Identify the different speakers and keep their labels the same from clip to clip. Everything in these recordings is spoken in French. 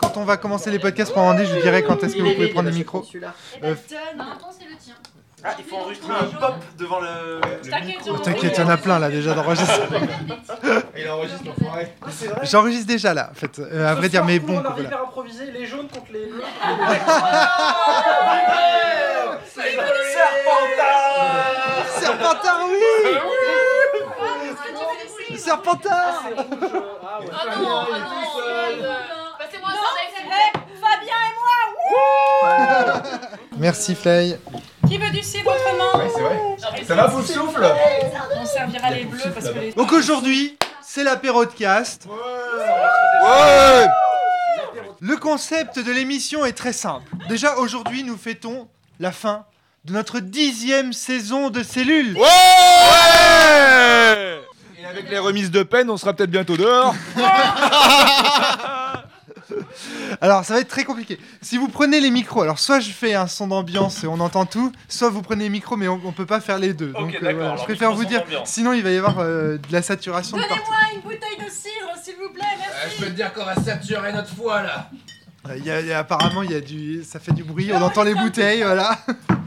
Speaker 1: quand on va commencer les podcasts pour dé, je vous dirai quand est-ce que vous pouvez prendre les micros. Euh,
Speaker 2: c'est le tien.
Speaker 3: Ah, il faut enregistrer un pop devant le.
Speaker 2: T'inquiète,
Speaker 1: Oh, T'inquiète, il y en a plein là déjà d'enregistrer.
Speaker 4: Il enregistre l'enfoiré.
Speaker 3: Ah, c'est vrai.
Speaker 1: J'enregistre déjà là, en fait, euh, à vrai dire, mais bon,
Speaker 3: On a
Speaker 1: voilà.
Speaker 3: hyper improvisé, les jaunes contre les bleus. Serpentard
Speaker 1: Serpentard, oui Ah, Serpentard
Speaker 3: C'est rouge. euh, Ah ouais.
Speaker 2: Oh non, oh non, Passez-moi ça,
Speaker 5: Fabien et moi
Speaker 1: Merci Flay.
Speaker 5: Qui veut du cidre autrement
Speaker 4: Ouais, c'est vrai.
Speaker 3: Ah,
Speaker 4: Ça va, vous le souffle Ouais.
Speaker 5: On servira les bleus parce que les...
Speaker 1: Donc aujourd'hui, c'est l'apéro de cast. Le concept de l'émission est très simple. Déjà, aujourd'hui, nous fêtons la fin de notre dixième saison de Cellule.
Speaker 4: Et avec les remises de peine, on sera peut-être bientôt dehors.
Speaker 1: Ah, Alors, ça va être très compliqué. Si vous prenez les micros, alors soit je fais un son d'ambiance et on entend tout, soit vous prenez les micros, mais on, on peut pas faire les deux.
Speaker 3: Ok,
Speaker 1: Donc, euh,
Speaker 3: d'accord.
Speaker 1: voilà, je
Speaker 3: Alors,
Speaker 1: préfère
Speaker 3: micro,
Speaker 1: vous
Speaker 3: son
Speaker 1: dire,
Speaker 3: d'ambiance.
Speaker 1: sinon il va y avoir euh, de la saturation de partout.
Speaker 5: Donnez-moi une bouteille de cidre, s'il vous plaît, merci
Speaker 4: je peux te dire qu'on va saturer notre foie là.
Speaker 1: Euh, il y a- il y a- apparemment, il y a du, ça fait du bruit, on entend les bouteilles, voilà.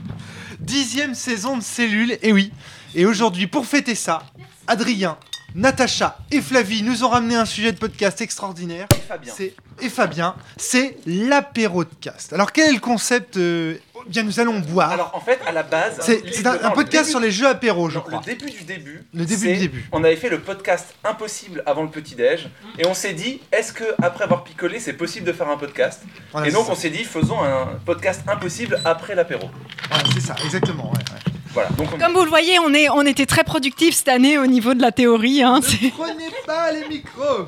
Speaker 1: Dixième saison de Cellule, et oui. Et aujourd'hui, pour fêter ça, Adrien, Natacha et Flavie nous ont ramené un sujet de podcast extraordinaire.
Speaker 3: Fabien.
Speaker 1: C'est et Fabien, c'est l'apéro de cast. Alors quel est le concept euh, eh Bien, nous allons boire.
Speaker 3: Alors en fait, à la base. euh,
Speaker 1: c'est c'est un, un podcast sur les jeux apéro, je crois.
Speaker 3: Le début du début.
Speaker 1: Le début
Speaker 3: c'est-
Speaker 1: du début.
Speaker 3: On avait fait le podcast Impossible avant le petit-déj. Et on s'est dit, est-ce que après avoir picolé, c'est possible de faire un podcast
Speaker 1: Voilà,
Speaker 3: Et
Speaker 1: c'est
Speaker 3: donc
Speaker 1: ça.
Speaker 3: on s'est dit, faisons un podcast Impossible après l'apéro.
Speaker 1: Voilà, c'est ça, exactement. ouais, ouais.
Speaker 3: Voilà. Donc on...
Speaker 5: Comme vous le voyez, on, est, on était très productifs cette année au niveau de la théorie. Hein, c'est-
Speaker 1: Ne prenez pas les micros.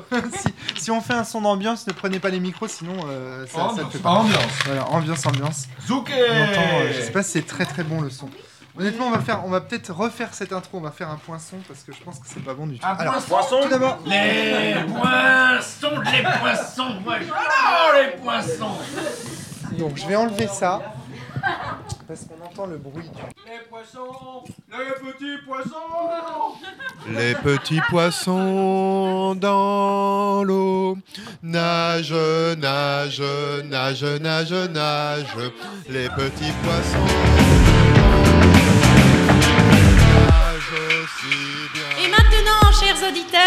Speaker 1: si, si on fait un son d'ambiance, ne prenez pas les micros, sinon euh, ça, ça ne
Speaker 4: Ambiance, Oh,
Speaker 1: fait
Speaker 4: pas
Speaker 1: pas.
Speaker 4: ambiance.
Speaker 1: Voilà, ambiance, ambiance.
Speaker 4: Zouké
Speaker 1: On entend, euh, je sais pas si c'est très très bon le son. Honnêtement, on va faire, on va peut-être refaire cette intro, on va faire un point son parce que je pense que c'est pas bon du tout.
Speaker 4: Un
Speaker 1: Alors,
Speaker 3: Poisson
Speaker 1: tout d'abord,
Speaker 6: Les poissons, les poissons, moi je- Ah non, les poissons
Speaker 1: donc je vais enlever ça parce qu'on entend le bruit. du-
Speaker 4: Les poissons, les petits poissons.
Speaker 7: Les petits poissons dans l'eau nage, nage, nage, nage, nage. Les petits poissons nagent aussi bien.
Speaker 5: Et maintenant, chers auditeurs,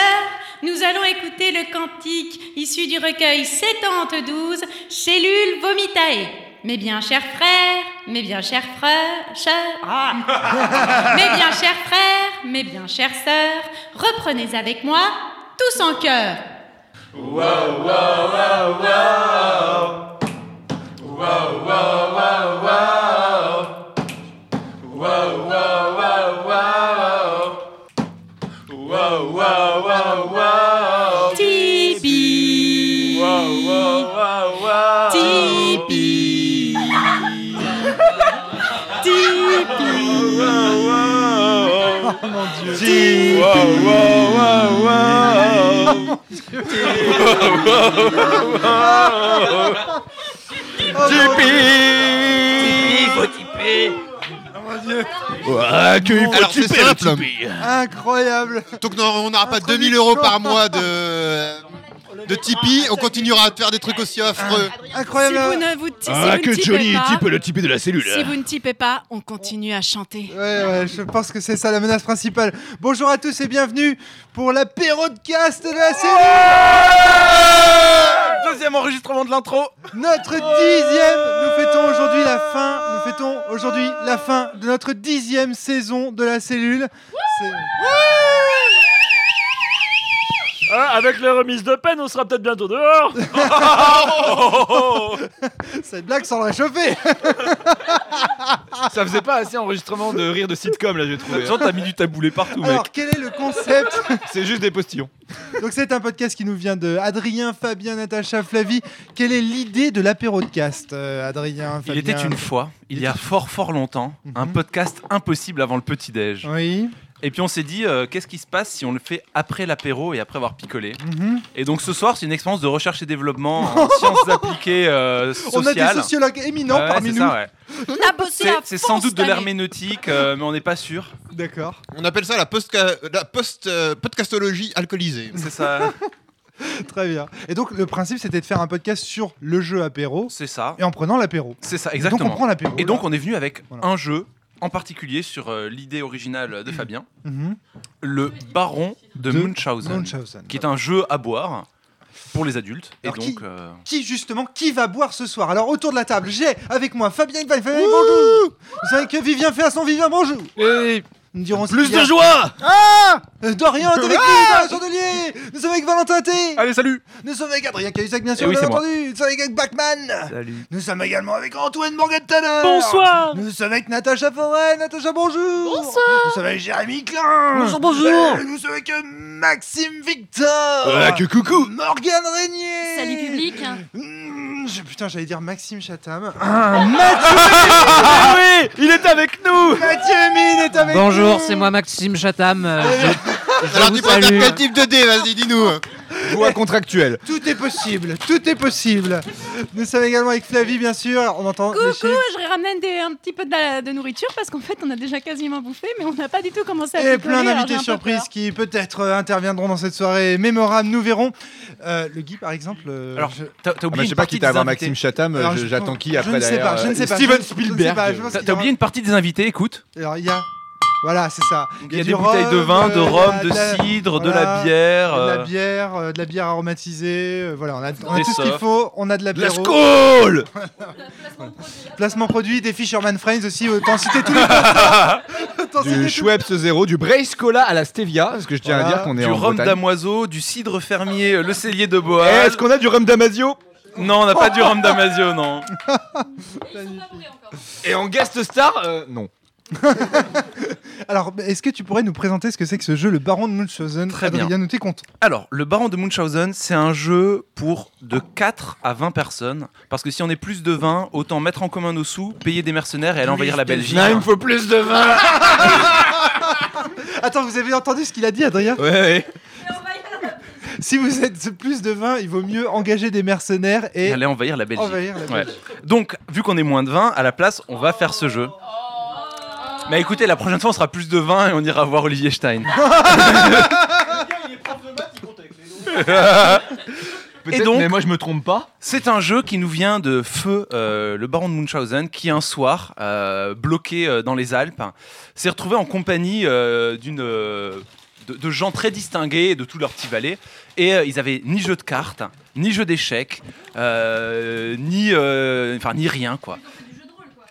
Speaker 5: nous allons écouter le cantique issu du recueil 72, Cellule Vomitae. Mes bien chers frères, mes bien chers frères, chers- Ah. mes bien chers frères, mes bien chères sœurs, reprenez avec moi tous en cœur. Tipi. Tipi. Tipi.
Speaker 1: Oh mon dieu. Oh mon
Speaker 7: Alors c'est simple.
Speaker 1: Incroyable
Speaker 7: Donc non, on n'aura pas
Speaker 1: Entre
Speaker 7: 2000
Speaker 1: micros.
Speaker 7: euros par mois de de Tipeee. On continuera à te faire des trucs aussi affreux.
Speaker 5: Si vous
Speaker 1: Incroyable
Speaker 5: ne vous, si vous ne typez pas,
Speaker 6: le type de la cellule
Speaker 5: si vous ne typez pas, on continue à chanter.
Speaker 1: Ouais, ouais, je pense que c'est ça la menace principale. Bonjour à tous et bienvenue pour l'apéro de cast de la série
Speaker 3: Deuxième enregistrement de l'intro.
Speaker 1: Notre dixième Nous fêtons aujourd'hui la fin, nous fêtons aujourd'hui la fin de notre dixième saison de la cellule. C'est-
Speaker 8: Ah, avec les remises de peine, on sera peut-être bientôt dehors.
Speaker 1: Cette blague sans le réchauffer
Speaker 4: Ah, Ça faisait pas assez enregistrement de rire de sitcom là, j'ai trouvé.
Speaker 6: Genre t'as mis du taboulé partout mec,
Speaker 1: Alors, quel est le concept
Speaker 4: C'est juste des postillons.
Speaker 1: Donc c'est un podcast qui nous vient de Adrien, Fabien, Natacha, Flavie. Quelle est l'idée de l'apéro de cast, euh, Adrien,
Speaker 3: Il
Speaker 1: Fabien
Speaker 3: était une fois, il y a fort fort longtemps, un
Speaker 1: Mhm.
Speaker 3: podcast impossible avant le petit-déj.
Speaker 1: Oui.
Speaker 3: Et puis on s'est dit, euh, qu'est-ce qui se passe si on le fait après l'apéro et après avoir picolé
Speaker 1: mhm.
Speaker 3: Et donc ce soir, c'est une expérience de recherche et développement en sciences appliquées euh,
Speaker 1: On a des
Speaker 3: sociales.
Speaker 1: sociologues éminents
Speaker 3: Ouais,
Speaker 1: parmi
Speaker 3: c'est
Speaker 1: nous.
Speaker 3: ça, ouais.
Speaker 5: On a bossé
Speaker 3: C'est-
Speaker 5: à
Speaker 3: C'est
Speaker 5: fond
Speaker 3: sans doute
Speaker 5: cette
Speaker 3: de
Speaker 5: année.
Speaker 3: l'herméneutique, euh, mais on n'est pas sûr.
Speaker 1: D'accord.
Speaker 7: On appelle ça la post la post euh, podcastologie alcoolisée.
Speaker 3: C'est ça.
Speaker 1: Très bien. Et donc, le principe, c'était de faire un podcast sur le jeu apéro
Speaker 3: C'est ça.
Speaker 1: et en prenant l'apéro.
Speaker 3: C'est ça,
Speaker 1: Et Donc,
Speaker 3: exactement.
Speaker 1: on prend l'apéro.
Speaker 3: Et donc, on est venu avec
Speaker 1: Voilà.
Speaker 3: un jeu en particulier sur euh, l'idée originale de Fabien,
Speaker 1: on. Mhm.
Speaker 3: le Baron de,
Speaker 1: De
Speaker 3: Munchausen,
Speaker 1: Munchausen.
Speaker 3: qui est un jeu à boire pour les adultes. Et
Speaker 1: Alors,
Speaker 3: donc,
Speaker 1: qui-
Speaker 3: euh,
Speaker 1: Qui, justement, qui va boire ce soir Alors, autour de la table, j'ai avec moi Fabien Ekvall. Fabien, bonjour Vous savez que Vivien fait à son Vivien, bonjour Nous dirons ce
Speaker 5: Plus
Speaker 1: qu'il y a.
Speaker 5: de joie
Speaker 1: Euh, Dorian est avec nous dans la chandelier Nous sommes avec Valentin T
Speaker 3: Allez, salut
Speaker 1: Nous sommes avec Adrien Cahuzac, bien sûr,
Speaker 3: Eh oui,
Speaker 1: bien
Speaker 3: c'est moi.
Speaker 1: entendu Nous sommes avec Bachman
Speaker 5: Salut.
Speaker 1: Nous sommes également avec Antoine Morgan-Tanner
Speaker 5: Bonsoir
Speaker 1: Nous sommes avec Natacha Forêt, Natacha bonjour Bonsoir Nous sommes avec Jérémy Klein
Speaker 5: Bonjour, bonjour.
Speaker 1: Euh, Nous sommes avec euh, Maxime Victor
Speaker 7: coucou
Speaker 1: Morgane Régnier
Speaker 9: Salut public.
Speaker 1: Mmh, je- Ah, Putain, j'allais dire Maxime Chatham.
Speaker 5: Ah oui Il est avec nous
Speaker 1: Mathieu Mine est avec nous.
Speaker 6: Bonjour, c'est moi Maxime Chatham. euh, je- je
Speaker 7: Alors
Speaker 6: vous
Speaker 7: tu préfères
Speaker 6: salue.
Speaker 7: quel type de dé Vas-y, dis-nous
Speaker 10: Voix contractuelle.
Speaker 1: Tout est possible, tout est possible. Nous sommes également avec Flavie, bien sûr. On entend les
Speaker 9: Coucou,
Speaker 1: chiffres.
Speaker 9: je ramène des- un petit peu de, la- de nourriture parce qu'en fait on a déjà quasiment bouffé mais on n'a pas du tout commencé à picoler,
Speaker 1: Et plein
Speaker 9: alors
Speaker 1: d'invités
Speaker 9: j'ai un peu peur.
Speaker 1: surprises qui peut-être euh, interviendront dans cette soirée mémorable. Nous verrons. Euh, le Guy, par exemple. euh,
Speaker 3: Alors,
Speaker 1: je-
Speaker 3: T'as t'as
Speaker 11: Ah bah,
Speaker 3: oublié
Speaker 11: je
Speaker 3: une
Speaker 11: sais pas qui
Speaker 3: partie
Speaker 11: t'a
Speaker 3: des
Speaker 11: avoir
Speaker 3: invités.
Speaker 11: Maxime Chatham, euh,
Speaker 1: alors,
Speaker 11: je-
Speaker 1: je-
Speaker 11: j'attends qui
Speaker 1: je ne
Speaker 11: après
Speaker 1: sais
Speaker 11: derrière
Speaker 1: pas, je
Speaker 11: euh,
Speaker 1: ne sais pas.
Speaker 11: Steven
Speaker 1: je- je ne sais pas,
Speaker 11: Spielberg.
Speaker 1: je pense
Speaker 3: T'as-
Speaker 1: qu'il y
Speaker 3: T'as
Speaker 1: aura-
Speaker 3: oublié une partie des invités, écoute.
Speaker 1: Alors, il y a. Voilà, c'est ça.
Speaker 3: Il y a
Speaker 1: du
Speaker 3: des bouteilles de
Speaker 1: rhum,
Speaker 3: vin, de
Speaker 1: euh,
Speaker 3: rhum, de
Speaker 1: la-
Speaker 3: cidre, de
Speaker 1: voilà,
Speaker 3: la bière.
Speaker 1: de la
Speaker 3: euh,
Speaker 1: bière, euh, de la bière aromatisée, euh, voilà, on a, on a
Speaker 3: Des
Speaker 1: tout ce qu'il
Speaker 3: softs.
Speaker 1: faut, on a de la bière.
Speaker 7: Cool
Speaker 1: Placement produit des Fisherman Friends aussi, autant citer tous les concerts. Autant citer
Speaker 11: Du
Speaker 1: tous-
Speaker 11: Schweppes zéro, du Brace Cola à la Stevia, parce que je tiens à
Speaker 1: Voilà.
Speaker 11: dire qu'on est
Speaker 3: Du
Speaker 11: en
Speaker 3: rhum
Speaker 11: Bretagne.
Speaker 3: d'amoiseau, du cidre fermier, euh, le cellier de Bois.
Speaker 11: Eh, Est-ce qu'on a du rhum d'Amazio
Speaker 3: Non, on n'a pas du rhum d'Amazio, non.
Speaker 11: Et en guest star euh, Non.
Speaker 1: Alors, est-ce que tu pourrais nous présenter ce que c'est que ce jeu, le Baron de Munchausen
Speaker 3: Très bien.
Speaker 1: Adrien, nous t'es content.
Speaker 3: Alors, le Baron de Munchausen, c'est un jeu pour de 4 à 20 personnes. Parce que si on est plus de 20, autant mettre en commun nos sous, payer des mercenaires et aller envahir la Belgique.
Speaker 12: Non, il me faut plus de vin.
Speaker 1: Attends, vous avez entendu ce qu'il a dit, Adrien
Speaker 11: Ouais, ouais.
Speaker 1: Si vous êtes plus de 20, il vaut mieux engager des mercenaires
Speaker 3: Et
Speaker 1: et
Speaker 3: aller envahir la Belgique.
Speaker 1: envahir la
Speaker 3: Ouais.
Speaker 1: Belgique.
Speaker 3: Donc, vu qu'on est moins de 20, à la place, on va faire ce jeu. Mais écoutez, la prochaine fois, on sera plus de 20 et on ira voir Olivier Stein.
Speaker 11: Peut-être,
Speaker 3: donc-
Speaker 11: mais moi je me trompe pas.
Speaker 3: C'est un jeu qui nous vient de Feu, euh, le baron de Munchausen, qui un soir, euh, bloqué euh, dans les Alpes, s'est retrouvé en compagnie euh, d'une, euh, de, de gens très distingués de tout leur petit valet. Et euh, ils avaient ni jeu de cartes, ni jeu d'échecs, euh, ni, euh, enfin, ni rien, quoi.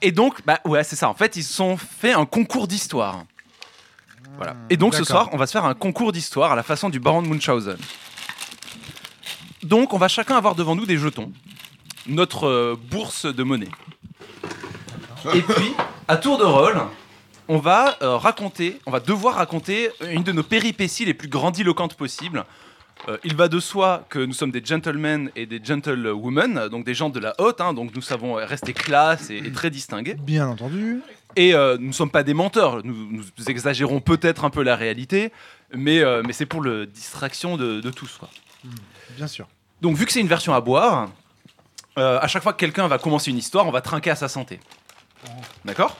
Speaker 3: Et donc, bah ouais, c'est ça. En fait, ils se sont fait un concours d'histoire. Voilà. Et donc ce
Speaker 1: d'accord.
Speaker 3: soir, on va se faire un concours d'histoire à la façon du baron de Munchausen. Donc, on va chacun avoir devant nous des jetons, notre euh, bourse de monnaie. Et puis, à tour de rôle, on va euh, raconter, on va devoir raconter une de nos péripéties les plus grandiloquentes possibles. Euh, il va de soi que nous sommes des gentlemen et des gentlewomen, donc des gens de la haute, hein, donc nous savons rester classe et- et très distingués.
Speaker 1: Bien entendu.
Speaker 3: Et euh, nous ne sommes pas des menteurs, nous, nous exagérons peut-être un peu la réalité, mais, euh, mais c'est pour la distraction de, de tous. Quoi.
Speaker 1: Hmm, Bien sûr.
Speaker 3: Donc vu que c'est une version à boire, euh, à chaque fois que quelqu'un va commencer une histoire, on va trinquer à sa santé. D'accord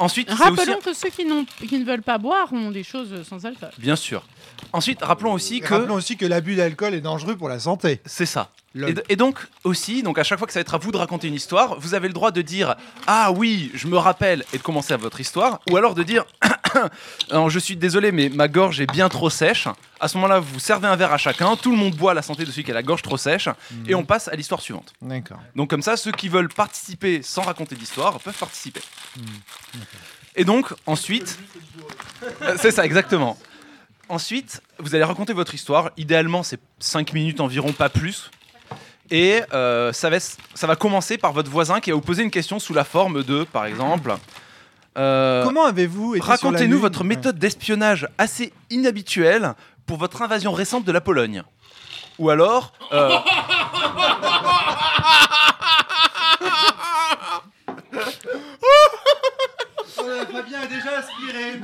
Speaker 3: Ensuite, c'est aussi...
Speaker 2: Rappelons que ceux qui, n'ont- qui ne veulent pas boire ont des choses sans alcool.
Speaker 3: Bien sûr. Ensuite, rappelons aussi
Speaker 1: Et
Speaker 3: que...
Speaker 1: rappelons aussi que l'abus d'alcool est dangereux pour la santé.
Speaker 3: C'est ça.
Speaker 1: Lol.
Speaker 3: Et, d- et donc aussi, donc à chaque fois que ça va être à vous de raconter une histoire, vous avez le droit de dire ah oui, je me rappelle et de commencer à votre histoire, ou alors de dire alors, je suis désolé mais ma gorge est bien trop sèche. À ce moment-là, vous servez un verre à chacun, tout le monde boit à la santé de celui qui a la gorge trop sèche,
Speaker 1: Mhm.
Speaker 3: et on passe à l'histoire suivante.
Speaker 1: D'accord.
Speaker 3: Donc comme ça, ceux qui veulent participer sans raconter d'histoire peuvent participer. Et donc ensuite, Euh, c'est ça exactement. Ensuite, vous allez raconter votre histoire. Idéalement, c'est 5 minutes environ, pas plus. Et euh, ça, va, ça va commencer par votre voisin qui va vous poser une question sous la forme de, par exemple, euh,
Speaker 1: Comment avez-vous été sur la
Speaker 3: racontez-nous
Speaker 1: Lune
Speaker 3: votre méthode d'espionnage assez inhabituelle pour votre invasion récente de la Pologne. Ou alors, euh,
Speaker 1: Euh, Fabien a déjà aspiré.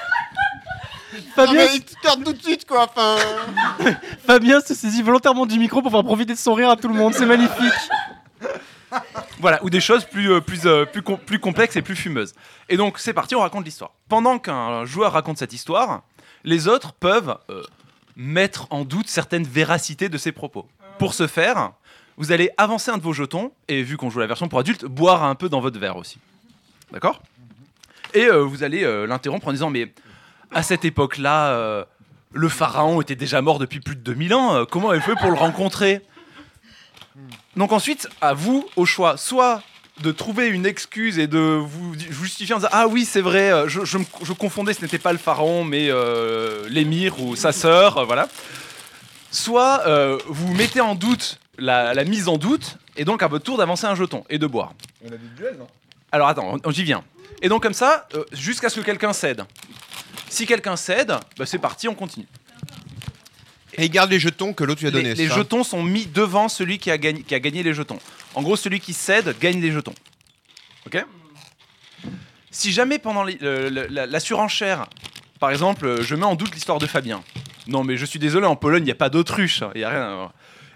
Speaker 7: Ah,
Speaker 5: Fabien,
Speaker 7: mais il te tarde tout de suite quoi, enfin
Speaker 5: Fabien se saisit volontairement du micro pour faire profiter de son rire à tout le monde, c'est magnifique
Speaker 3: Voilà, ou des choses plus, euh, plus, euh, plus, com- plus complexes et plus fumeuses. Et donc, c'est parti, on raconte l'histoire. Pendant qu'un joueur raconte cette histoire, les autres peuvent euh, mettre en doute certaines véracités de ses propos. Pour ce faire, vous allez avancer un de vos jetons, et vu qu'on joue la version pour adultes, boire un peu dans votre verre aussi. D'accord Et euh, vous allez euh, l'interrompre en disant, mais à cette époque-là, euh, le pharaon était déjà mort depuis plus de 2000 ans, euh, comment elle fait pour le rencontrer donc ensuite, à vous, au choix, soit de trouver une excuse et de vous di- justifier en disant Ah oui, c'est vrai, euh, je, je me- je confondais, ce n'était pas le pharaon, mais euh, l'émir ou sa sœur, euh, voilà. Soit euh, vous mettez en doute la, la mise en doute, et donc à votre tour d'avancer un jeton et de boire.
Speaker 1: On a des duels, non
Speaker 3: Alors attends, on- j'y viens. Et donc comme ça, euh, jusqu'à ce que quelqu'un cède. Si quelqu'un cède, bah, c'est parti, on continue.
Speaker 4: Et il garde les jetons que l'autre lui a
Speaker 3: Les-
Speaker 4: donnés.
Speaker 3: les
Speaker 4: c'est ça
Speaker 3: jetons sont mis devant celui qui a, gagné, qui a gagné les jetons. En gros, celui qui cède gagne les jetons. Ok Si jamais pendant les- le- le- la, la surenchère, par exemple, euh, je mets en doute l'histoire de Fabien. Non, mais je suis désolé, en Pologne, il n'y a pas d'autruche. hein, Il y a rien. à-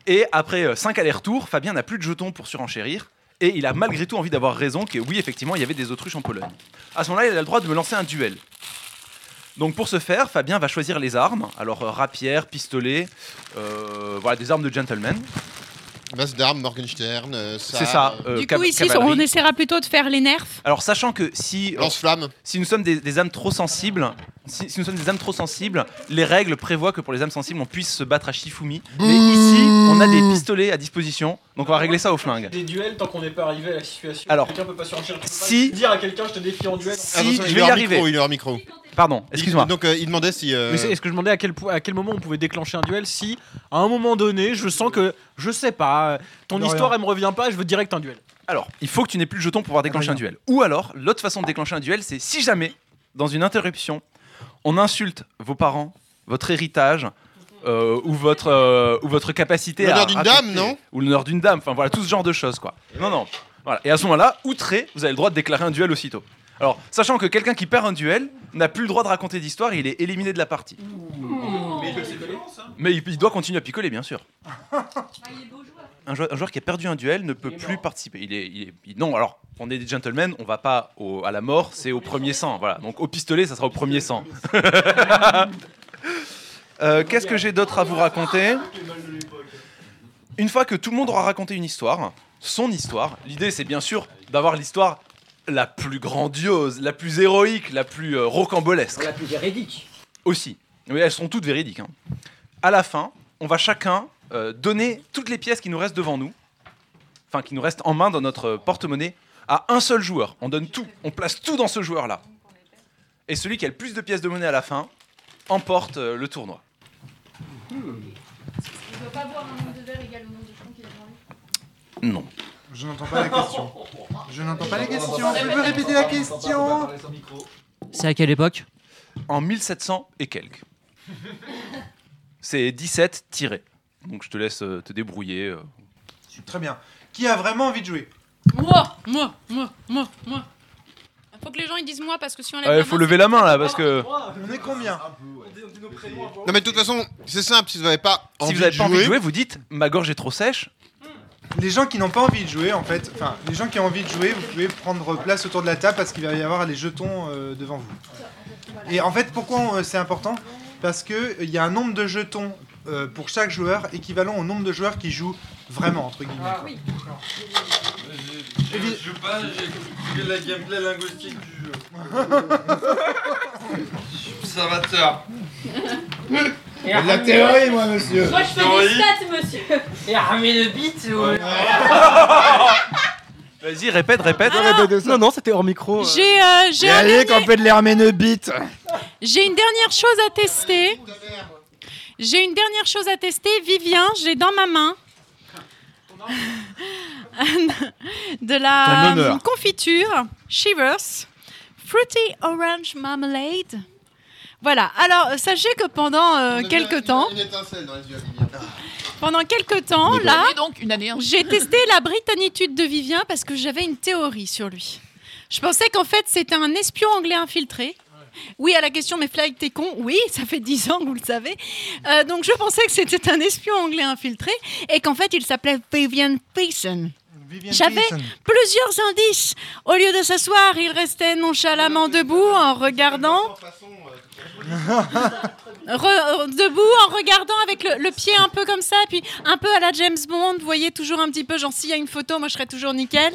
Speaker 3: Et après 5 allers-retours, Fabien n'a plus de jetons pour surenchérir. Et il a malgré tout envie d'avoir raison que oui, effectivement, il y avait des autruches en Pologne. À ce moment-là, il a le droit de me lancer un duel. Donc pour ce faire, Fabien va choisir les armes. Alors euh, rapière, pistolet, euh, voilà des armes de gentleman.
Speaker 4: Base d'armes, Morgenstern, euh, ça.
Speaker 3: C'est ça. euh,
Speaker 5: Du
Speaker 3: ca-
Speaker 5: coup, ici,
Speaker 3: cavalerie.
Speaker 5: on essaiera plutôt de faire les nerfs.
Speaker 3: Alors sachant que si euh,
Speaker 4: Lance-flamme.
Speaker 3: si nous sommes des, des âmes trop sensibles, si, si nous sommes des âmes trop sensibles, les règles prévoient que pour les âmes sensibles, on puisse se battre à Shifumi. Mais ici, on a des pistolets à disposition, donc on va régler ça au flingue.
Speaker 7: Des duels tant qu'on n'est pas arrivé à la situation.
Speaker 3: Alors,
Speaker 7: quelqu'un peut pas surenchérir. tu peux pas
Speaker 3: si-
Speaker 7: dire à quelqu'un je te défie en duel.
Speaker 3: Si,
Speaker 4: Attention,
Speaker 3: je
Speaker 4: il
Speaker 3: vais y
Speaker 4: est hors
Speaker 3: arriver.
Speaker 4: micro, il est hors micro.
Speaker 3: Pardon,
Speaker 4: Il-
Speaker 3: excuse-moi.
Speaker 4: Donc euh, il demandait si. euh,
Speaker 6: Mais c'est- est-ce que je demandais à quel, po- à quel moment on pouvait déclencher un duel si, à un moment donné, je sens que, je sais pas, euh, ton
Speaker 1: Dorian.
Speaker 6: histoire elle me revient pas, je veux direct un duel. Ah,
Speaker 3: Alors, il faut que tu n'aies plus de jetons pour pouvoir déclencher un duel. Ou alors, l'autre façon de déclencher un duel, c'est si jamais, dans une interruption, on insulte vos parents, votre héritage, euh, ou, votre, euh, ou votre capacité
Speaker 4: L'honneur
Speaker 3: à
Speaker 4: d'une
Speaker 3: raconter-
Speaker 4: dame, non
Speaker 3: Ou l'honneur d'une dame, enfin voilà, tout ce genre de choses, quoi. Non, non. Voilà. Et à ce moment-là, outré, vous avez le droit de déclarer un duel aussitôt. Alors, sachant que quelqu'un qui perd un duel n'a plus le droit de raconter d'histoire, il est éliminé de la partie.
Speaker 7: Mais c'est violent, ça.
Speaker 3: Mais il, il doit continuer à picoler, bien sûr. Un joueur, un joueur qui a perdu un duel ne peut plus participer. Il est, il est- il- non, alors, on est des gentlemen, on va pas au- à la mort, c'est au premier sang. Voilà. Donc au pistolet, ça sera au premier sang. Euh, Qu'est-ce que j'ai d'autre à vous raconter Une fois que tout le monde aura raconté une histoire, son histoire, l'idée c'est bien sûr d'avoir l'histoire la plus grandiose, la plus héroïque, la plus euh, rocambolesque
Speaker 2: La plus véridique.
Speaker 3: aussi. Oui, elles sont toutes véridiques. hein. À la fin, on va chacun euh, donner toutes les pièces qui nous restent devant nous, enfin qui nous restent en main dans notre euh, porte-monnaie, à un seul joueur. On donne tout, on place tout dans ce joueur-là. Et celui qui a le plus de pièces de monnaie à la fin emporte euh, le tournoi.
Speaker 13: Il doit pas boire un nombre de verres égal au nombre de jetons qu'il a devant lui.
Speaker 3: Non.
Speaker 1: Je n'entends pas la question. Je n'entends pas la question. Je peux répéter la question
Speaker 14: C'est à quelle époque
Speaker 3: En 1700 et quelques. C'est 17 tirés. Donc je te laisse euh, te débrouiller. euh.
Speaker 1: Très bien. Qui a vraiment envie de jouer
Speaker 5: Moi, moi, moi, moi, moi. Faut que les gens ils disent moi parce que si on lève
Speaker 3: Ouais,
Speaker 5: la
Speaker 3: faut
Speaker 5: main,
Speaker 3: lever la main là parce que
Speaker 1: On est combien
Speaker 4: Non mais de toute façon, c'est simple, si vous n'avez pas
Speaker 3: si
Speaker 4: envie
Speaker 3: vous n'avez
Speaker 4: de
Speaker 3: pas envie de
Speaker 4: jouer,
Speaker 3: jouer, vous dites ma gorge est trop sèche.
Speaker 1: Les gens qui n'ont pas envie de jouer, en fait, enfin, les gens qui ont envie de jouer, vous pouvez prendre place autour de la table parce qu'il va y avoir les jetons euh, devant vous. Et en fait, pourquoi euh, c'est important Parce que euh, il y a un nombre de jetons euh, pour chaque joueur équivalent au nombre de joueurs qui jouent vraiment entre guillemets.
Speaker 13: Oui.
Speaker 7: Je je joue pas, j'ai la gameplay linguistique du jeu. Je suis observateur.
Speaker 2: De la théorie,
Speaker 7: moi, monsieur.
Speaker 2: Moi, je fais des stats, monsieur. Et armez le beat ou. Euh,
Speaker 3: Vas-y, répète, répète.
Speaker 15: Non, non, c'était hors micro.
Speaker 5: J'ai, euh, j'ai un dernier-
Speaker 15: fait de l'herméne bite.
Speaker 5: J'ai une dernière chose à tester. J'ai une dernière chose à tester. Vivien, j'ai dans ma main de
Speaker 2: Un
Speaker 5: la
Speaker 2: honneur.
Speaker 5: euh, confiture Shivers Fruity Orange Marmalade. Voilà, alors euh, sachez que pendant euh, quelques temps,
Speaker 4: Une étincelle dans les yeux.
Speaker 5: pendant quelques temps,
Speaker 4: Une
Speaker 5: là,
Speaker 4: année hein.
Speaker 5: j'ai testé la britannitude de Vivien parce que j'avais une théorie sur lui. Je pensais qu'en fait, c'était un espion anglais infiltré. Oui, à la question, mais Flight, t'es con Oui, ça fait 10 ans que vous le savez. Euh, donc, je pensais que c'était un espion anglais infiltré et qu'en fait, il s'appelait Vivian Pearson. J'avais
Speaker 2: Pearson.
Speaker 5: plusieurs indices. Au lieu de s'asseoir, il restait nonchalamment debout en regardant. Re- euh, debout en regardant avec le, le pied un peu comme ça, puis un peu à la James Bond, vous voyez toujours un petit peu, genre s'il y a une photo, moi je serais toujours nickel.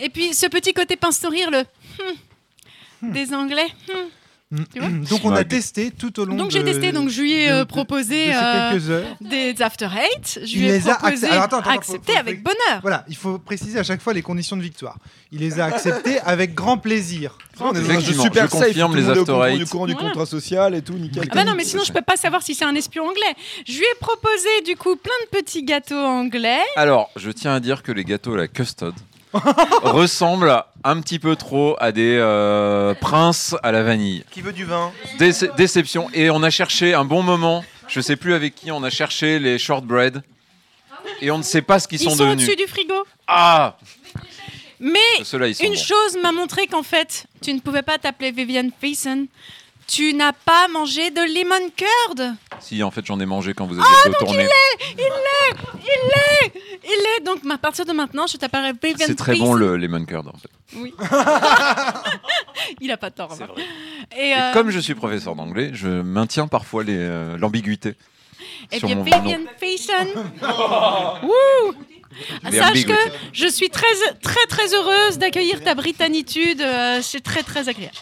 Speaker 5: Et puis ce petit côté pince-sourire, le hmm, des Anglais. hmm.
Speaker 1: Donc on a testé tout au long
Speaker 5: Donc
Speaker 1: de-
Speaker 5: j'ai testé, donc je lui ai euh, proposé
Speaker 1: de ces
Speaker 5: euh,
Speaker 1: quelques heures.
Speaker 5: des after eight, je
Speaker 1: Il
Speaker 5: lui ai
Speaker 1: les a
Speaker 5: proposé
Speaker 1: accep- Alors, attends, attends, faut-
Speaker 5: accepté
Speaker 1: faut-
Speaker 5: avec bonheur.
Speaker 1: Voilà, il faut préciser à chaque fois les conditions de victoire. Il les a acceptées avec grand plaisir.
Speaker 4: Ah, On est dans un jeu
Speaker 1: Exactement,
Speaker 4: super
Speaker 1: je
Speaker 4: safe,
Speaker 1: confirme
Speaker 4: tout le
Speaker 1: les
Speaker 4: monde est au
Speaker 1: After
Speaker 4: courant
Speaker 1: Eight.
Speaker 4: du courant du
Speaker 5: Voilà.
Speaker 4: contrat social et tout, nickel.
Speaker 5: Ah bah non, mais sinon je peux pas savoir si c'est un espion anglais. Je lui ai proposé du coup plein de petits gâteaux anglais.
Speaker 16: Alors, je tiens à dire que les gâteaux à la custode ressemblent un petit peu trop à des euh, princes à la vanille.
Speaker 3: Qui veut du vin
Speaker 16: Déce- déception. Et on a cherché un bon moment, je sais plus avec qui, on a cherché les shortbread. Et on ne sait pas ce qu'ils
Speaker 5: Ils
Speaker 16: sont,
Speaker 5: sont
Speaker 16: devenus.
Speaker 5: au-dessus du frigo.
Speaker 16: Ah
Speaker 5: Mais
Speaker 16: Ceux-là, ils sont
Speaker 5: une
Speaker 16: bons.
Speaker 5: chose m'a montré qu'en fait, tu ne pouvais pas t'appeler Vivian Thiessen. Tu n'as pas mangé de lemon curd.
Speaker 16: Si, en fait, j'en ai mangé quand vous aviez
Speaker 5: Ah,
Speaker 16: été
Speaker 5: donc il
Speaker 16: tourné.
Speaker 5: est Il est Il est Il est Donc à partir de maintenant, je t'appellerai Vivian
Speaker 16: C'est très bon
Speaker 5: Thiessen.
Speaker 16: le lemon curd, en fait.
Speaker 5: Oui. il a pas tort. hein. Et,
Speaker 16: Et
Speaker 5: euh,
Speaker 16: comme je suis professeur d'anglais, je maintiens parfois les, euh, l'ambiguïté
Speaker 5: Eh
Speaker 16: sur
Speaker 5: bien,
Speaker 16: mon
Speaker 5: Vivian
Speaker 16: nom.
Speaker 5: Thiessen. Wouh
Speaker 16: Bien
Speaker 5: Sache
Speaker 16: big
Speaker 5: que
Speaker 16: wit.
Speaker 5: je suis très, très, très heureuse d'accueillir ta britannitude. euh, C'est très, très agréable.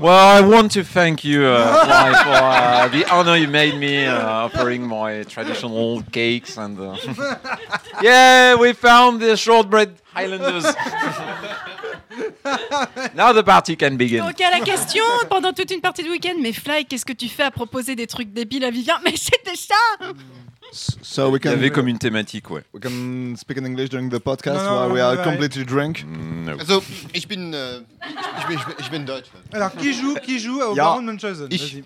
Speaker 16: Well, I want to thank you uh, Lai, for uh, the honor you made me uh, offering my traditional cakes and. Uh, yeah, we found the shortbread Highlanders. now the party can begin.
Speaker 5: Donc à la question pendant toute une partie du week-end, mais Fly, qu'est-ce que tu fais à proposer des trucs débiles à Vivien Mais c'était ça
Speaker 4: So we
Speaker 16: Il
Speaker 4: can,
Speaker 16: y avait comme une thématique, ouais.
Speaker 4: we can speak in English during the podcast
Speaker 1: Non, non,
Speaker 4: while we
Speaker 1: non,
Speaker 4: are
Speaker 1: ouais.
Speaker 4: completely drunk.
Speaker 16: Mm,
Speaker 7: Also, ich bin, äh, ich bin, ich bin, ich bin Deutsch.
Speaker 1: Alors qui joue Qui joue au
Speaker 7: Ja.
Speaker 1: Baron de Munchausen
Speaker 7: Ich.
Speaker 1: Vas-y.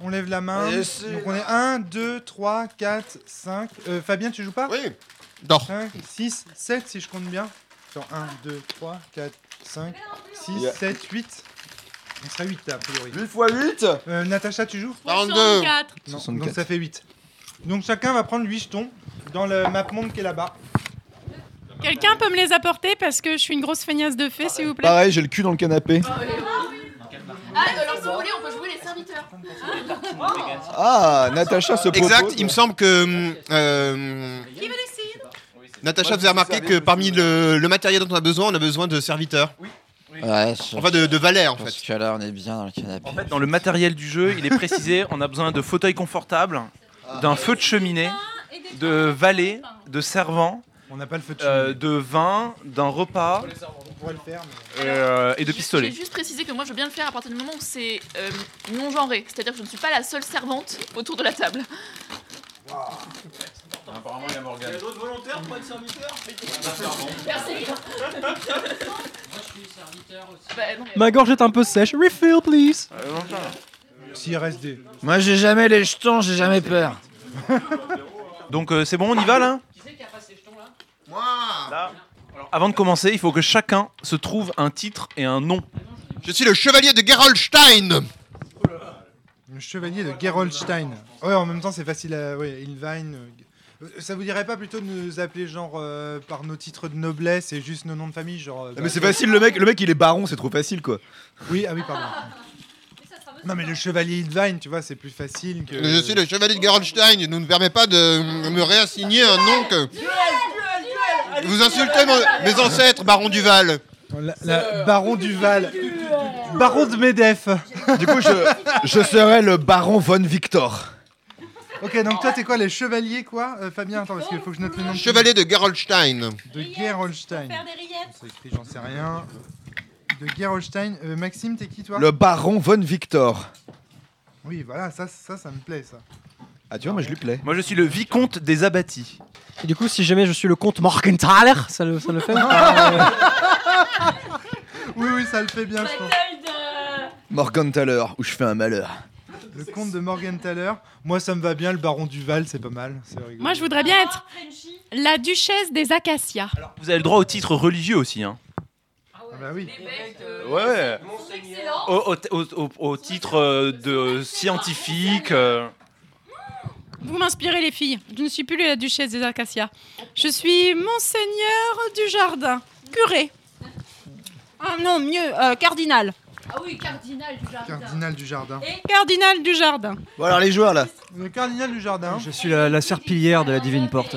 Speaker 1: On lève la main.
Speaker 7: Euh, c'est-
Speaker 1: Donc on est 1, 2, 3, 4, 5. Euh, Fabien, tu joues pas
Speaker 7: Oui. Non.
Speaker 1: 5, 6, 7 si je compte bien. Sur 1, 2, 3, 4, 5, 6,
Speaker 4: Yeah.
Speaker 1: 7, 8. On serait 8 a priori. Euh,
Speaker 4: 8 fois 8
Speaker 1: Natacha, tu joues
Speaker 5: 44.
Speaker 1: Non,
Speaker 4: 64.
Speaker 1: Donc ça fait 8. Donc chacun va prendre 8 jetons dans le map monde qui est là-bas.
Speaker 5: Quelqu'un peut me les apporter parce que je suis une grosse feignasse de fée, s'il vous plaît
Speaker 4: Pareil, j'ai le cul dans le canapé.
Speaker 2: Ah, alors si vous voulez, on peut jouer les serviteurs.
Speaker 4: Ah, Natacha se propose.
Speaker 7: Exact, il me semble que. euh,
Speaker 2: Qui veut décider
Speaker 7: Natacha, vous avez remarqué que parmi le, le matériel dont on a besoin, on a besoin de serviteurs.
Speaker 3: Ouais,
Speaker 7: Enfin, de, de valets en fait.
Speaker 3: Parce que là, on est bien dans le canapé. En fait, dans le matériel du jeu, il est précisé on a besoin de fauteuils confortables, d'un feu de cheminée, de valets, de servants. euh,
Speaker 1: On n'a pas le feu de
Speaker 3: de vin, d'un repas
Speaker 1: On pourrait le faire, mais.
Speaker 3: euh, et de
Speaker 2: J'ai
Speaker 3: pistolets.
Speaker 2: juste précisé que moi je veux bien le faire à partir du moment où c'est euh, non genré, c'est-à-dire que je ne suis pas la seule servante autour de la table.
Speaker 17: Apparemment, il y a Morgane. Ah, Il y a d'autres volontaires, pas de serviteurs
Speaker 2: Merci. Bah, non, mais-
Speaker 18: Ma gorge est un peu sèche. Refill, please.
Speaker 1: S'il reste des.
Speaker 3: Moi, j'ai jamais les jetons, j'ai jamais peur. Donc, euh, c'est bon, on y va là Alors, Avant de commencer, il faut que chacun se trouve un titre et un nom.
Speaker 7: Je suis le chevalier de Gerolstein
Speaker 1: Le chevalier de Gerolstein. Ouais, en même temps, c'est facile à. Ouais, Ilvine. euh, G- euh, Ça vous dirait pas plutôt de nous appeler genre euh, par nos titres de noblesse et juste nos noms de famille genre. euh,
Speaker 4: Ah, mais
Speaker 1: bah,
Speaker 4: c'est facile, le mec, le mec il est baron, c'est trop facile quoi.
Speaker 1: Oui, ah oui, pardon. Non, mais le chevalier Ilvine, tu vois, c'est plus facile que.
Speaker 7: Je suis le chevalier de Gerolstein, il ne me permet pas de me réassigner un nom que. Vous insultez mon- mes ancêtres, baron Duval
Speaker 1: La, baron Duval. Baron de Medef.
Speaker 4: Du coup, je, je serai le baron von Victor.
Speaker 1: Ok, donc toi, t'es quoi Les chevaliers, quoi Euh, Fabien, attends, parce qu'il faut que je note le nom.
Speaker 7: Chevalier de Gerolstein.
Speaker 1: De Gerolstein. C'est écrit, j'en sais rien. De Gerolstein. Euh, Maxime, t'es qui toi
Speaker 4: Le baron von Victor.
Speaker 1: Oui, voilà, ça, ça, ça me plaît, ça.
Speaker 4: Ah, tu vois, moi je lui plais.
Speaker 3: Moi, je suis le vicomte des abattis.
Speaker 6: Et du coup, si jamais je suis le comte Morgenthaler, ça le, ça le fait ou
Speaker 1: Ah,
Speaker 6: pas
Speaker 1: Oui, oui, ça le fait bien, je pense.
Speaker 4: Morgenthaler, où je fais un malheur.
Speaker 1: Le comte de Morgenthaler. Moi, ça me va bien, le baron Duval, c'est pas mal. C'est rigolo.
Speaker 5: Moi, je voudrais bien être la duchesse des acacias.
Speaker 3: Vous avez le droit au titre religieux aussi. Hein.
Speaker 1: Ah bah oui.
Speaker 3: Ouais, ouais. Au, au- au- au- au titre euh, de scientifique. euh.
Speaker 5: Vous m'inspirez, les filles. Je ne suis plus la duchesse des acacias. Je suis monseigneur du jardin, curé. Ah non, mieux, euh, cardinal.
Speaker 19: Ah oui, cardinal du jardin.
Speaker 1: Cardinal du jardin.
Speaker 9: Cardinal du jardin.
Speaker 6: Bon, alors les joueurs là.
Speaker 1: Le cardinal du jardin.
Speaker 6: Je suis la, la serpillière de la divine porte.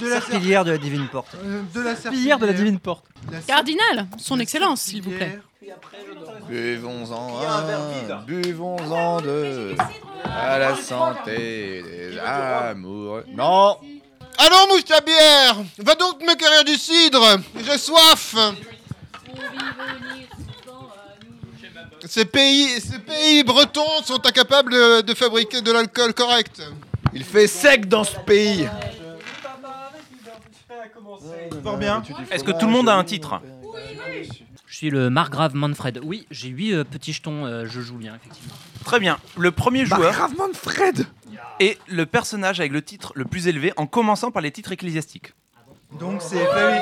Speaker 1: De la
Speaker 6: serpillière de la divine porte.
Speaker 1: Euh, De la
Speaker 6: Serpillière de la divine porte.
Speaker 9: Cardinal, son excellence, s'il vous plaît.
Speaker 4: Buvons-en un, buvons-en deux, à la santé des amoureux. Non
Speaker 7: Allons, mouche ta bière Va donc me quérir du cidre J'ai soif ces pays, ces pays bretons sont incapables de- de fabriquer de l'alcool correct. Il fait sec dans ce pays.
Speaker 1: Fort bien.
Speaker 3: Est-ce que tout le monde a un titre
Speaker 14: Je suis le margrave Manfred. Oui, j'ai 8 petits jetons, euh, je joue bien, effectivement.
Speaker 3: Très bien. Le premier
Speaker 1: Bah,
Speaker 3: joueur.
Speaker 14: Margrave
Speaker 3: Manfred Et le personnage avec le titre le plus élevé en commençant par les titres ecclésiastiques.
Speaker 1: Donc c'est Flavie.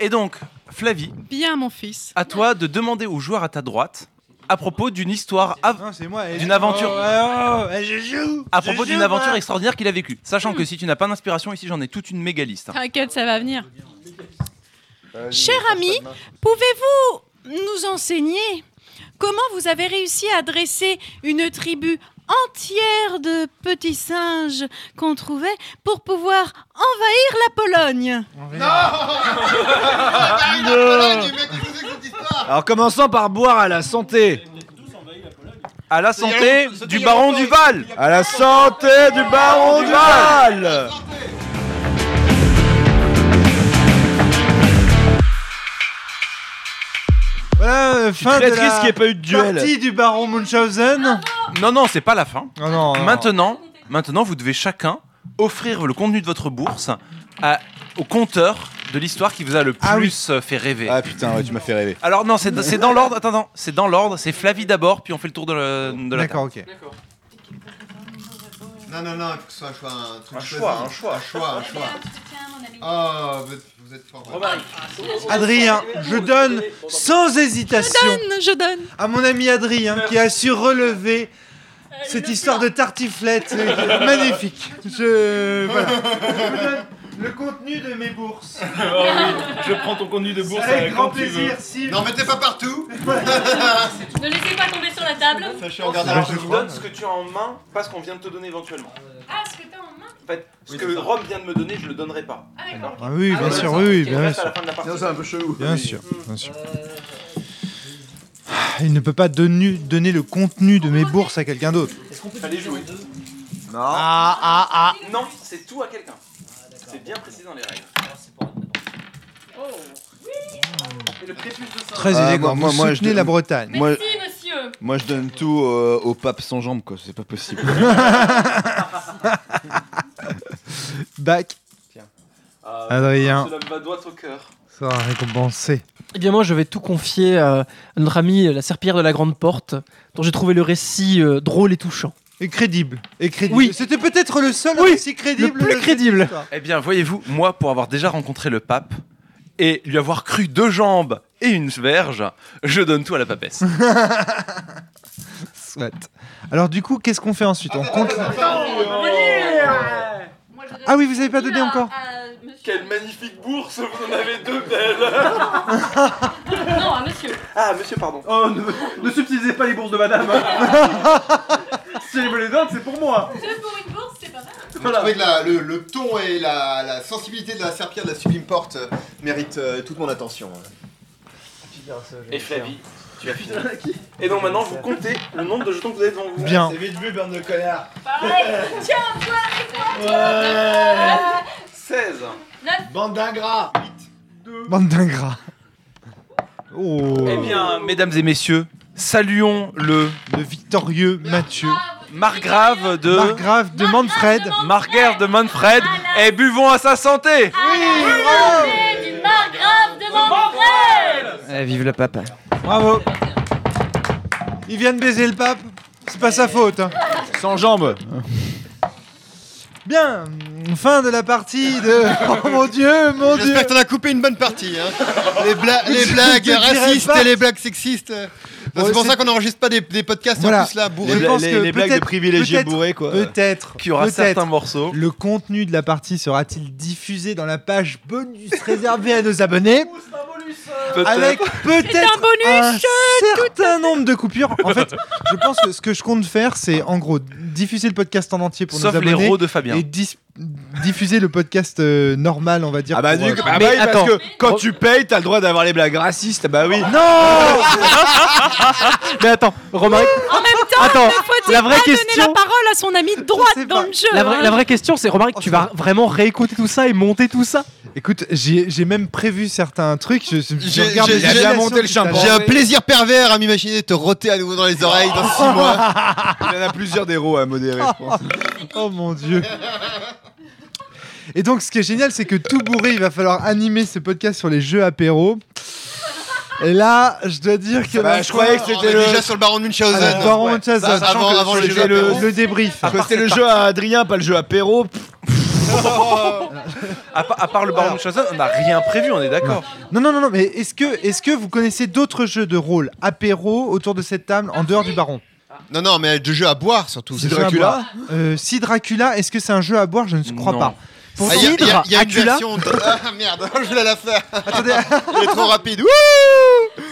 Speaker 3: Et donc, Flavie,
Speaker 9: Bien, mon fils.
Speaker 3: à toi de demander au joueur à ta droite à propos d'une histoire, av- d'une aventure,
Speaker 1: Oh, ouais, ouais, ouais, je joue.
Speaker 3: à
Speaker 1: Je
Speaker 3: propos
Speaker 1: joue,
Speaker 3: d'une
Speaker 1: moi.
Speaker 3: aventure extraordinaire qu'il a vécue. Sachant que si tu n'as pas d'inspiration ici, j'en ai toute une méga liste. hein.
Speaker 9: T'inquiète, ça va venir. Cher ami, pouvez-vous nous enseigner comment vous avez réussi à dresser une tribu entière de petits singes qu'on trouvait pour pouvoir envahir la Pologne
Speaker 4: Alors commençons par boire à la santé.
Speaker 3: À la santé du baron du Val.
Speaker 4: À la santé du baron du Val.
Speaker 1: Voilà, euh, fin de
Speaker 3: crées
Speaker 1: la
Speaker 3: de risque qu'il y ait pas eu de duel.
Speaker 1: partie du baron
Speaker 19: Ah,
Speaker 1: Munchausen. Ah,
Speaker 3: Non, non, c'est pas la fin.
Speaker 1: non, non.
Speaker 3: Maintenant, maintenant, vous devez chacun offrir le contenu de votre bourse à- au compteur de l'histoire qui vous a le plus euh, fait rêver.
Speaker 4: Ah putain, ouais, tu m'as fait rêver.
Speaker 3: Alors non, c'est c'est dans l'ordre. Attends, attends, c'est dans l'ordre. C'est Flavie d'abord, puis on fait le tour de, le- de la
Speaker 1: D'accord,
Speaker 3: table.
Speaker 20: Non, non, non, il faut que ce soit un choix. Un, truc
Speaker 10: Un choix,
Speaker 20: choisi.
Speaker 10: un choix.
Speaker 20: Un choix, un choix.
Speaker 21: Ah,
Speaker 20: Oh, vous- vous êtes fort.
Speaker 1: Adrien, je donne sans hésitation.
Speaker 9: Je donne.
Speaker 1: À mon ami Adrien qui a su relever cette histoire de tartiflette euh, magnifique. Je Euh, voilà. Je vous donne le contenu de mes bourses. Ah
Speaker 11: Je prends ton contenu de bourse
Speaker 1: Avec
Speaker 11: euh,
Speaker 1: grand
Speaker 11: quand tu veux.
Speaker 1: plaisir, si-
Speaker 20: Non, mettez pas partout.
Speaker 19: Ne laissez pas tomber sur la table.
Speaker 10: Alors, je te donne ce que tu as en main, pas ce qu'on vient de te donner éventuellement.
Speaker 19: Ah, ce que t'as en main
Speaker 10: En fait, ce que Rome vient de me donner, je le donnerai pas. D'accord
Speaker 1: Ah oui, bien
Speaker 10: ouais,
Speaker 1: sûr,
Speaker 10: ça,
Speaker 1: oui,
Speaker 10: ok,
Speaker 1: bien
Speaker 10: reste
Speaker 1: sûr.
Speaker 10: à la fin de la partie.
Speaker 20: Non, c'est un peu chelou.
Speaker 1: Bien sûr, bien sûr. Ah, Il ne peut pas donner, donner le contenu de mes bourses à quelqu'un d'autre.
Speaker 10: Allez jouer.
Speaker 1: Non. Ah ah ah.
Speaker 10: Non, c'est tout à quelqu'un. C'est bien précisé dans les règles. Et le prépuce de Saint-
Speaker 1: Très
Speaker 4: Ah,
Speaker 1: élégant.
Speaker 4: moi-
Speaker 1: Vous
Speaker 4: moi, je
Speaker 1: soutenez
Speaker 4: te-
Speaker 1: la Bretagne.
Speaker 4: Moi-
Speaker 19: monsieur.
Speaker 4: Moi, je donne tout euh, au pape sans jambes, quoi. C'est pas possible.
Speaker 1: Bac.
Speaker 10: Ah,
Speaker 1: Adrien.
Speaker 10: Cela me va droit au cœur.
Speaker 1: Ça va récompenser.
Speaker 6: Eh bien, moi, je vais tout confier euh, à notre amie euh, la serpillière de la Grande Porte, dont j'ai trouvé le récit euh, drôle et touchant.
Speaker 1: Et crédible. Et crédible.
Speaker 6: Oui.
Speaker 1: C'était peut-être le seul aussi crédible.
Speaker 6: le plus
Speaker 1: de-
Speaker 6: crédible.
Speaker 3: Eh bien, voyez-vous, moi, pour avoir déjà rencontré le pape et lui avoir cru deux jambes et une verge, je donne tout à la papesse.
Speaker 1: Soit. Alors du coup, qu'est-ce qu'on fait ensuite On compte. Ah oui, vous avez pas donné encore.
Speaker 10: euh, Quelle magnifique bourse, vous en avez deux belles. non,
Speaker 19: à monsieur.
Speaker 10: Ah, monsieur, pardon.
Speaker 11: Oh, ne, ne subtilisez pas les bourses de madame. si elle me les donne, c'est pour moi.
Speaker 19: Deux pour une bourse, c'est pas mal.
Speaker 11: Voilà.
Speaker 20: Avec la, Ah, le, le ton et la, la sensibilité de la serpillère de la sublime porte euh, mérite euh, toute mon attention.
Speaker 10: Et Flavie, tu as fini. Et donc maintenant, vous comptez le nombre de jetons que vous avez devant vous.
Speaker 1: Bien.
Speaker 20: C'est vite vu, bande de connards.
Speaker 19: Tiens, toi avec moi, tu
Speaker 20: Ouais.
Speaker 19: vois.
Speaker 10: 16.
Speaker 19: Neuf.
Speaker 20: Bande d'ingrats.
Speaker 1: Bande d'ingrats. Oh.
Speaker 3: Eh bien, mesdames et messieurs, saluons le
Speaker 1: de victorieux Mathieu.
Speaker 3: Margrave de
Speaker 1: Margrave de Manfred.
Speaker 3: Margrave de Manfred.
Speaker 9: Ah
Speaker 3: Et buvons à sa santé.
Speaker 19: Ah, Santé du margrave de Manfred
Speaker 9: Ah,
Speaker 6: Eh, vive le pape.
Speaker 1: Bravo. Il vient de baiser le pape. C'est pas sa faute. hein.
Speaker 4: sans jambes.
Speaker 1: Bien. Fin de la partie de. Oh mon dieu, mon dieu.
Speaker 7: J'espère que t'en as coupé une bonne partie. hein. Les, bla- les
Speaker 1: Je
Speaker 7: blagues
Speaker 1: te dirai
Speaker 7: racistes
Speaker 1: pas.
Speaker 7: et les blagues sexistes. euh,
Speaker 1: Bon,
Speaker 7: c'est pour
Speaker 1: c'est-
Speaker 7: ça qu'on n'enregistre pas des, des podcasts
Speaker 1: Voilà.
Speaker 7: en plus là, bourrés.
Speaker 1: Je pense que peut-être- peut-être- Peut-être.
Speaker 7: Qu'il y aura
Speaker 1: peut-être,
Speaker 7: certains
Speaker 3: morceaux.
Speaker 1: Le contenu de la partie sera-t-il diffusé dans la page bonus réservée à nos abonnés
Speaker 7: hein.
Speaker 1: Peut-être. Avec peut-être
Speaker 19: C'est un bonus,
Speaker 1: un certain nombre de coupures. En fait, je pense que ce que je compte faire, c'est en gros diffuser le podcast en entier pour
Speaker 3: Sauf
Speaker 1: nos abonnés
Speaker 3: l'héros de Fabien.
Speaker 1: et dis- diffuser le podcast euh, normal, on va dire.
Speaker 4: Ah bah,
Speaker 1: pour,
Speaker 4: du
Speaker 1: euh,
Speaker 4: coup, bah oui, parce que quand tu payes, t'as le droit d'avoir les blagues racistes. Bah oui.
Speaker 1: Non
Speaker 4: Mais attends, Romaric.
Speaker 9: En même temps,
Speaker 6: Attends,
Speaker 9: ne faut-il
Speaker 6: la vraie
Speaker 9: pas
Speaker 6: question-
Speaker 9: donner la parole à son ami de droite dans le jeu
Speaker 6: La vraie,
Speaker 9: hein
Speaker 6: la vraie question, c'est
Speaker 7: Oh,
Speaker 6: Romaric, tu vas vraiment réécouter tout ça et monter tout ça
Speaker 1: Écoute, j'ai j'ai même prévu certains trucs. Je, je
Speaker 6: J'ai-
Speaker 1: regarde
Speaker 6: j'ai-
Speaker 1: les
Speaker 6: j'ai
Speaker 1: animations
Speaker 6: monté le
Speaker 1: que tu t'as
Speaker 6: shampoing.
Speaker 1: lancées.
Speaker 6: J'ai un
Speaker 7: Plaisir pervers à m'imaginer te roter à nouveau dans les oreilles dans 6 mois.
Speaker 4: Il y en a plusieurs d'héros à modérer, je pense.
Speaker 1: Oh mon dieu. Et donc, ce qui est génial, c'est que tout bourré, il va falloir animer ce podcast sur les jeux apéro. Et là, je dois dire que.
Speaker 7: Bah, je croyais que c'était le- Ah,
Speaker 1: Ah, le baron Munchausen. Ah.
Speaker 7: Ça, ça, avant-
Speaker 1: Sachant que
Speaker 7: avant le
Speaker 1: c'était
Speaker 7: jeu apéro.
Speaker 1: le débrief.
Speaker 4: Parce que c'était le jeu à Adrien, pas le jeu apéro.
Speaker 1: Oh,
Speaker 3: à, pa- à part le baron de Munchausen, on n'a rien prévu, on est d'accord.
Speaker 1: Non, non, non, non, mais est-ce que, est que vous connaissez d'autres jeux de rôle apéro autour de cette table en dehors du baron
Speaker 7: Non, non, mais de jeu à boire surtout.
Speaker 1: Des jeux à boire. Euh, Si Dracula, est-ce que c'est un jeu à boire Je ne crois
Speaker 7: Non.
Speaker 1: pas.
Speaker 7: Ah, Il y a, il y a- il y a une version. de- Ah merde, je voulais la faire. Attendez, il est trop rapide. Wouh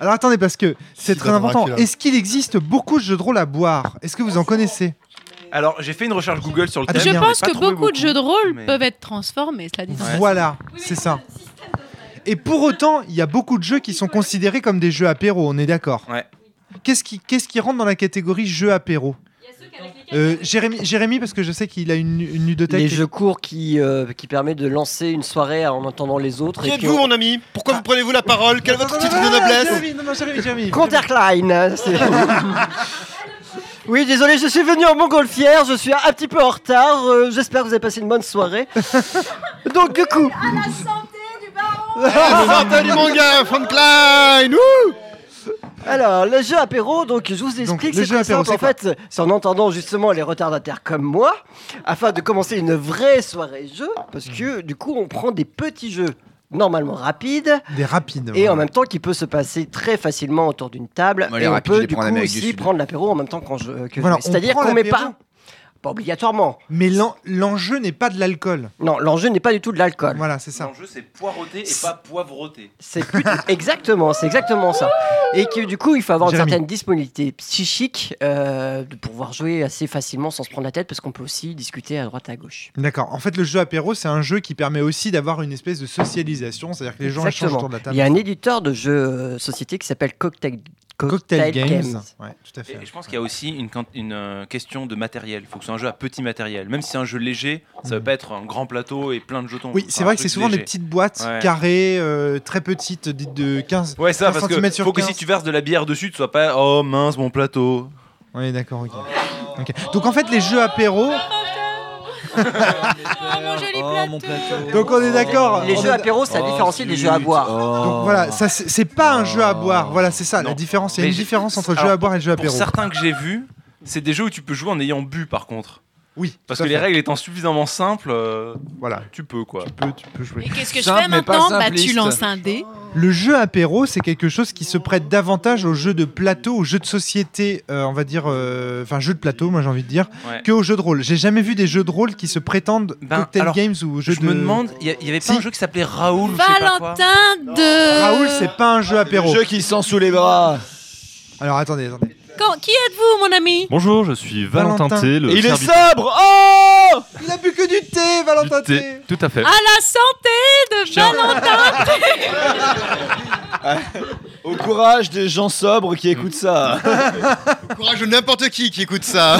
Speaker 1: Alors attendez, parce que c'est très important.
Speaker 3: Dracula.
Speaker 1: Est-ce qu'il existe beaucoup de jeux de rôle à boire Est-ce que vous en connaissez
Speaker 3: Alors, j'ai fait une recherche Google sur le thème.
Speaker 9: Je
Speaker 1: Ah, Bien,
Speaker 9: pense
Speaker 1: on n'est
Speaker 9: que
Speaker 1: pas
Speaker 9: beaucoup,
Speaker 1: trouvé
Speaker 9: de jeux de rôle
Speaker 1: mais-
Speaker 9: peuvent être transformés, cela dit.
Speaker 1: Voilà, c'est ça. Et pour autant, il y a beaucoup de jeux qui sont considérés comme des jeux apéro, on est d'accord Qu'est-ce qui, qu'est-ce qui rentre dans la catégorie jeu apéro Euh, Jérémy, Jérémy, parce que je sais qu'il a une, une ludothèque.
Speaker 22: Les jeux courts qui, euh, qui permettent de lancer une soirée en entendant les autres.
Speaker 7: Qui êtes-vous, mon ami Pourquoi
Speaker 22: Ah.
Speaker 7: vous prenez-vous la parole Quel est votre titre de noblesse
Speaker 22: Countercline hein, Oui, désolé, je suis venu en montgolfière, je suis un petit peu en retard, euh, j'espère que vous avez passé une bonne soirée. Donc, du coup.
Speaker 19: À la santé du
Speaker 7: Ah,
Speaker 19: baron
Speaker 22: Santé
Speaker 7: du manga, Franklin
Speaker 22: Alors, le jeu apéro, donc je vous explique,
Speaker 1: le
Speaker 22: c'est
Speaker 1: jeu
Speaker 22: très
Speaker 1: apéro,
Speaker 22: simple. En fait, c'est en entendant justement les retardataires comme moi, afin de commencer une vraie soirée jeu, parce que du coup, on prend des petits jeux normalement rapides,
Speaker 1: Des rapides.
Speaker 22: et en même temps qui peut se passer très facilement autour d'une table,
Speaker 1: Moi, les
Speaker 22: et on
Speaker 1: rapides, je
Speaker 22: peut
Speaker 1: les
Speaker 22: du
Speaker 1: prends en
Speaker 22: coup
Speaker 1: Amérique du
Speaker 22: aussi
Speaker 1: Sud.
Speaker 22: prendre l'apéro en même temps qu'on je- que
Speaker 1: Voilà, on
Speaker 22: C'est-à-dire
Speaker 1: prend
Speaker 22: qu'on met
Speaker 1: l'apéro.
Speaker 22: pas, pas obligatoirement.
Speaker 1: Mais l'en- l'enjeu n'est pas de l'alcool.
Speaker 22: Non, l'enjeu n'est pas du tout de l'alcool.
Speaker 1: Voilà, c'est ça.
Speaker 3: L'enjeu, c'est poireauté et pas poivroté.
Speaker 22: C'est plus- exactement, c'est exactement ça. Et que du coup, il faut avoir
Speaker 1: Jérémy.
Speaker 22: une certaine disponibilité psychique euh, de pouvoir jouer assez facilement sans se prendre la tête, parce qu'on peut aussi discuter à droite à gauche.
Speaker 1: D'accord. En fait, le jeu apéro, c'est un jeu qui permet aussi d'avoir une espèce de socialisation, c'est-à-dire que les gens échangent
Speaker 22: Exactement.
Speaker 1: autour de la table.
Speaker 22: Il y a un éditeur de jeux euh, société qui s'appelle Cocktail,
Speaker 1: Cocktail Games.
Speaker 22: Games.
Speaker 1: Ouais, tout à fait.
Speaker 3: Et je pense qu'il y a aussi une, quant- une, euh, question de matériel. Il faut que ce soit un jeu à petit matériel. Même si c'est un jeu léger, ça ne veut pas être un grand plateau et plein de jetons.
Speaker 1: Mm. Oui,
Speaker 3: Faut
Speaker 1: c'est
Speaker 3: faire un
Speaker 1: vrai que c'est
Speaker 3: truc
Speaker 1: souvent des
Speaker 3: léger.
Speaker 1: petites boîtes
Speaker 3: Ouais.
Speaker 1: carrées, euh, très petites, dites de 15
Speaker 3: Ouais, ça, parce
Speaker 1: 15
Speaker 3: que
Speaker 1: centimètres sur
Speaker 3: faut que
Speaker 1: 15.
Speaker 3: si tu verses de la bière dessus, tu sois pas oh mince mon plateau. Oh.
Speaker 1: Oui, d'accord, ok. Ok. Donc en fait, les jeux apéro. Donc on est d'accord.
Speaker 22: Oh, Les
Speaker 1: on
Speaker 22: jeux
Speaker 1: est- Oh,
Speaker 22: apéro, ça
Speaker 3: Oh,
Speaker 22: différencie des jeux à boire.
Speaker 1: Donc voilà, ça c'est c'est pas un jeu à boire. Voilà, c'est ça la différence. Il y
Speaker 3: Oh. Mais
Speaker 1: a une
Speaker 3: j'ai-
Speaker 1: différence entre
Speaker 3: alors,
Speaker 1: jeu à boire et jeu apéro.
Speaker 3: Pour certains que j'ai vus, c'est des jeux où tu peux jouer en ayant bu par contre.
Speaker 1: Oui.
Speaker 3: Parce
Speaker 1: tout
Speaker 3: que
Speaker 1: à
Speaker 3: les
Speaker 1: fait.
Speaker 3: règles étant suffisamment simples, euh,
Speaker 1: voilà.
Speaker 3: tu peux quoi. Tu
Speaker 1: peux, tu peux jouer.
Speaker 9: Et qu'est-ce que
Speaker 3: Simple,
Speaker 9: je fais
Speaker 3: mais pas
Speaker 9: maintenant Bah, tu
Speaker 3: simpliste.
Speaker 9: lances un dé.
Speaker 1: Le jeu apéro, c'est quelque chose qui se prête davantage aux jeux de plateau, aux jeux de société, euh, on va dire, euh, enfin jeux de plateau, moi j'ai envie de dire,
Speaker 3: Ouais. Ben,
Speaker 1: que aux jeux de rôle. J'ai jamais vu des jeux de rôle qui se prétendent cocktail
Speaker 3: alors,
Speaker 1: games ou jeux
Speaker 3: je
Speaker 1: de.
Speaker 3: me demande, il y, a- il y avait pas un jeu qui s'appelait Raoul ou je sais pas quoi.
Speaker 9: Valentin de.
Speaker 1: Raoul, Ah c'est pas un jeu apéro.
Speaker 4: jeu qui sent sous les bras.
Speaker 1: Alors attendez, attendez.
Speaker 9: Quand- Qui êtes-vous, mon ami
Speaker 23: Bonjour, je suis Valentin,
Speaker 1: Valentin.
Speaker 23: T, le
Speaker 1: Et il est
Speaker 23: serviteur-
Speaker 4: Sabre Oh
Speaker 1: Il a bu que du thé, Valentin
Speaker 23: T. Tout à fait.
Speaker 9: À la santé de
Speaker 23: Cher-
Speaker 9: Valentin
Speaker 4: Au courage des gens sobres qui écoutent ça.
Speaker 7: Au courage de n'importe qui qui écoute ça.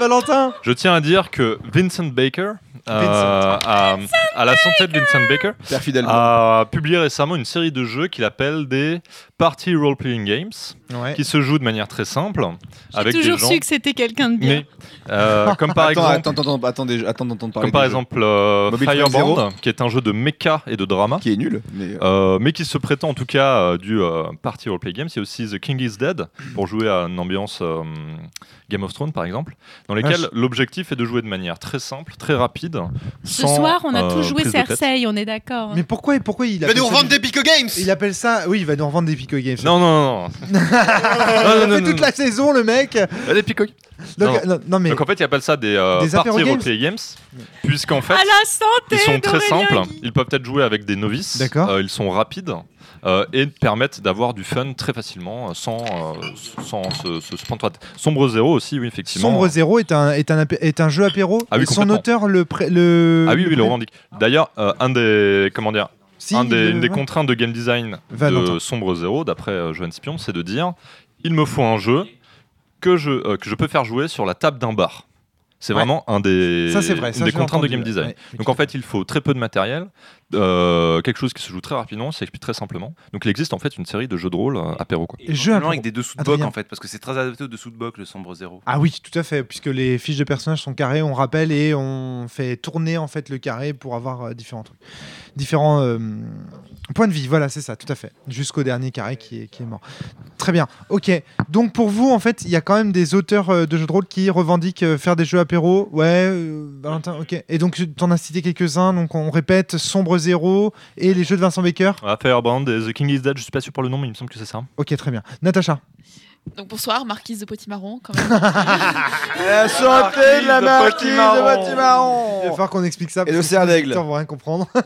Speaker 1: Valentin
Speaker 23: Je tiens à dire que Vincent Baker, euh, à, à la santé de Vincent Baker,
Speaker 4: Perfide allemand.
Speaker 23: a publié récemment une série de jeux qu'il appelle des Party Role Playing Games,
Speaker 1: Ouais.
Speaker 23: qui se jouent de manière très simple, avec
Speaker 9: J'ai toujours
Speaker 23: des gens.
Speaker 9: su que c'était quelqu'un de bien.
Speaker 23: Mais, euh, comme par
Speaker 4: Attends,
Speaker 23: exemple.
Speaker 4: Attends, attends, attends, déjà- attends d'entendre parler.
Speaker 23: Comme par
Speaker 4: des jeux.
Speaker 23: exemple euh,
Speaker 4: Mobile Phone Zero.
Speaker 23: Fireband, qui est un jeu de mecha et de drama.
Speaker 4: Qui est nul. Mais,
Speaker 23: euh, mais qui se prétend en tout cas euh, du euh, party roleplay game. Il y a aussi The King is Dead, pour jouer à une ambiance euh, Game of Thrones par exemple, dans lesquels
Speaker 4: Vache.
Speaker 23: l'objectif est de jouer de manière très simple, très rapide, rapide.
Speaker 5: Ce
Speaker 23: sans,
Speaker 5: soir, on a
Speaker 23: euh,
Speaker 5: tous joué
Speaker 23: prise de tête.
Speaker 5: Cerseille, on est d'accord.
Speaker 1: Mais pourquoi, pourquoi il
Speaker 24: va
Speaker 1: appelle
Speaker 24: nous
Speaker 1: ça
Speaker 24: revendre des Pico Games
Speaker 1: Il appelle ça. Oui, il va nous revendre des Pico Games.
Speaker 23: Non, non, non. non,
Speaker 1: il a fait
Speaker 23: non,
Speaker 1: toute
Speaker 23: non. Euh,
Speaker 1: la saison, le mec.
Speaker 23: Des Pico
Speaker 1: Donc, euh, non, non, mais.
Speaker 23: Donc en fait, ils appellent ça des, euh,
Speaker 1: Des
Speaker 23: parties
Speaker 1: apéro games
Speaker 23: roleplay games, puisqu'en fait,
Speaker 5: À la santé
Speaker 23: ils sont très
Speaker 5: d'Aurélien
Speaker 23: simples.
Speaker 5: Guy.
Speaker 23: Ils peuvent être joués avec des novices. Euh, ils sont rapides euh, et permettent d'avoir du fun très facilement euh, sans, euh, sans se, se- se prendre la tête. Sombre Zéro aussi, oui, effectivement.
Speaker 1: Sombre Zéro est un, est un, apé- est un jeu apéro.
Speaker 23: Ah oui,
Speaker 1: et son
Speaker 23: complètement.
Speaker 1: auteur le. pré- le
Speaker 23: Ah oui, oui,
Speaker 1: le
Speaker 23: le
Speaker 1: pré-
Speaker 23: revendique. D'ailleurs, euh, un des. Comment dire
Speaker 1: Si,
Speaker 23: un des,
Speaker 1: le-
Speaker 23: une des
Speaker 1: ouais.
Speaker 23: contraintes de game design
Speaker 1: Va
Speaker 23: de
Speaker 1: longtemps.
Speaker 23: Sombre Zéro, d'après euh, Johan Spion, c'est de dire il me faut un jeu que je, euh, que je peux faire jouer sur la table d'un bar. C'est
Speaker 1: Ouais.
Speaker 23: vraiment un des,
Speaker 1: Ça, c'est vrai,
Speaker 23: une
Speaker 1: ça,
Speaker 23: des
Speaker 1: j'ai
Speaker 23: contraintes de
Speaker 1: entendu,
Speaker 23: game design.
Speaker 1: ouais,
Speaker 23: Donc en fait, il faut très peu de matériel, euh, quelque chose qui se joue très rapidement, s'explique très simplement. Donc il existe en fait une série de jeux de rôle euh, apéro. Quoi.
Speaker 3: Et jeu avec des dessous de boc
Speaker 1: Adrien.
Speaker 3: en fait, parce que c'est très adapté aux dessous de boc le sombre zéro.
Speaker 1: Ah oui, tout à fait, puisque les fiches de personnages sont carrées, on rappelle et on fait tourner en fait le carré pour avoir euh, différents trucs, différents euh, points de vie. Voilà, c'est ça, tout à fait, jusqu'au dernier carré qui est, qui est mort. Très bien. Ok. Donc pour vous, en fait, il y a quand même des auteurs euh, de jeux de rôle qui revendiquent euh, faire des jeux apéro. Ouais, euh, Valentin. Ok. Et donc tu en as cité quelques-uns. Donc on répète Sombre Zéro et les jeux de Vincent Baker.
Speaker 23: Ah, Firebrand, et The King is Dead, je suis pas sûr pour le nom, mais il me semble que c'est ça.
Speaker 1: Ok, très bien. Natacha.
Speaker 2: Donc bonsoir, marquise de Potimarron, quand même.
Speaker 1: La
Speaker 4: santé de la marquise de Potimarron.
Speaker 1: Potimarron. Il va falloir qu'on explique ça. Et le cerf d'aigle. Les auditeurs vont rien comprendre.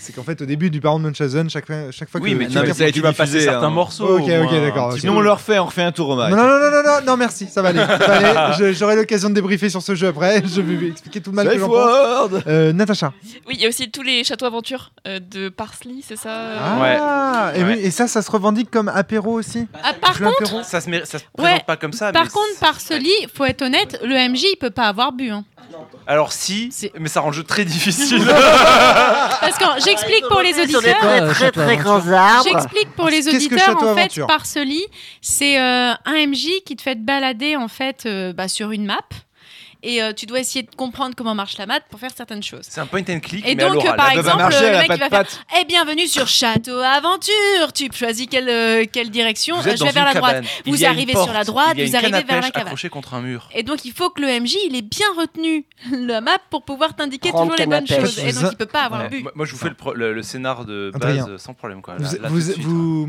Speaker 1: C'est qu'en fait, au début du Baron de Munchausen, chaque, chaque fois que
Speaker 25: Oui, mais
Speaker 1: que
Speaker 25: tu vas-
Speaker 1: quelqu'un-
Speaker 25: tu vas passer certains morceaux,
Speaker 1: Ok,
Speaker 25: au
Speaker 1: ok,
Speaker 25: moins.
Speaker 1: d'accord. ok.
Speaker 25: Sinon, on leur fait, on refait un tour au
Speaker 1: Non,
Speaker 25: match.
Speaker 1: non, non, non, non, non, non, merci, ça va aller. ça va aller. Je- J'aurai l'occasion de débriefer sur ce jeu après. Je vais lui expliquer tout le mal que
Speaker 4: Safe
Speaker 1: j'en
Speaker 4: word.
Speaker 1: pense. Euh, Natacha.
Speaker 2: Oui, il y a aussi tous les châteaux aventures euh, de Parsley, c'est ça euh,
Speaker 1: Ah, Et, oui, et ça, ça se revendique comme apéro aussi
Speaker 2: Bah,
Speaker 5: Ah, par
Speaker 1: Jeu
Speaker 5: contre,
Speaker 1: apéro.
Speaker 3: Ça se, mé- ça se
Speaker 5: Ouais.
Speaker 3: présente pas comme ça.
Speaker 5: par
Speaker 3: mais
Speaker 5: contre, par ce lit, faut être honnête, le MJ il peut pas avoir bu. hein.
Speaker 3: c'est- Alors si, mais ça rend le jeu très difficile.
Speaker 5: Parce que j'explique pour les
Speaker 7: Sur des
Speaker 5: auditeurs.
Speaker 7: très très, très grands arbres.
Speaker 5: J'explique pour les
Speaker 7: Qu'est-ce que
Speaker 5: auditeurs,
Speaker 7: Château
Speaker 5: en fait,
Speaker 7: Aventure
Speaker 5: par ce lit, c'est euh, un MJ qui te fait te balader en fait euh, bah, sur une map. Et euh, tu dois essayer de comprendre comment marche la map pour faire certaines choses.
Speaker 3: C'est un point and click.
Speaker 5: Et
Speaker 3: mais à
Speaker 5: donc, euh,
Speaker 3: l'oral.
Speaker 5: par exemple, le mec qui va faire Eh, bienvenue sur Château Aventure Tu choisis quelle, euh, quelle direction
Speaker 3: Vous
Speaker 5: Euh,
Speaker 3: êtes
Speaker 5: Je
Speaker 3: dans
Speaker 5: vais vers la
Speaker 3: une
Speaker 5: droite.
Speaker 3: cabane. Il
Speaker 5: Vous
Speaker 3: y a une
Speaker 5: arrivez
Speaker 3: porte.
Speaker 5: sur la droite,
Speaker 3: Il y a
Speaker 5: vous
Speaker 3: une canne
Speaker 5: arrivez
Speaker 3: à
Speaker 5: vers la
Speaker 3: pêche
Speaker 5: cabane.
Speaker 3: accrochée contre un mur.
Speaker 5: Et donc, il faut que le MJ, il ait bien retenu la map pour pouvoir t'indiquer
Speaker 3: Prendre
Speaker 5: toujours les
Speaker 3: canne à
Speaker 5: bonnes
Speaker 3: pêche.
Speaker 5: choses. Et donc, il peut pas avoir
Speaker 3: Ouais.
Speaker 5: bu.
Speaker 3: Moi, moi, je vous fais le, pro- le- le scénar de
Speaker 1: Adrien.
Speaker 3: base euh, sans problème. Quoi. Là-
Speaker 1: Vous,
Speaker 3: là, tout de
Speaker 1: vous,
Speaker 3: suite. hein.
Speaker 1: vous,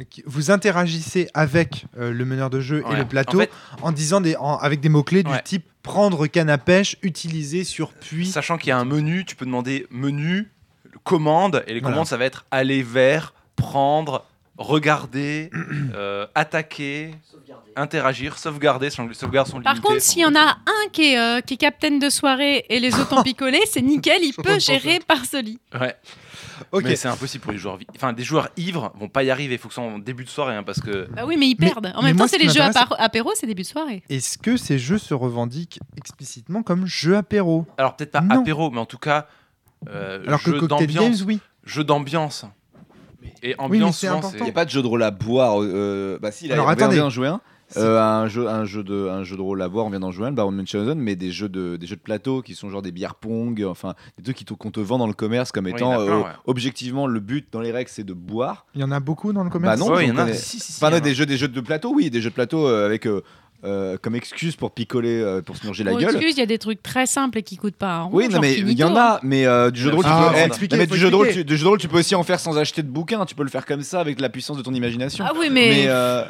Speaker 1: euh, qui- vous interagissez avec euh, le meneur de jeu
Speaker 3: Ouais.
Speaker 1: et le plateau en,
Speaker 3: En fait-
Speaker 1: disant des, en- avec des mots-clés du
Speaker 3: Ouais.
Speaker 1: type prendre canne à pêche, utiliser sur puis.
Speaker 3: Sachant qu'il y a un menu, tu peux demander menu, commande, et les
Speaker 1: Voilà.
Speaker 3: commandes, ça va être aller vers, prendre, regarder, euh, attaquer, interagir, sauvegarder, sachant que les sauvegardes sont
Speaker 5: Par
Speaker 3: limitées.
Speaker 5: contre, s'il y en a un qui est, euh, qui est capitaine de soirée et les autres en picolé, c'est nickel, il peut gérer par ce lit.
Speaker 3: Ouais.
Speaker 1: Ok.
Speaker 3: Mais c'est impossible pour les joueurs. vi- Enfin, des joueurs ivres vont pas y arriver. Il faut que ce soit en début de soirée, hein, parce que.
Speaker 5: Bah oui, mais ils
Speaker 1: Mais-
Speaker 5: perdent. En
Speaker 1: mais
Speaker 5: même
Speaker 1: moi,
Speaker 5: temps,
Speaker 1: ce
Speaker 5: c'est
Speaker 1: qui
Speaker 5: les jeux
Speaker 1: m'intéresse-
Speaker 5: apéro, apéro, c'est début de soirée.
Speaker 1: Est-ce que ces jeux se revendiquent explicitement comme jeux apéro
Speaker 3: Alors peut-être pas
Speaker 1: Non.
Speaker 3: apéro, mais en tout cas. euh,
Speaker 1: Alors que
Speaker 3: jeu
Speaker 1: Cocktail
Speaker 3: d'ambiance.
Speaker 1: Games, oui.
Speaker 3: Jeu d'ambiance. Et
Speaker 1: mais
Speaker 3: ambiance,
Speaker 1: c'est
Speaker 3: souvent,
Speaker 1: important.
Speaker 3: c'est-
Speaker 1: Il y
Speaker 4: a pas de jeu de rôle à boire. euh, bah si, là,
Speaker 1: Alors,
Speaker 4: on vient- on
Speaker 1: attendez.
Speaker 4: vient d'en jouer un. Euh, un jeu, un jeu de, un jeu de rôle à boire. On vient d'en jouer un, le Baron de Munchausen, mais des jeux de, des jeux de plateau qui sont genre des bières pong, enfin des trucs qui te- qu'on te vend dans le commerce comme
Speaker 1: Oui, il y
Speaker 4: étant
Speaker 1: en a plein,
Speaker 4: euh,
Speaker 1: ouais.
Speaker 4: objectivement le but dans les règles, c'est de boire.
Speaker 1: Il y en a beaucoup dans le
Speaker 4: Bah
Speaker 1: commerce
Speaker 4: non, j'en connais- Enfin,
Speaker 1: il y
Speaker 4: non,
Speaker 1: en a.
Speaker 4: des jeux, des jeux de plateau, oui, des jeux de plateau euh, avec euh, euh, comme excuse pour picoler, euh, pour se manger la
Speaker 5: Bon,
Speaker 4: gueule.
Speaker 5: excuse, il y a des trucs très simples et qui coûtent pas un rond.
Speaker 4: Oui, non,
Speaker 5: genre
Speaker 4: mais il y
Speaker 5: finito,
Speaker 4: en
Speaker 5: hein.
Speaker 4: a, mais euh, du jeu de rôle,
Speaker 5: Ah,
Speaker 4: tu
Speaker 5: faut
Speaker 4: peux, eh,
Speaker 5: expliquer,
Speaker 4: non, mais
Speaker 5: faut
Speaker 4: du jeu de rôle,
Speaker 5: expliquer.
Speaker 4: tu, du jeu de rôle, tu peux aussi en faire sans acheter de bouquin. Tu peux le faire comme ça avec la puissance de ton imagination.
Speaker 5: Ah oui, mais-
Speaker 4: euh,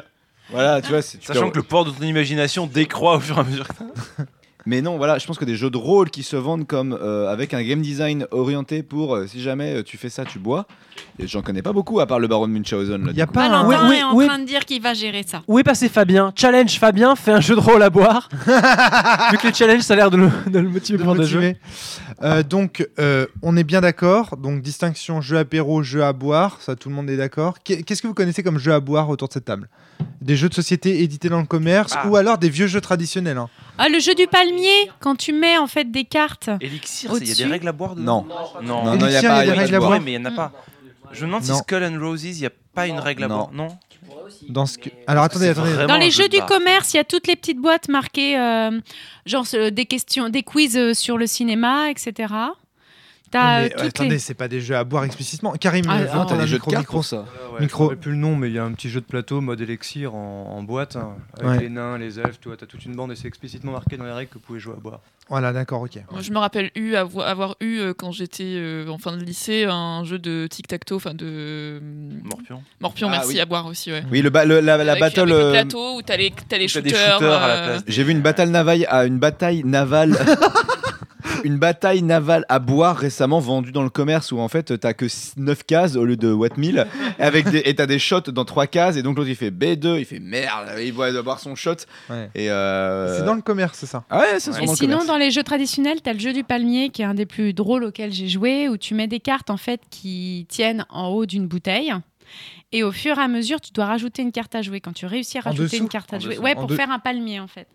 Speaker 4: voilà, tu vois, c'est- tu
Speaker 3: Sachant
Speaker 4: peux-
Speaker 3: que le port de ton imagination décroît au fur et à mesure.
Speaker 4: Mais non, voilà, je pense que des jeux de rôle qui se vendent comme euh, avec un game design orienté pour euh, si jamais euh, tu fais ça, tu bois. Et J'en connais pas beaucoup à part le Baron de Munchausen. Il
Speaker 1: y a
Speaker 5: Ah,
Speaker 1: pas
Speaker 5: Valentin
Speaker 6: Oui, oui,
Speaker 5: est en
Speaker 6: oui.
Speaker 5: train de dire qu'il va gérer ça.
Speaker 6: Où est passé Fabien Challenge Fabien, fais un jeu de rôle à boire. Vu que les challenges, ça a l'air de le, de le motiver pour des jeux.
Speaker 1: motivé. Euh, donc, euh, on est bien d'accord. Donc, distinction jeu apéro, jeu à boire. Ça, tout le monde est d'accord. Qu'est- Qu'est-ce que vous connaissez comme jeu à boire autour de cette table Des jeux de société édités dans le commerce
Speaker 3: Ah.
Speaker 1: ou alors des vieux jeux traditionnels hein.
Speaker 5: Ah, le jeu du palmier, quand tu mets en fait des cartes.
Speaker 3: Elixir, il y a
Speaker 5: au-dessus.
Speaker 3: des règles à boire
Speaker 4: dedans
Speaker 3: Non,
Speaker 4: Non, non, il y a Elixir, pas- il y a il y a des pas de règles à boire. boire.
Speaker 3: Ouais, mais il n'y en a pas. Je me demande si
Speaker 1: Non.
Speaker 3: Skull and Roses, il n'y a pas une règle à
Speaker 4: Non.
Speaker 3: boire. Non.
Speaker 1: Dans ce que- Alors, attendez,
Speaker 3: c'est
Speaker 1: attendez.
Speaker 3: vraiment
Speaker 5: Dans
Speaker 3: un
Speaker 5: les
Speaker 3: jeu
Speaker 5: jeux
Speaker 3: de
Speaker 5: du
Speaker 3: bar.
Speaker 5: commerce, il y a toutes les petites boîtes marquées, euh, genre euh, des questions, des quiz euh, sur le cinéma, etc. T'as, euh,
Speaker 1: Non, mais,
Speaker 5: toutes
Speaker 1: attendez,
Speaker 5: les-
Speaker 1: c'est pas des jeux à boire explicitement. Karim,
Speaker 5: Ah,
Speaker 1: euh,
Speaker 5: ah,
Speaker 1: t'as
Speaker 5: on a
Speaker 1: des
Speaker 5: des
Speaker 1: jeux
Speaker 5: jeux
Speaker 1: de
Speaker 5: de
Speaker 1: micro,
Speaker 5: cartes,
Speaker 1: micro.
Speaker 5: ça.
Speaker 21: Ah Ouais, Je ne plus le nom, mais il y a un petit jeu de plateau mode élixir en, en boîte hein, avec
Speaker 1: Ouais.
Speaker 21: les nains, les elfes, tu vois, t'as toute une bande et c'est explicitement marqué dans les règles que vous pouvez jouer à boire.
Speaker 1: Voilà, d'accord, ok.
Speaker 2: Moi, je me rappelle eu, avo- avoir eu, euh, quand j'étais euh, en fin de lycée, un jeu de tic-tac-toe, enfin de. euh,
Speaker 3: Morpion.
Speaker 2: Morpion,
Speaker 4: Ah,
Speaker 2: merci,
Speaker 4: oui.
Speaker 2: à boire aussi, ouais.
Speaker 4: Oui, le ba- le- la- la
Speaker 2: Avec-
Speaker 4: battle,
Speaker 2: Avec le
Speaker 4: euh,
Speaker 2: plateau où t'as les, t'as les
Speaker 4: T'as
Speaker 2: shooters.
Speaker 4: des shooters à la
Speaker 2: euh,
Speaker 4: place des- J'ai vu une bataille navale à une bataille navale. Une bataille navale à boire récemment vendue dans le commerce où en fait t'as que 9 cases au lieu de what 1000 avec des, et t'as des shots dans 3 cases et donc l'autre il fait B2 il fait merde il doit boire son shot et euh,
Speaker 1: C'est dans le commerce, c'est ça
Speaker 4: Ah ouais c'est
Speaker 5: Et
Speaker 4: dans le
Speaker 5: sinon,
Speaker 4: commerce.
Speaker 5: dans les jeux traditionnels, t'as le jeu du palmier qui est un des plus drôles auxquels j'ai joué, où tu mets des cartes en fait qui tiennent en haut d'une bouteille. Et au fur et à mesure, tu dois rajouter une carte à jouer. Quand tu réussis à
Speaker 6: En
Speaker 5: rajouter
Speaker 6: dessous
Speaker 5: une carte à
Speaker 6: En
Speaker 5: jouer,
Speaker 6: dessous.
Speaker 5: ouais,
Speaker 6: En
Speaker 5: pour
Speaker 6: de-
Speaker 5: faire un palmier en fait.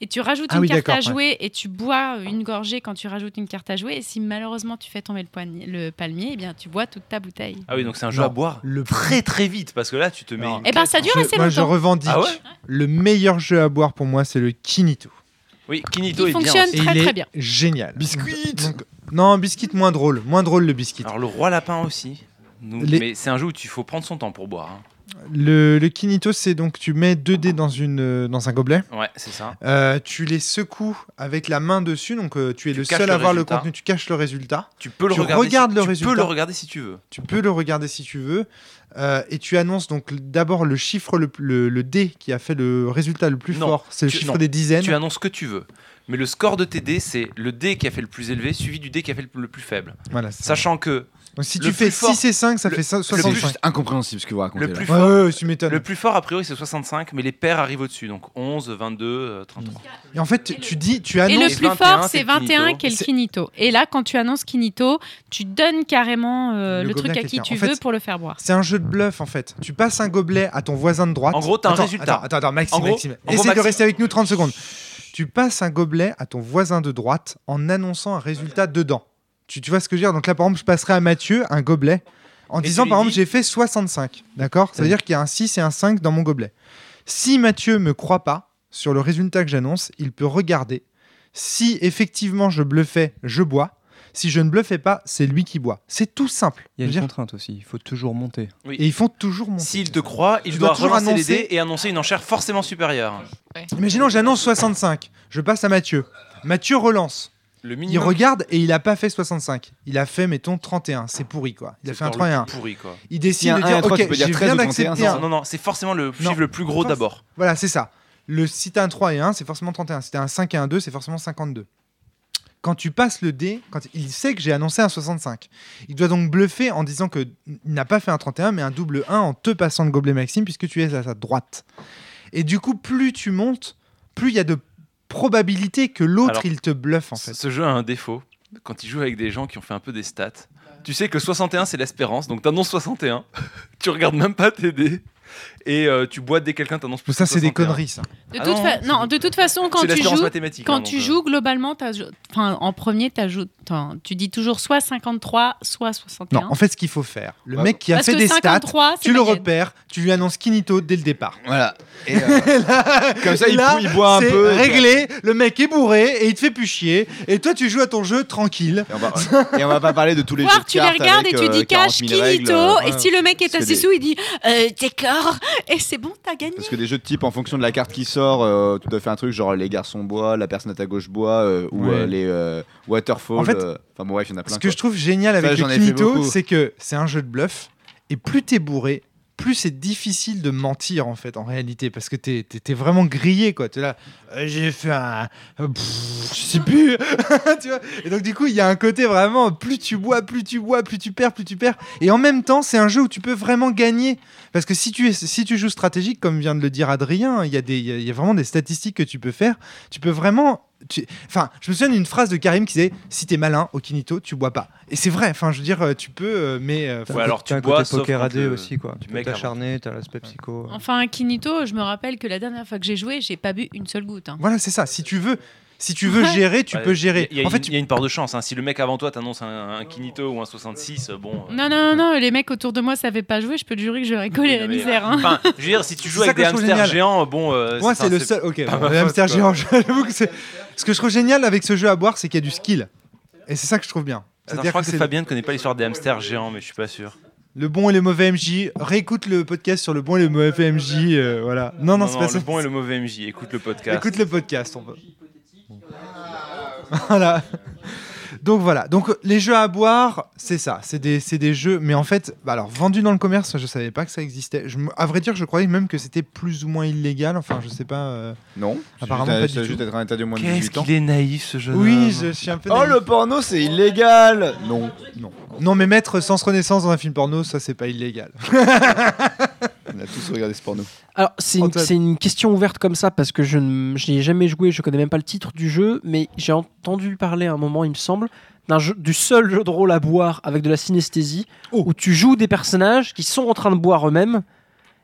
Speaker 5: Et tu rajoutes
Speaker 6: Ah
Speaker 5: une
Speaker 6: oui,
Speaker 5: carte à
Speaker 6: d'accord,
Speaker 5: jouer et tu bois une gorgée quand tu rajoutes une carte à jouer. Et si malheureusement tu fais tomber le, poignet- le palmier, eh bien tu bois toute ta bouteille.
Speaker 3: Ah oui, donc c'est un jeu
Speaker 1: Non,
Speaker 3: à boire
Speaker 1: le-
Speaker 3: très très vite parce que là tu te mets. une
Speaker 5: Eh ben,
Speaker 3: claque.
Speaker 5: ça dure
Speaker 1: Je-
Speaker 5: assez
Speaker 1: moi, je
Speaker 5: longtemps.
Speaker 1: revendique.
Speaker 3: Ah ouais
Speaker 1: le meilleur jeu à boire pour moi, c'est le Kinito.
Speaker 3: Oui, Kinito est bien aussi.
Speaker 1: Et il est Génial. Biscuit. non, biscuit moins drôle, moins drôle le biscuit.
Speaker 3: Alors le roi lapin aussi. Nous-
Speaker 1: Les-
Speaker 3: Mais c'est un jeu où il faut prendre son temps pour boire. hein.
Speaker 1: Le, le Kinito, c'est donc tu mets deux dés dans, une, euh, dans un gobelet.
Speaker 3: Ouais, c'est ça.
Speaker 1: Euh, tu les secoues avec la main dessus, donc euh, tu es le
Speaker 3: caches
Speaker 1: seul
Speaker 3: le
Speaker 1: à voir le
Speaker 3: résultat.
Speaker 1: contenu. Tu caches le résultat.
Speaker 3: Tu peux le regarder.
Speaker 1: regardes
Speaker 3: si-
Speaker 1: le
Speaker 3: tu
Speaker 1: résultat.
Speaker 3: peux le regarder si tu veux.
Speaker 1: Tu peux le regarder si tu veux. Euh, et tu annonces donc d'abord le chiffre, le, le- le dé qui a fait le résultat le plus
Speaker 3: Non,
Speaker 1: fort. C'est le
Speaker 3: tu-
Speaker 1: chiffre
Speaker 3: non,
Speaker 1: des dizaines.
Speaker 3: Tu annonces ce que tu veux. Mais le score de tes dés, c'est le dé qui a fait le plus élevé suivi du dé qui a fait le, le plus faible.
Speaker 1: Voilà, c'est
Speaker 3: Sachant que.
Speaker 1: Donc si
Speaker 3: le
Speaker 1: tu
Speaker 3: plus
Speaker 1: fais
Speaker 3: fort-
Speaker 1: 6 et 5, ça
Speaker 3: le-
Speaker 1: fait ça-
Speaker 3: le
Speaker 1: 65.
Speaker 3: plus-
Speaker 4: incompréhensible ce que vous racontez
Speaker 3: le plus,
Speaker 1: Ouais,
Speaker 3: fort,
Speaker 1: ouais, ouais, tu m'étonnes.
Speaker 3: le plus fort, a priori, c'est 65, mais les paires arrivent au-dessus. Donc 11, 22, euh, 33.
Speaker 1: Et en fait, tu- tu dis, tu
Speaker 5: Et
Speaker 1: annonces.
Speaker 5: le plus
Speaker 3: 21,
Speaker 5: fort,
Speaker 3: c'est
Speaker 5: c'est
Speaker 3: le Kinito.
Speaker 5: 21 qui est le
Speaker 3: C'est-
Speaker 5: Kinito. Et là, quand tu annonces Kinito, tu donnes carrément euh,
Speaker 1: Le
Speaker 5: le,
Speaker 1: gobelin
Speaker 5: truc
Speaker 1: à
Speaker 5: à qui
Speaker 1: quelqu'un.
Speaker 5: tu
Speaker 1: En fait,
Speaker 5: veux pour le faire boire.
Speaker 1: C'est un jeu de bluff en fait. Tu passes un gobelet à ton voisin de droite.
Speaker 3: En gros, t'as un
Speaker 1: Attends,
Speaker 3: résultat.
Speaker 1: Attends, attends, Maxime,
Speaker 3: En gros-
Speaker 1: Maxime.
Speaker 3: en gros,
Speaker 1: Essaye de
Speaker 3: Maxime-
Speaker 1: rester avec nous 30 secondes. Tu passes un gobelet à ton voisin de droite en annonçant un résultat dedans. Tu, tu vois ce que je veux dire Donc là, par exemple, je passerai à Mathieu un gobelet en
Speaker 3: Et
Speaker 1: disant,
Speaker 3: tu lui
Speaker 1: par exemple,
Speaker 3: dis-
Speaker 1: j'ai fait 65. D'accord Ça veut
Speaker 3: Oui.
Speaker 1: dire qu'il y a un 6 et un 5 dans mon gobelet. Si Mathieu me croit pas sur le résultat que j'annonce, il peut regarder. Si effectivement je bluffais, je bois. Si je ne bluffais pas, c'est lui qui boit. C'est tout simple.
Speaker 21: Il y a une
Speaker 1: Je veux dire,
Speaker 21: contrainte aussi, il faut toujours monter.
Speaker 3: Oui.
Speaker 1: Et ils font toujours monter.
Speaker 3: S'il te croit, il
Speaker 1: Tu
Speaker 3: doit
Speaker 1: dois toujours
Speaker 3: relancer les
Speaker 1: annoncer-
Speaker 3: dés et annoncer une enchère forcément supérieure.
Speaker 1: Imaginons, j'annonce 65. Je passe à Mathieu. Mathieu relance.
Speaker 3: Le
Speaker 1: il
Speaker 3: minimum.
Speaker 1: regarde et il a pas fait 65. Il a fait, mettons, 31. C'est pourri, quoi. Il a
Speaker 3: C'est
Speaker 1: fait un
Speaker 3: encore
Speaker 1: 3 et
Speaker 3: le
Speaker 1: 1.
Speaker 3: plus pourri, quoi.
Speaker 1: Il
Speaker 3: Il y
Speaker 1: décide
Speaker 3: a
Speaker 1: de
Speaker 3: un
Speaker 1: dire,
Speaker 3: et un, trois,
Speaker 1: ok,
Speaker 3: tu peux dire
Speaker 1: je
Speaker 3: 13
Speaker 1: viens
Speaker 3: ou 31,
Speaker 1: d'accepter
Speaker 3: non,
Speaker 1: un.
Speaker 3: non, non, c'est forcément le chiffre
Speaker 1: Non.
Speaker 3: le plus gros
Speaker 1: Forc-
Speaker 3: d'abord.
Speaker 1: Voilà, c'est ça. Le, si t'as un 3 et 1, c'est forcément 31. Si t'as un 5 et un 2, c'est forcément 52. Quand tu passes le dé, quand il sait que j'ai annoncé un 65, il doit donc bluffer en disant qu'il n'a pas fait un 31, mais un double 1 en te passant le gobelet Maxime, puisque tu es à sa droite. Et du coup, plus tu montes, plus il y a de probabilité que l'autre,
Speaker 3: Alors,
Speaker 1: il te bluffe, en
Speaker 3: Ce-
Speaker 1: fait.
Speaker 3: Ce jeu a un défaut. Quand il joue avec des gens qui ont fait un peu des stats, tu sais que 61 c'est l'espérance, donc t'annonces 61, tu regardes même pas tes dés, et euh, tu bois dès quelqu'un t'annonce plus.
Speaker 1: Ça, c'est des
Speaker 3: 61.
Speaker 1: conneries, ça.
Speaker 5: De
Speaker 3: Ah
Speaker 5: toute,
Speaker 3: non,
Speaker 5: fa- non, de toute façon, quand
Speaker 3: C'est
Speaker 5: tu
Speaker 3: l'espérance
Speaker 5: joues,
Speaker 3: mathématique,
Speaker 5: quand
Speaker 3: hein,
Speaker 5: tu
Speaker 3: donc, euh.
Speaker 5: joues globalement, t'as- enfin, en premier, t'ajoutes- t'en- tu dis toujours soit 53, soit 61.
Speaker 1: Non, en fait, ce qu'il faut faire, le
Speaker 5: Ouais.
Speaker 1: mec qui a
Speaker 5: Parce
Speaker 1: fait
Speaker 5: que
Speaker 1: des
Speaker 5: 53,
Speaker 1: stats,
Speaker 5: c'est
Speaker 1: tu le
Speaker 5: Mayenne.
Speaker 1: repères, tu lui annonces Kinito dès le départ.
Speaker 4: Voilà. euh,
Speaker 1: comme
Speaker 4: ça, il pou- il boit un peu.
Speaker 1: réglé, le mec est bourré et il te fait plus chier. Et toi, tu joues à ton jeu tranquille.
Speaker 4: Et on, va, et on va pas parler de tous les jeux
Speaker 5: Voir,
Speaker 4: de
Speaker 5: tu les
Speaker 4: cartes
Speaker 5: regardes et
Speaker 4: avec,
Speaker 5: tu
Speaker 4: euh,
Speaker 5: dis
Speaker 4: 40
Speaker 5: cash,
Speaker 4: 000 règles,
Speaker 5: Kinito.
Speaker 4: euh,
Speaker 5: et si le mec est
Speaker 4: parce que
Speaker 5: assez
Speaker 4: des-
Speaker 5: sous, il dit euh, d'accord, et c'est bon, t'as gagné.
Speaker 4: Parce que des jeux de type, en fonction de la carte qui sort, euh, tu dois faire un truc genre les garçons bois, la personne à ta gauche bois, euh, ou
Speaker 1: Ouais.
Speaker 4: euh, les euh, waterfall.
Speaker 1: En fait,
Speaker 4: euh, enfin bon, bref, il y en a plein.
Speaker 1: Ce que
Speaker 4: quoi.
Speaker 1: je trouve génial
Speaker 4: Ça,
Speaker 1: avec
Speaker 4: j'en
Speaker 1: le
Speaker 4: ai fait
Speaker 1: Kinito,
Speaker 4: beaucoup.
Speaker 1: c'est que c'est un jeu de bluff. Et plus t'es bourré, plus c'est difficile de mentir en fait, en réalité, parce que t'es t'es- t'es vraiment grillé quoi. T'es là, Euh, j'ai fait un, euh, pff, je sais plus. tu vois et donc du coup, il y a un côté vraiment, plus tu bois, plus tu bois, plus tu perds, plus tu perds. Et en même temps, c'est un jeu où tu peux vraiment gagner, parce que si tu es, si tu joues stratégique, comme vient de le dire Adrien, il y a des, il y a- il y a vraiment des statistiques que tu peux faire. Tu peux vraiment tu- Enfin, je me souviens d'une phrase de Karim qui disait Si t'es malin au Kinito, tu bois pas. Et c'est vrai, enfin, je veux dire, euh, tu peux, euh, mais. euh, faut-
Speaker 21: T'as un
Speaker 3: alors
Speaker 21: côté-
Speaker 3: tu
Speaker 21: t'as un
Speaker 3: bois,
Speaker 21: côté
Speaker 3: sauf
Speaker 21: poker
Speaker 3: quand
Speaker 21: à dés
Speaker 3: le-
Speaker 21: aussi, quoi. Tu
Speaker 3: le
Speaker 21: peux
Speaker 3: mec
Speaker 21: t'acharner, t'as l'aspect psycho.
Speaker 5: Enfin, Kinito, je me rappelle que la dernière fois que j'ai joué, j'ai pas bu une seule goutte. hein.
Speaker 1: Voilà, c'est ça. Si tu veux, si tu veux gérer, tu
Speaker 3: Ouais,
Speaker 1: peux gérer.
Speaker 3: Il y, a- il y a
Speaker 1: en
Speaker 3: une-
Speaker 1: fait,
Speaker 3: il y a une part de chance. hein. Si le mec avant toi t'annonce un, un Kinito ou un 66, euh, bon. euh,
Speaker 5: Non, non, non, non, les mecs autour de moi savaient pas jouer, je peux te jurer que j'aurais collé la
Speaker 3: mais-
Speaker 5: misère. hein.
Speaker 3: Enfin, je veux dire, si tu joues
Speaker 1: C'est ça
Speaker 3: avec
Speaker 1: que
Speaker 3: des
Speaker 1: je trouve
Speaker 3: hamsters
Speaker 1: génial.
Speaker 3: géants, euh, bon. euh,
Speaker 1: Moi, c'est
Speaker 3: enfin,
Speaker 1: le seul. Ok,
Speaker 3: pas
Speaker 1: bon,
Speaker 3: ma
Speaker 1: le hamster
Speaker 3: faute, quoi.
Speaker 1: géant, j'avoue que c'est. Ce que je trouve génial avec ce jeu à boire, c'est qu'il y a du skill. Et c'est ça que je trouve bien.
Speaker 3: Attends,
Speaker 1: C'est-à-dire
Speaker 3: Ah je crois
Speaker 1: que
Speaker 3: que,
Speaker 1: c'est-
Speaker 3: Fabien ne connaît pas l'histoire des hamsters géants, mais je suis pas sûr.
Speaker 1: Le bon et le mauvais MJ. Réécoute le podcast sur le bon et le mauvais MJ. euh, voilà. Non, non, c'est pas
Speaker 3: le
Speaker 1: ça.
Speaker 3: bon et le mauvais MJ. Écoute le podcast.
Speaker 1: Écoute le podcast, on peut. Voilà. Donc voilà. Donc les jeux à boire, c'est ça. C'est des, c'est des jeux, mais en fait, bah alors vendus dans le commerce, je savais pas que ça existait. Je, me- à vrai dire, je croyais même que c'était plus ou moins illégal. Enfin, je sais pas. euh,
Speaker 4: Non.
Speaker 1: Apparemment
Speaker 4: C'est
Speaker 1: pas
Speaker 4: juste- ça
Speaker 1: du
Speaker 4: a juste
Speaker 1: tout.
Speaker 4: être interdit au moins de Qu'est-ce 18 ans.
Speaker 3: qu'il est naïf ce jeune
Speaker 1: Oui,
Speaker 4: homme.
Speaker 1: je suis un peu.
Speaker 4: Oh,
Speaker 1: naïf.
Speaker 4: le porno, c'est illégal Non. Non.
Speaker 1: Non, mais mettre sans renaissance dans un film porno, ça c'est pas illégal.
Speaker 4: On a tous regardé ce porno.
Speaker 6: Alors, c'est une, c'est une question ouverte comme ça parce que je n- je n'y ai jamais joué, je connais même pas le titre du jeu, mais j'ai entendu parler à un moment, il me semble, d'un jeu, du seul jeu de rôle à boire avec de la synesthésie
Speaker 4: Oh.
Speaker 6: où tu joues des personnages qui sont en train de boire eux-mêmes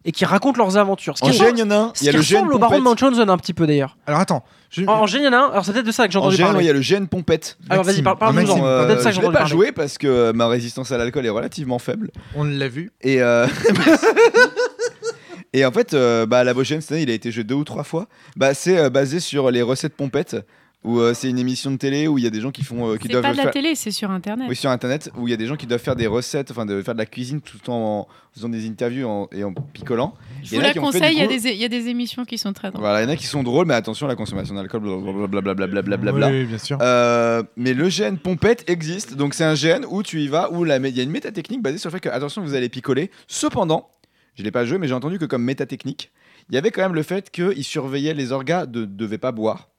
Speaker 6: et qui racontent leurs aventures. Ce
Speaker 4: En
Speaker 6: qui
Speaker 4: gêne,
Speaker 6: re-
Speaker 4: il y en a un.
Speaker 6: ce
Speaker 4: Il y a
Speaker 6: qui
Speaker 4: le gène
Speaker 6: ressemble au baron de Mount
Speaker 4: pompette.
Speaker 6: Johnson un petit peu d'ailleurs.
Speaker 1: Alors attends.
Speaker 6: En, en gêne, il y en a un. Alors, c'est peut-être de ça que j'ai
Speaker 4: En
Speaker 6: entendu
Speaker 4: gêne,
Speaker 6: parler. Ah,
Speaker 4: il y a le gène pompette.
Speaker 6: Alors, vas-y, parle- parle-nous-en.
Speaker 4: Maxime,
Speaker 6: Peut-être
Speaker 4: euh,
Speaker 6: ça que
Speaker 4: je
Speaker 6: j'en
Speaker 4: l'ai
Speaker 6: entends
Speaker 4: pas
Speaker 6: parler.
Speaker 4: joué parce que euh, ma résistance à l'alcool est relativement faible.
Speaker 1: On l'a vu.
Speaker 4: Et, euh, et en fait, euh, bah, la Beauchesne, cette année, il a été joué deux ou trois fois. Bah, c'est euh, basé sur les recettes pompettes, où euh, c'est une émission de télé où il y a des gens qui font. euh, qui
Speaker 26: C'est
Speaker 4: doivent
Speaker 26: pas de la
Speaker 4: faire-
Speaker 26: télé, c'est sur Internet.
Speaker 4: Oui, sur internet, où il y a des gens qui doivent faire des recettes, enfin de faire de la cuisine tout en faisant des interviews en- et en picolant.
Speaker 26: Je vous
Speaker 4: Et il y en a
Speaker 26: la
Speaker 4: qui ont fait,
Speaker 26: conseille, il y, a
Speaker 4: du coup-
Speaker 26: des- il y a des émissions qui sont très drôles.
Speaker 4: Voilà, il y en a qui sont drôles, mais attention à la consommation d'alcool, blablabla. blablabla, blablabla.
Speaker 1: Oui, oui, bien sûr.
Speaker 4: Euh, mais le gène pompette existe, donc c'est un gène où tu y vas, où la mé- il y a une métatechnique basée sur le fait que, attention, vous allez picoler. Cependant, je l'ai pas joué, mais j'ai entendu que comme métatechnique, il y avait quand même le fait qu'ils surveillaient les orgas, ne devaient pas boire,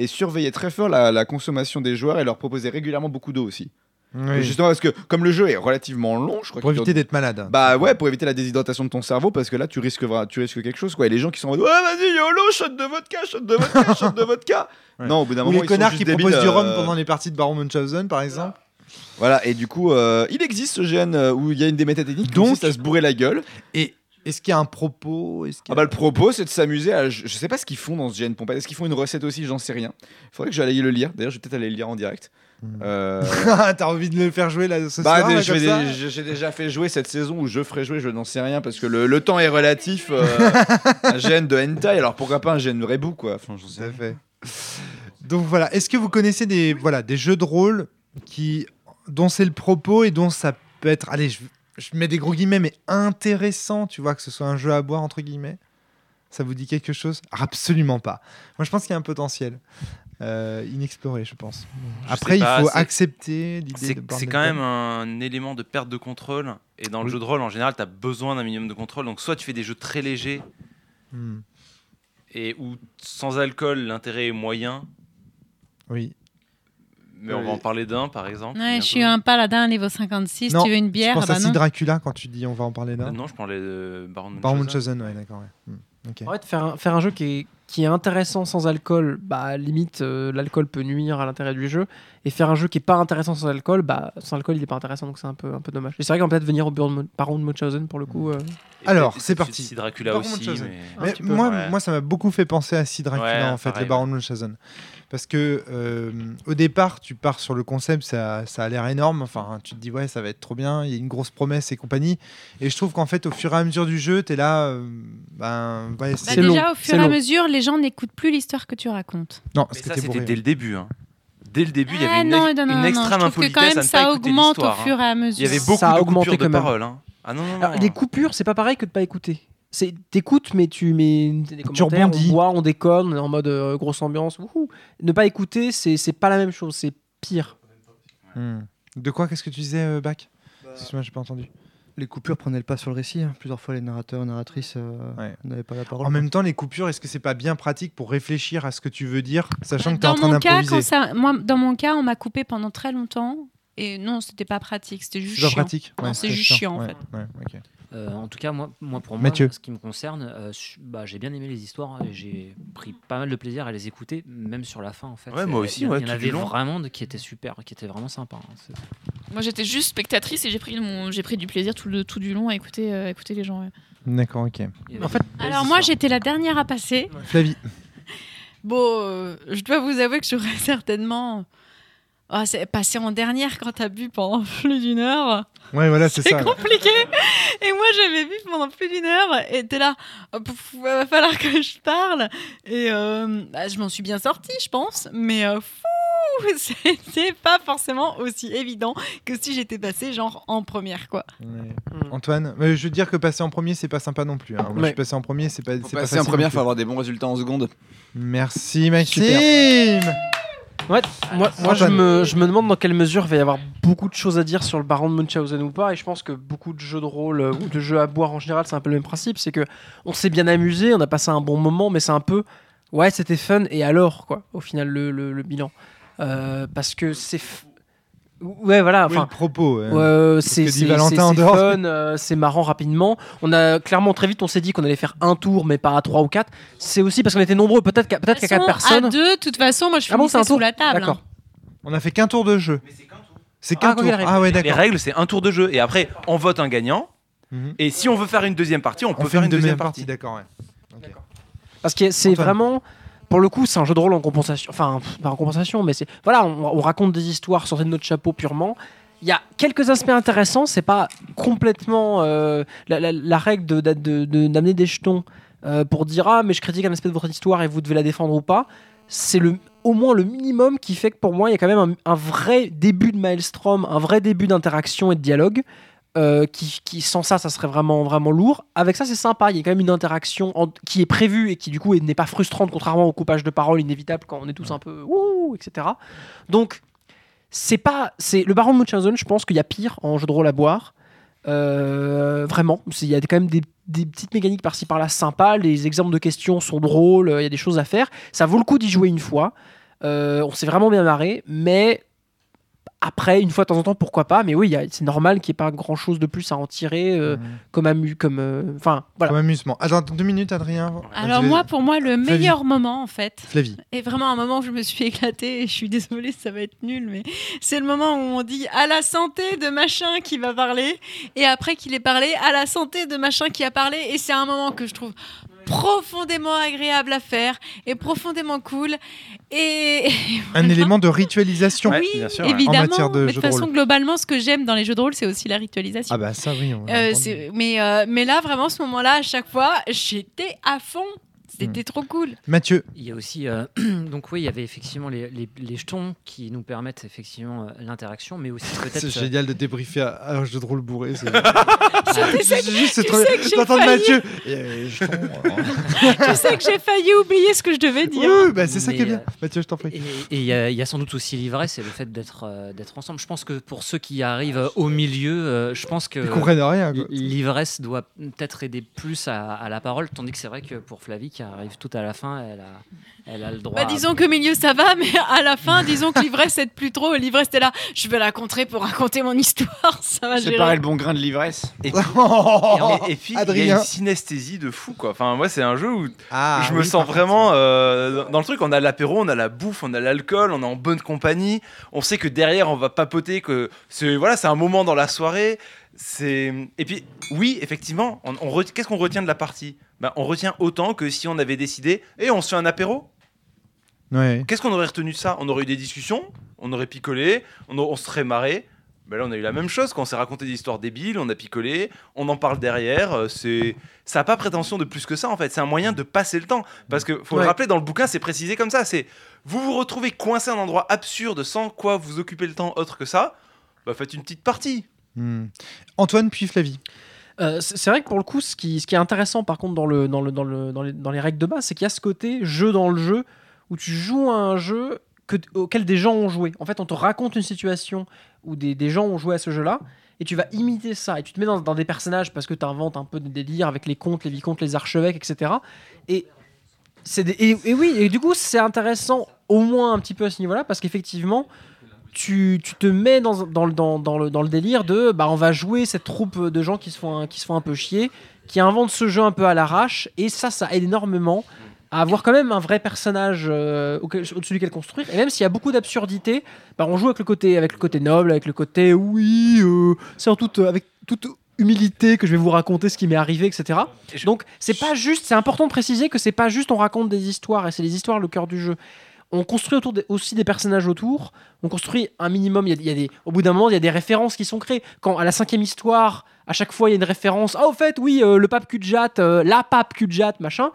Speaker 4: et surveillaient très fort la, la consommation des joueurs et leur proposaient régulièrement beaucoup d'eau aussi.
Speaker 1: Oui.
Speaker 4: Justement parce que comme le jeu est relativement long, je crois
Speaker 1: Pour
Speaker 4: qu'il
Speaker 1: éviter
Speaker 4: dure-
Speaker 1: d'être malade.
Speaker 4: bah ouais, pour éviter la déshydratation de ton cerveau, parce que là, tu risques, vra- tu risques quelque chose, quoi. Et les gens qui sont en mode, ouais, vas-y, YOLO, shot de vodka, shot de vodka, shot de vodka. Non, au bout d'un
Speaker 1: Ou
Speaker 4: moment,
Speaker 1: les
Speaker 4: ils sont
Speaker 1: connards
Speaker 4: juste
Speaker 1: qui
Speaker 4: débiles,
Speaker 1: proposent du rhum
Speaker 4: euh,
Speaker 1: pendant les parties de Baron Munchausen, par exemple.
Speaker 4: Voilà, et du coup, euh, il existe ce gène euh, où il y a une des métatechniques Donc, consiste à se bourrer la gueule.
Speaker 1: Et est-ce qu'il y a un propos Est-ce
Speaker 4: Ah
Speaker 1: qu'il y a-
Speaker 4: bah, le propos, c'est de s'amuser à. Je je sais pas ce qu'ils font dans ce gène pompette. Est-ce qu'ils font une recette aussi J'en sais rien. Faudrait que j'aille le lire. D'ailleurs, je vais peut-être aller le lire en direct. Euh,
Speaker 1: T'as envie de le faire jouer là Hmm. ce
Speaker 4: Bah,
Speaker 1: soir
Speaker 4: dé-
Speaker 1: là,
Speaker 4: je
Speaker 1: comme
Speaker 4: vais
Speaker 1: ça
Speaker 4: dé- je- j'ai déjà fait jouer cette saison où je ferai jouer, je n'en sais rien parce que le, le temps est relatif. euh, un gène de hentai, alors pourquoi pas un gène rebou quoi Enfin, j'en sais
Speaker 1: fait. Donc voilà, est-ce que vous connaissez des, voilà, des jeux de rôle qui, dont c'est le propos et dont ça peut être, allez, je, je mets des gros guillemets, mais intéressant, tu vois, que ce soit un jeu à boire, entre guillemets Ça vous dit quelque chose Absolument pas. Moi, je pense qu'il y a un potentiel euh, inexploré, je pense.
Speaker 3: Je
Speaker 1: Après,
Speaker 3: sais
Speaker 1: il
Speaker 3: pas,
Speaker 1: faut
Speaker 3: c'est-
Speaker 1: accepter l'idée
Speaker 3: C'est
Speaker 1: de
Speaker 3: c'est
Speaker 1: Born
Speaker 3: quand
Speaker 1: Again.
Speaker 3: même un élément de perte de contrôle. Et dans le
Speaker 1: Oui.
Speaker 3: jeu de rôle, en général, tu as besoin d'un minimum de contrôle. Donc, soit tu fais des jeux très légers
Speaker 1: Hmm.
Speaker 3: et où sans alcool, l'intérêt est moyen.
Speaker 1: Oui.
Speaker 3: Mais on va en parler d'un, par exemple.
Speaker 26: Ouais, je
Speaker 3: bientôt.
Speaker 26: suis un paladin niveau 56,
Speaker 1: Non,
Speaker 26: tu veux une bière
Speaker 1: Je pense
Speaker 26: Ah bah
Speaker 1: à
Speaker 26: non.
Speaker 1: Sid Dracula quand tu dis on va en parler là.
Speaker 3: Euh, non, je parlais de Baron
Speaker 1: Baron
Speaker 3: Munchausen.
Speaker 1: Munchausen, ouais, d'accord. ouais. Hmm, ok.
Speaker 6: En fait, faire un, faire un jeu qui est, qui est intéressant sans alcool, bah limite euh, l'alcool peut nuire à l'intérêt du jeu. Et faire un jeu qui est pas intéressant sans alcool, bah sans alcool il est pas intéressant donc c'est un peu un peu dommage. Et c'est vrai qu'on peut peut-être venir au Baron de Mo- Baron de Munchausen pour le coup. euh.
Speaker 1: Alors,
Speaker 3: peut-être
Speaker 1: c'est
Speaker 3: si-
Speaker 1: parti.
Speaker 3: si Dracula
Speaker 1: Baron
Speaker 3: aussi,
Speaker 1: Munchausen.
Speaker 3: mais-
Speaker 1: Mais
Speaker 3: Un petit peu,
Speaker 1: moi,
Speaker 3: ouais.
Speaker 1: moi, ça m'a beaucoup fait penser à Si Dracula,
Speaker 3: Ouais,
Speaker 1: en fait,
Speaker 3: pareil,
Speaker 1: le Baron Munchausen. Parce que euh, au départ, tu pars sur le concept, ça, ça a l'air énorme. Enfin, tu te dis, ouais, ça va être trop bien, il y a une grosse promesse et compagnie. Et je trouve qu'en fait, au fur et à mesure du jeu, t'es là. euh, ben, ouais,
Speaker 26: Bah, déjà, au fur et à mesure, les gens n'écoutent plus l'histoire que tu racontes.
Speaker 1: Non,
Speaker 3: Mais
Speaker 1: parce que
Speaker 3: ça,
Speaker 1: t'es
Speaker 3: c'était
Speaker 1: bourré.
Speaker 3: dès le début. hein. Dès le début, il y
Speaker 26: Ah,
Speaker 3: avait une,
Speaker 26: non,
Speaker 3: ex-
Speaker 26: non, non,
Speaker 3: une
Speaker 26: non, je
Speaker 3: extrême
Speaker 26: trouve que
Speaker 3: impolitesse
Speaker 26: quand même,
Speaker 3: à ne
Speaker 26: ça
Speaker 3: pas écouter
Speaker 26: augmente au
Speaker 3: l'histoire, hein.
Speaker 26: fur et à mesure.
Speaker 3: Il y avait
Speaker 6: Ça
Speaker 3: beaucoup
Speaker 6: a
Speaker 3: de
Speaker 6: augmenté
Speaker 3: coupures de
Speaker 6: quand même.
Speaker 3: parole. hein. Ah non, non, non.
Speaker 6: Alors, les coupures c'est pas pareil que de pas écouter. C'est t'écoutes mais tu mets des commentaires,
Speaker 1: rebondis.
Speaker 6: on boit, on déconne, on est en mode euh, grosse ambiance. wouhou. Ne pas écouter c'est c'est pas la même chose, c'est pire.
Speaker 1: Hmm. De quoi Qu'est-ce que tu disais, euh, Bach Excuse-moi, j'ai pas entendu.
Speaker 21: Les coupures prenaient le pas sur le récit. hein. Plusieurs fois, les narrateurs, narratrices euh, n'avaient pas la parole.
Speaker 1: En même temps, les coupures, est-ce que c'est pas bien pratique pour réfléchir à ce que tu veux dire, sachant que t'es en
Speaker 26: Bah, Dans
Speaker 1: train
Speaker 26: mon, cas,
Speaker 1: d'improviser
Speaker 26: quand ça, moi, dans mon cas, on m'a coupé pendant très longtemps. Et non, c'était pas pratique, c'était juste
Speaker 1: C'est pas
Speaker 26: chiant.
Speaker 1: pratique
Speaker 26: Non,
Speaker 1: Ouais,
Speaker 26: c'est
Speaker 1: c'était
Speaker 26: juste chiant, en
Speaker 1: ouais,
Speaker 26: fait.
Speaker 1: ouais, ok.
Speaker 14: Euh, en tout cas, moi, moi pour
Speaker 1: Mathieu.
Speaker 14: moi, en ce qui me concerne, euh, su- bah, j'ai bien aimé les histoires et j'ai pris pas mal de plaisir à les écouter, même sur la fin en fait.
Speaker 3: Ouais, moi
Speaker 14: Euh,
Speaker 3: aussi,
Speaker 14: Il y, en-
Speaker 3: ouais,
Speaker 14: il y en
Speaker 3: tout du
Speaker 14: avait
Speaker 3: long.
Speaker 14: vraiment de- qui étaient super, qui étaient vraiment sympas. hein. C'est-
Speaker 2: Moi j'étais juste spectatrice et j'ai pris, mon... j'ai pris du plaisir tout, le... tout du long à écouter, euh, écouter les gens. ouais.
Speaker 1: D'accord, ok.
Speaker 14: En fait,
Speaker 26: Alors moi, j'étais la dernière à passer.
Speaker 1: Flavie.
Speaker 26: Bon, euh, je dois vous avouer que j'aurais certainement... Ah, c'est passer en dernière quand t'as bu pendant plus d'une heure.
Speaker 1: Ouais, voilà, c'est ça.
Speaker 26: C'est compliqué. Et moi, j'avais vu pendant plus d'une heure. Et t'es là, Oh, pouf, il va falloir que je parle. Et euh, bah, je m'en suis bien sortie, je pense. Mais euh, fou, ouh, c'était pas forcément aussi évident que si j'étais passé genre en première quoi.
Speaker 1: Antoine, mais je veux dire que passer en premier, c'est pas sympa non plus. hein. Moi,
Speaker 7: Ouais.
Speaker 1: je suis passé en premier, c'est pas. c'est pas
Speaker 7: Passer
Speaker 1: facile
Speaker 7: en première,
Speaker 1: non plus.
Speaker 7: faut avoir des bons résultats en seconde.
Speaker 1: Merci Maxime.
Speaker 6: Ouais, moi, moi, je,
Speaker 1: Antoine.
Speaker 6: me, je me demande dans quelle mesure il va y avoir beaucoup de choses à dire sur le baron de Munchausen ou pas, et je pense que beaucoup de jeux de rôle euh, ou de jeux à boire en général, c'est un peu le même principe, c'est que on s'est bien amusé, on a passé un bon moment, mais c'est un peu, ouais, c'était fun, et alors, quoi, au final, le, le- le bilan. Euh, parce que c'est... f- Ouais, voilà.
Speaker 1: Oui,
Speaker 6: Enfin,
Speaker 1: le propos, ouais.
Speaker 6: ouais, euh,
Speaker 1: Ce
Speaker 6: c'est
Speaker 1: que dit
Speaker 6: c'est-
Speaker 1: Valentin
Speaker 6: c'est-
Speaker 1: en
Speaker 6: c'est
Speaker 1: dehors.
Speaker 6: fun, euh, c'est marrant rapidement. On a clairement très vite, on s'est dit qu'on allait faire un tour, mais pas à trois ou quatre. C'est aussi parce qu'on était nombreux, peut-être qu'à peut-être qu'à quatre personnes.
Speaker 26: À deux, de toute façon, moi je suis
Speaker 6: Ah bon, c'est un
Speaker 26: sous
Speaker 6: tour
Speaker 26: la table. hein.
Speaker 6: D'accord.
Speaker 1: On a fait qu'un tour de jeu. C'est qu'un tour. Ah ouais,
Speaker 3: Les
Speaker 1: d'accord. Mhm.
Speaker 3: règles, c'est un tour de jeu. Et après, on vote un gagnant. Et si on veut faire une deuxième partie, on, peut
Speaker 1: fait
Speaker 3: faire
Speaker 1: une
Speaker 3: une, deuxième
Speaker 1: deuxième partie,
Speaker 3: partie.
Speaker 1: D'accord, ouais.
Speaker 6: Parce que c'est vraiment. Pour le coup, c'est un jeu de rôle en compensation. Enfin, pff, pas en compensation, mais c'est. Voilà, on, on raconte des histoires sorties de notre chapeau purement. Il y a quelques aspects intéressants. C'est pas complètement. euh, la, la- la règle de- de- de- de- d'amener des jetons euh, pour dire Ah, mais je critique un aspect de votre histoire et vous devez la défendre ou pas. C'est le, au moins le minimum qui fait que pour moi, il y a quand même un, un vrai début de maelstrom, un vrai début d'interaction et de dialogue. euh, qui, qui- sans ça, ça serait vraiment vraiment lourd. Avec ça, c'est sympa. Il y a quand même une interaction en- qui est prévue et qui du coup n'est pas frustrante, contrairement au coupage de parole inévitable quand on est tous un peu ouh, etc. Donc c'est pas c'est le Baron de Munchausen. Je pense qu'il y a pire en jeu de rôle à boire. Euh, vraiment, C'est- il y a quand même des, des petites mécaniques par-ci par-là sympas. Les exemples de questions sont drôles. euh, Il y a des choses à faire. Ça vaut le coup d'y jouer une fois. Euh, on s'est vraiment bien marré, mais après, une fois de temps en temps, pourquoi pas Mais oui, il y a- c'est normal qu'il n'y ait pas grand-chose de plus à en tirer euh, comme amu, comme euh, enfin voilà.
Speaker 1: Mmh. Comme amusement. Attends, deux minutes, Adrien.
Speaker 26: Alors moi, pour moi, le
Speaker 1: Flavie.
Speaker 26: meilleur moment en fait.
Speaker 1: Flavie.
Speaker 26: Et vraiment un moment où je me suis éclatée et je suis désolée, ça va être nul, mais c'est le moment où on dit à la santé de machin qui va parler et après qu'il ait parlé à la santé de machin qui a parlé et c'est un moment que je trouve profondément agréable à faire et profondément cool et
Speaker 1: Un élément de ritualisation.
Speaker 26: oui
Speaker 1: En
Speaker 26: évidemment
Speaker 1: matière de
Speaker 26: mais de
Speaker 1: jeu
Speaker 26: toute
Speaker 1: de
Speaker 26: façon
Speaker 1: rôle.
Speaker 26: globalement ce que j'aime dans les jeux de rôle c'est aussi la ritualisation
Speaker 1: Ah bah ça oui. on l'a
Speaker 26: euh,
Speaker 1: entendu.
Speaker 26: c'est- mais, euh, mais là, vraiment, ce moment-là, à chaque fois, j'étais à fond.
Speaker 1: Hmm.
Speaker 26: C'était trop cool.
Speaker 1: Mathieu.
Speaker 14: Il y a aussi, euh, donc oui, il y avait effectivement les, les- les jetons qui nous permettent effectivement euh, l'interaction, mais aussi peut-être.
Speaker 1: C'est
Speaker 14: euh,
Speaker 1: génial de débriefer à- à un jeu de rôle bourré. c'est-
Speaker 14: tu sais que-
Speaker 1: Juste, Ah, c'est
Speaker 14: tu
Speaker 1: trop
Speaker 14: sais que j'ai
Speaker 1: D'entendre
Speaker 14: failli.
Speaker 1: Mathieu. Et, euh, je tombe,
Speaker 26: Je sais que j'ai failli oublier ce que je devais dire.
Speaker 1: Oui, bah, c'est ça qui est
Speaker 14: Mais,
Speaker 1: bien.
Speaker 14: euh,
Speaker 1: Mathieu, je t'en prie.
Speaker 14: Et il y, a- il y a sans doute aussi l'ivresse et le fait d'être euh, d'être ensemble. Je pense que pour ceux qui arrivent euh, au milieu, euh, je pense que
Speaker 1: Ah, Ils comprennent rien, quoi.
Speaker 14: l- l'ivresse doit peut-être aider plus à, à la parole, tandis que c'est vrai que pour Flavie qui arrive tout à la fin, elle a, elle a le droit.
Speaker 26: Bah, disons qu'au milieu ça va, mais à la fin, disons que l'ivresse aide plus trop. L'ivresse est là, je vais la contrer pour raconter mon histoire. Ça va, gérer.
Speaker 7: bon grain de l'ivresse.
Speaker 3: Et, et- et puis, il y a
Speaker 1: Adrien. Ah,
Speaker 3: une synesthésie de fou, quoi. Enfin, moi, c'est un jeu où je me
Speaker 1: oui,
Speaker 3: sens
Speaker 1: par
Speaker 3: vraiment euh, dans- dans le truc. On a l'apéro, on a la bouffe, on a l'alcool, on est en bonne compagnie. On sait que derrière, on va papoter, que c'est voilà, c'est un moment dans la soirée. C'est et puis oui, effectivement, on, on re- qu'est-ce qu'on retient de la partie Bah, on retient autant que si on avait décidé et on se fait un apéro.
Speaker 1: Ouais.
Speaker 3: Qu'est-ce qu'on aurait retenu de ça On aurait eu des discussions, on aurait picolé, on, a- on se serait marré. Ben là, on a eu la même chose quand on s'est raconté des histoires débiles, on a picolé, on en parle derrière. euh, C'est, ça n'a pas prétention de plus que ça en fait. C'est un moyen de passer le temps parce que faut
Speaker 1: Ouais.
Speaker 3: le rappeler dans le bouquin, c'est précisé comme ça. C'est vous vous retrouvez coincé à un endroit absurde sans quoi vous occuper le temps autre que ça. Bah faites une petite partie.
Speaker 1: Hmm. Antoine puis Flavie.
Speaker 6: Euh, c'est c'est vrai que pour le coup, ce qui, ce qui est intéressant par contre dans, le, dans, le, dans, le, dans, les, dans les règles de base, c'est qu'il y a ce côté jeu dans le jeu où tu joues à un jeu que, auquel des gens ont joué. En fait, on te raconte une situation où des, des gens ont joué à ce jeu-là et tu vas imiter ça et tu te mets dans, dans des personnages parce que tu inventes un peu des délires avec les contes, les vicomtes, les archevêques, etc. Et c'est des- et, et oui, et du coup, c'est intéressant au moins un petit peu à ce niveau-là parce qu'effectivement, tu, tu te mets dans, dans, le- dans- dans le, dans le délire de bah, on va jouer cette troupe de gens qui se font un, qui se font un peu chier, qui inventent ce jeu un peu à l'arrache, et ça, ça aide énormément à avoir quand même un vrai personnage euh, auquel- au-dessus duquel construire. Et même s'il y a beaucoup d'absurdité, bah, on joue avec le, côté, avec le côté noble, avec le côté oui, euh, c'est en toute, avec toute humilité que je vais vous raconter ce qui m'est arrivé, etc. Donc c'est pas juste, c'est important de préciser que c'est pas juste on raconte des histoires et c'est les histoires le cœur du jeu. On construit autour des- aussi des personnages autour. On construit un minimum. Il y a, il y a des, au bout d'un moment, il y a des références qui sont créées. Quand à la cinquième histoire, à chaque fois, il y a une référence. Ah, au fait, oui, euh, le pape Kudjat, euh, la pape Kudjat, machin.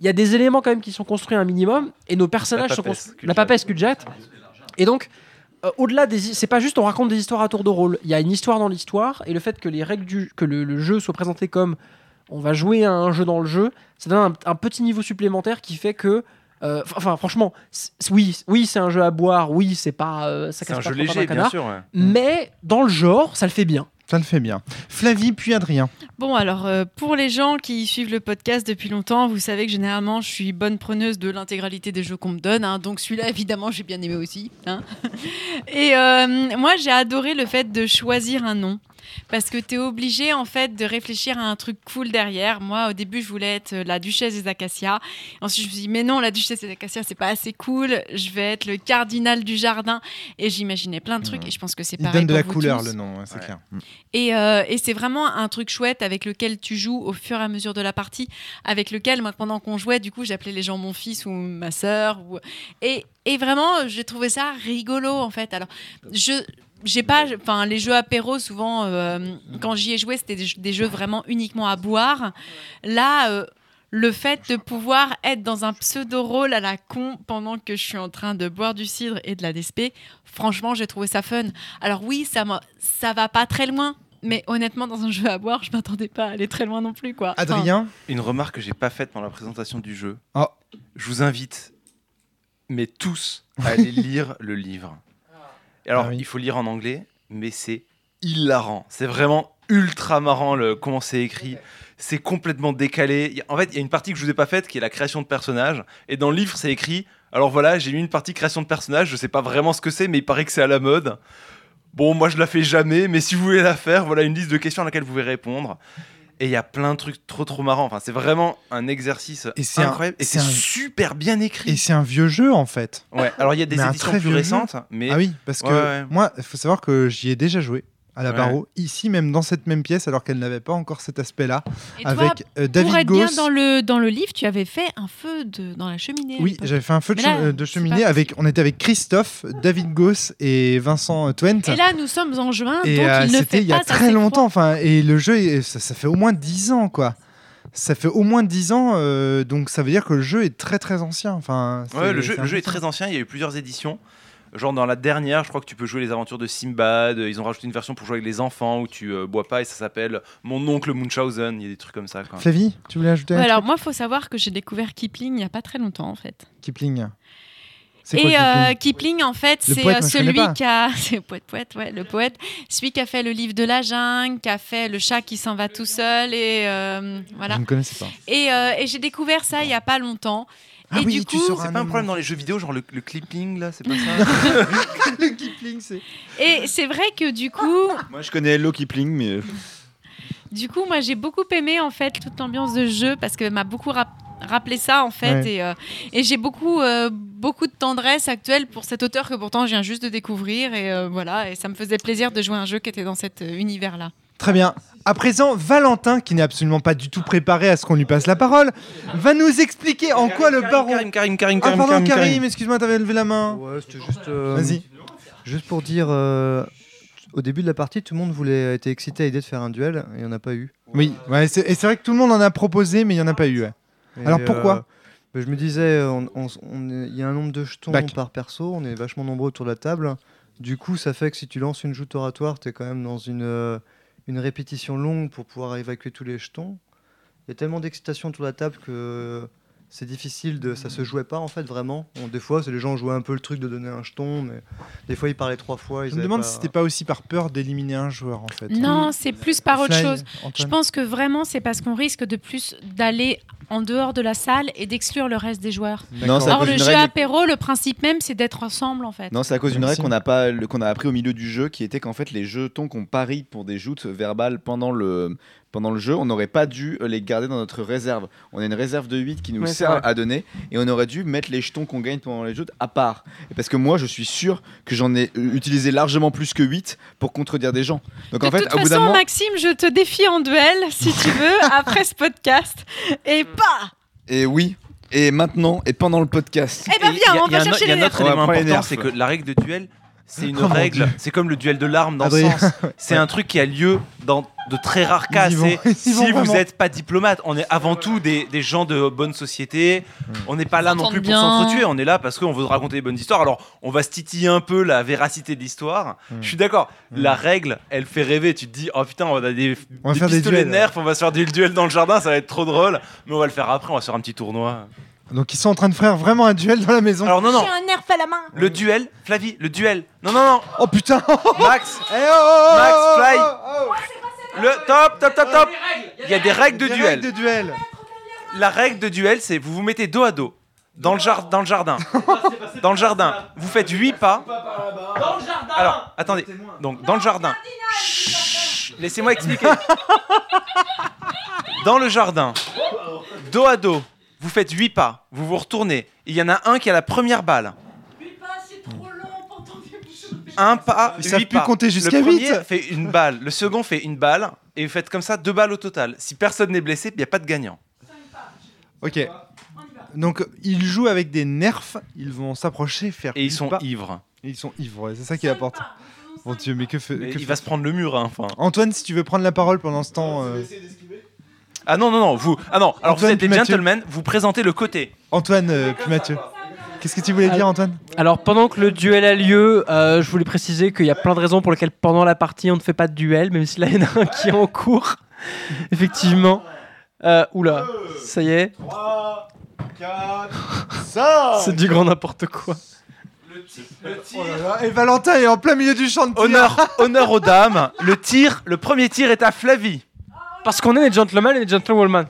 Speaker 6: Il y a des éléments quand même qui sont construits un minimum. Et nos personnages
Speaker 3: La
Speaker 6: sont
Speaker 3: papesse
Speaker 6: construits. La papesse Kudjat. Et donc, euh, au-delà des, hi- c'est pas juste on raconte des histoires à tour de rôle. Il y a une histoire dans l'histoire et le fait que les règles du, que le, le jeu soit présenté comme on va jouer à un jeu dans le jeu, ça donne un, un petit niveau supplémentaire qui fait que, euh, f- enfin, franchement, c- oui, oui, c'est un jeu à boire, oui, c'est pas, euh, ça
Speaker 3: C'est un
Speaker 6: casse pas
Speaker 3: jeu
Speaker 6: trois pattes à
Speaker 3: léger, bien
Speaker 6: canard,
Speaker 3: sûr, ouais.
Speaker 6: Mais dans le genre, ça le fait bien.
Speaker 1: Ça le fait bien. Flavie puis Adrien.
Speaker 5: Bon, alors, euh, pour les gens qui suivent le podcast depuis longtemps, vous savez que généralement, je suis bonne preneuse de l'intégralité des jeux qu'on me donne. hein. donc, celui-là, évidemment, j'ai bien aimé aussi. hein. Et euh, moi, j'ai adoré le fait de choisir un nom. Parce que tu es obligé, en fait, de réfléchir à un truc cool derrière. Moi, au début, je voulais être euh, la duchesse des Acacias. Ensuite, je me suis dit, mais non, la duchesse des Acacias, c'est pas assez cool. Je vais être le cardinal du jardin. Et j'imaginais plein de trucs. Et je pense que c'est
Speaker 1: Il
Speaker 5: pareil.
Speaker 1: donne Mmh. de
Speaker 5: pour vous
Speaker 1: la couleur,
Speaker 5: tous.
Speaker 1: le nom, hein, c'est clair.
Speaker 5: Et, euh, et c'est vraiment un truc chouette avec lequel tu joues au fur et à mesure de la partie, avec lequel, moi, pendant qu'on jouait, du coup, j'appelais les gens mon fils ou ma sœur. Ou... Et, et vraiment, euh, j'ai trouvé ça rigolo, en fait. Alors, je. J'ai pas, enfin, les jeux apéro, souvent, euh, quand j'y ai joué, c'était des, des jeux vraiment uniquement à boire. Là, euh, le fait de pouvoir être dans un pseudo-rôle à la con pendant que je suis en train de boire du cidre et de la DSP, franchement, j'ai trouvé ça fun. Alors oui, ça, m'a- ça va pas très loin, mais honnêtement, dans un jeu à boire, je m'attendais pas à aller très loin non plus, quoi. Enfin,
Speaker 3: Une remarque que j'ai pas faite dans la présentation du jeu.
Speaker 1: Oh.
Speaker 3: Je vous invite, mais tous, à aller lire le livre. Et Alors, il faut lire en anglais, mais c'est hilarant. C'est vraiment ultra marrant le, comment c'est écrit. C'est complètement décalé. Il y a- En fait, il y a une partie que je vous ai pas faite qui est la création de personnages. Et dans le livre, c'est écrit. Alors voilà, j'ai mis une partie création de personnages. Je sais pas vraiment ce que c'est, mais il paraît que c'est à la mode. Bon, moi je la fais jamais, mais si vous voulez la faire, voilà une liste de questions à laquelle vous pouvez répondre. Et il y a plein de trucs trop trop marrants. Enfin, c'est vraiment un exercice
Speaker 1: un-
Speaker 3: incroyable. et c'est
Speaker 1: un-
Speaker 3: super bien écrit.
Speaker 1: Et c'est un vieux jeu en fait.
Speaker 3: Ouais, alors il y a des
Speaker 1: Ah, Mais un
Speaker 3: éditions
Speaker 1: très
Speaker 3: plus
Speaker 1: vieux jeu.
Speaker 3: récentes, mais-
Speaker 1: Ah oui, parce que
Speaker 3: Ouais, ouais.
Speaker 1: moi, il faut savoir que j'y ai déjà joué à la
Speaker 3: Ouais.
Speaker 1: barreau, ici même dans cette même pièce, alors qu'elle n'avait pas encore cet aspect-là,
Speaker 5: et toi,
Speaker 1: avec euh,
Speaker 5: pour
Speaker 1: David
Speaker 5: être bien
Speaker 1: Gauss.
Speaker 5: dans le, dans le livre, tu avais fait un feu de, dans la cheminée. à
Speaker 1: Oui,
Speaker 5: l'époque.
Speaker 1: j'avais fait un feu de,
Speaker 5: Mais là,
Speaker 1: chemi- euh, de
Speaker 5: c'est
Speaker 1: cheminée.
Speaker 5: pas-
Speaker 1: Avec, on était avec Christophe, David Gauss et Vincent euh, Twent.
Speaker 5: Et là, nous sommes en juin,
Speaker 1: Et,
Speaker 5: donc
Speaker 1: euh,
Speaker 5: il ne
Speaker 1: c'était
Speaker 5: fait
Speaker 1: il y a
Speaker 5: pas ça.
Speaker 1: très longtemps. Enfin, et le jeu, est- ça, ça fait au moins 10 ans, quoi. Ça fait au moins 10 ans, euh, donc ça veut dire que le jeu est très très ancien. Enfin, c'est-
Speaker 3: Ouais, le jeu,
Speaker 1: c'est
Speaker 3: le jeu est
Speaker 1: impressionnant.
Speaker 3: très ancien, il y a eu plusieurs éditions. Genre dans la dernière, je crois que tu peux jouer les aventures de Simbad, euh, ils ont rajouté une version pour jouer avec les enfants où tu euh, bois pas et ça s'appelle Mon oncle Munchausen, il y a des trucs comme ça. Quoi.
Speaker 1: Flavie, tu voulais ajouter
Speaker 5: Ouais,
Speaker 1: un
Speaker 5: alors moi, faut savoir que j'ai découvert Kipling il y a pas très longtemps, en fait.
Speaker 1: truc Kipling C'est quoi,
Speaker 5: Et
Speaker 1: Kipling
Speaker 5: euh, Kipling, en fait,
Speaker 1: Le
Speaker 5: c'est
Speaker 1: poète,
Speaker 5: euh,
Speaker 1: moi, je connais
Speaker 5: celui
Speaker 1: pas.
Speaker 5: qui a, c'est le poète, poète, ouais, le poète, celui qui a fait le livre de la jungle, qui a fait le chat qui s'en va tout seul, et euh, voilà.
Speaker 1: Je ne connaissais pas.
Speaker 5: Et, euh, et j'ai découvert ça il y a pas longtemps.
Speaker 3: Ah
Speaker 5: et
Speaker 3: oui,
Speaker 5: du
Speaker 3: tu
Speaker 5: coup,
Speaker 3: sors C'est pas un problème dans les jeux vidéo, genre le, le clipping là, c'est pas ça
Speaker 1: Le Kipling, c'est.
Speaker 5: et c'est vrai que du coup,
Speaker 4: Moi, je connais Hello Kipling, mais. euh,
Speaker 5: du coup, moi j'ai beaucoup aimé en fait toute l'ambiance de jeu parce que m'a beaucoup rap- rappelé ça en fait
Speaker 1: Ouais.
Speaker 5: et, euh, et j'ai beaucoup euh, beaucoup de tendresse actuelle pour cet auteur que pourtant je viens juste de découvrir et euh, voilà et ça me faisait plaisir de jouer à un jeu qui était dans cet euh, univers là.
Speaker 1: Très bien. À présent, Valentin, qui n'est absolument pas du tout préparé à ce qu'on lui passe la parole, va nous expliquer en quoi le baron.
Speaker 3: Karim, Karim, Karim,
Speaker 1: Ah,
Speaker 3: Karim,
Speaker 1: pardon,
Speaker 3: Karim,
Speaker 1: Karim,
Speaker 3: Karim.
Speaker 1: excuse-moi, t'avais levé la main.
Speaker 21: Ouais, c'était juste.
Speaker 1: Vas-y.
Speaker 21: Juste pour dire, euh, au début de la partie, tout le monde voulait était excité à l'idée de faire un duel et il n'y en a pas eu.
Speaker 1: Oui, ouais, c'est- et c'est vrai que tout le monde en a proposé, mais il n'y en a pas eu. ouais.
Speaker 21: Et,
Speaker 1: Alors pourquoi
Speaker 21: euh, bah, Je me disais, euh, on- on s- on est- il y a un nombre de jetons
Speaker 1: Bac.
Speaker 21: par perso, on est vachement nombreux autour de la table. Du coup, ça fait que si tu lances une joute oratoire, tu es quand même dans une, euh, une répétition longue pour pouvoir évacuer tous les jetons. Il y a tellement d'excitation autour de la table que c'est difficile de. Ça se jouait pas en fait vraiment. Bon, des fois, c'est les gens jouaient un peu le truc de donner un jeton, mais des fois ils parlaient trois fois. Ils
Speaker 1: Je me
Speaker 21: avaient
Speaker 1: demande
Speaker 21: pas-
Speaker 1: si c'était pas aussi par peur d'éliminer un joueur en fait.
Speaker 5: Non, c'est plus par autre
Speaker 1: Fly,
Speaker 5: chose. Je
Speaker 1: Antoine.
Speaker 5: pense que vraiment, c'est parce qu'on risque de plus d'aller en dehors de la salle et d'exclure le reste des joueurs.
Speaker 4: Non, c'est à
Speaker 5: Or,
Speaker 4: cause
Speaker 5: le
Speaker 4: d'une
Speaker 5: jeu
Speaker 4: règle-
Speaker 5: apéro, le principe même, c'est d'être ensemble, en fait.
Speaker 4: Non, c'est à cause d'une règle qu'on a, pas, le- qu'on a appris au milieu du jeu qui était qu'en fait, les jetons qu'on parie pour des joutes verbales pendant le, pendant le jeu, on n'aurait pas dû euh, les garder dans notre réserve. On a une réserve de 8 qui nous
Speaker 6: Ouais, c'est
Speaker 4: sert
Speaker 6: vrai.
Speaker 4: à donner et on aurait dû mettre les jetons qu'on gagne pendant les joutes à part. Et parce que moi, je suis sûr que j'en ai euh, utilisé largement plus que 8 pour contredire des gens. Donc
Speaker 5: de
Speaker 4: en fait,
Speaker 5: toute
Speaker 4: au bout d'un
Speaker 5: façon,
Speaker 4: moment.
Speaker 5: Maxime, je te défie en duel, si tu veux, après ce podcast. Et bah, pas
Speaker 4: Et oui, et maintenant, et pendant le podcast.
Speaker 5: Eh ben,
Speaker 3: Et
Speaker 5: viens,
Speaker 3: il y a-
Speaker 5: on
Speaker 3: il y a
Speaker 5: va
Speaker 3: un autre-
Speaker 5: chercher
Speaker 3: Il y a
Speaker 5: les
Speaker 3: un autre
Speaker 4: nerfs.
Speaker 3: élément
Speaker 4: On va prendre les
Speaker 3: important,
Speaker 4: nerfs.
Speaker 3: c'est que la règle de duel, c'est une
Speaker 4: Oh mon
Speaker 3: règle,
Speaker 4: Dieu.
Speaker 1: Ah,
Speaker 3: c'est comme le duel de l'arme dans le
Speaker 4: Adrien.
Speaker 3: sens. C'est un truc qui a lieu dans de très rares cas.
Speaker 1: Ils y vont-
Speaker 3: c'est-
Speaker 1: ils y vont
Speaker 3: si vous
Speaker 1: vraiment.
Speaker 3: n'êtes pas diplomate, on est avant tout des, des gens de bonne société.
Speaker 1: Hmm.
Speaker 3: On n'est pas là non
Speaker 27: S'entendent
Speaker 3: plus pour
Speaker 27: bien.
Speaker 3: s'entretuer. On est là parce qu'on veut raconter des bonnes histoires. Alors, on va se titiller un peu la véracité de l'histoire.
Speaker 1: Hmm.
Speaker 3: Je suis d'accord. La règle, elle fait rêver. Tu te dis, oh putain, on a des,
Speaker 1: On va
Speaker 3: des
Speaker 1: faire des
Speaker 3: pistolets
Speaker 1: duels.
Speaker 3: nerfs, on va se faire des duels dans le jardin, ça va être trop drôle. Mais on va le faire après, on va se faire un petit tournoi.
Speaker 1: Donc ils sont en train de faire vraiment un duel dans la maison.
Speaker 3: Alors non, non.
Speaker 5: un nerf à la main.
Speaker 3: Le duel, Flavie, le duel. Non, non, non.
Speaker 1: Oh putain.
Speaker 3: Max.
Speaker 1: oh,
Speaker 3: Max,
Speaker 1: oh,
Speaker 3: fly.
Speaker 1: oh,
Speaker 3: Le top, top, top, top. Il y a des règles de
Speaker 1: Des
Speaker 3: duel.
Speaker 1: règles de duel.
Speaker 3: La règle de duel, c'est vous vous mettez dos à dos. Dans le, jar- dans le jardin. Dans le jardin. Vous faites 8 pas.
Speaker 26: euh,
Speaker 28: Dans le jardin
Speaker 3: Alors, attendez. Donc, dans le jardin. Chut, Laissez-moi expliquer. Dans le jardin, dos à dos, vous faites 8 pas. Vous vous retournez. Il y en a un qui a la première balle. Un pas,
Speaker 1: Ils savent
Speaker 3: huit
Speaker 1: plus
Speaker 3: pas.
Speaker 1: compter jusqu'à
Speaker 3: Le premier
Speaker 1: huit.
Speaker 3: fait une balle, le second fait une balle, et vous faites comme ça deux balles au total. Si personne n'est blessé, il n'y a pas de gagnant.
Speaker 1: Ok. Donc ils jouent avec des nerfs, ils vont s'approcher, faire.
Speaker 3: Et ils
Speaker 1: huit
Speaker 3: sont
Speaker 1: pas.
Speaker 3: ivres.
Speaker 1: Et ils sont ivres, ouais, c'est ça qui est important. Bon Dieu, mais que fait.
Speaker 3: Mais
Speaker 1: que
Speaker 3: il
Speaker 1: fait-
Speaker 3: va se prendre le mur, hein, enfin.
Speaker 1: Antoine, si tu veux prendre la parole pendant ce temps. euh,
Speaker 3: Ah non, non, non, vous. Ah non, alors vous
Speaker 1: Antoine
Speaker 3: êtes des
Speaker 1: puis Mathieu.
Speaker 3: gentlemen, vous présentez le côté.
Speaker 1: Antoine, euh, puis Mathieu. Qu'est-ce que tu voulais dire, Antoine
Speaker 6: Alors pendant que le duel a lieu, euh, je voulais préciser qu'il y a plein de raisons pour lesquelles pendant la partie on ne fait pas de duel, même si là il y en a un qui est en cours. Effectivement. Euh, oula, ça y est,
Speaker 7: 3, 4,
Speaker 6: c'est du grand n'importe quoi.
Speaker 1: Oh
Speaker 3: Et Valentin est en plein milieu du champ de Honneur, honneur aux dames. Le tir, le premier tir est à Flavie.
Speaker 6: Parce qu'on est des gentlemen et des gentlewomen.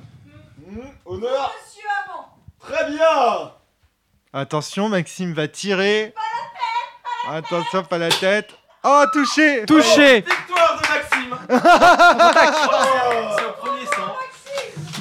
Speaker 7: Mmh, Honneur Très bien
Speaker 1: Attention, Maxime va tirer. Attention, pas la tête. Oh, touché Oh.
Speaker 6: Touché
Speaker 7: Oh, Victoire de Maxime Oh, C'est au premier sang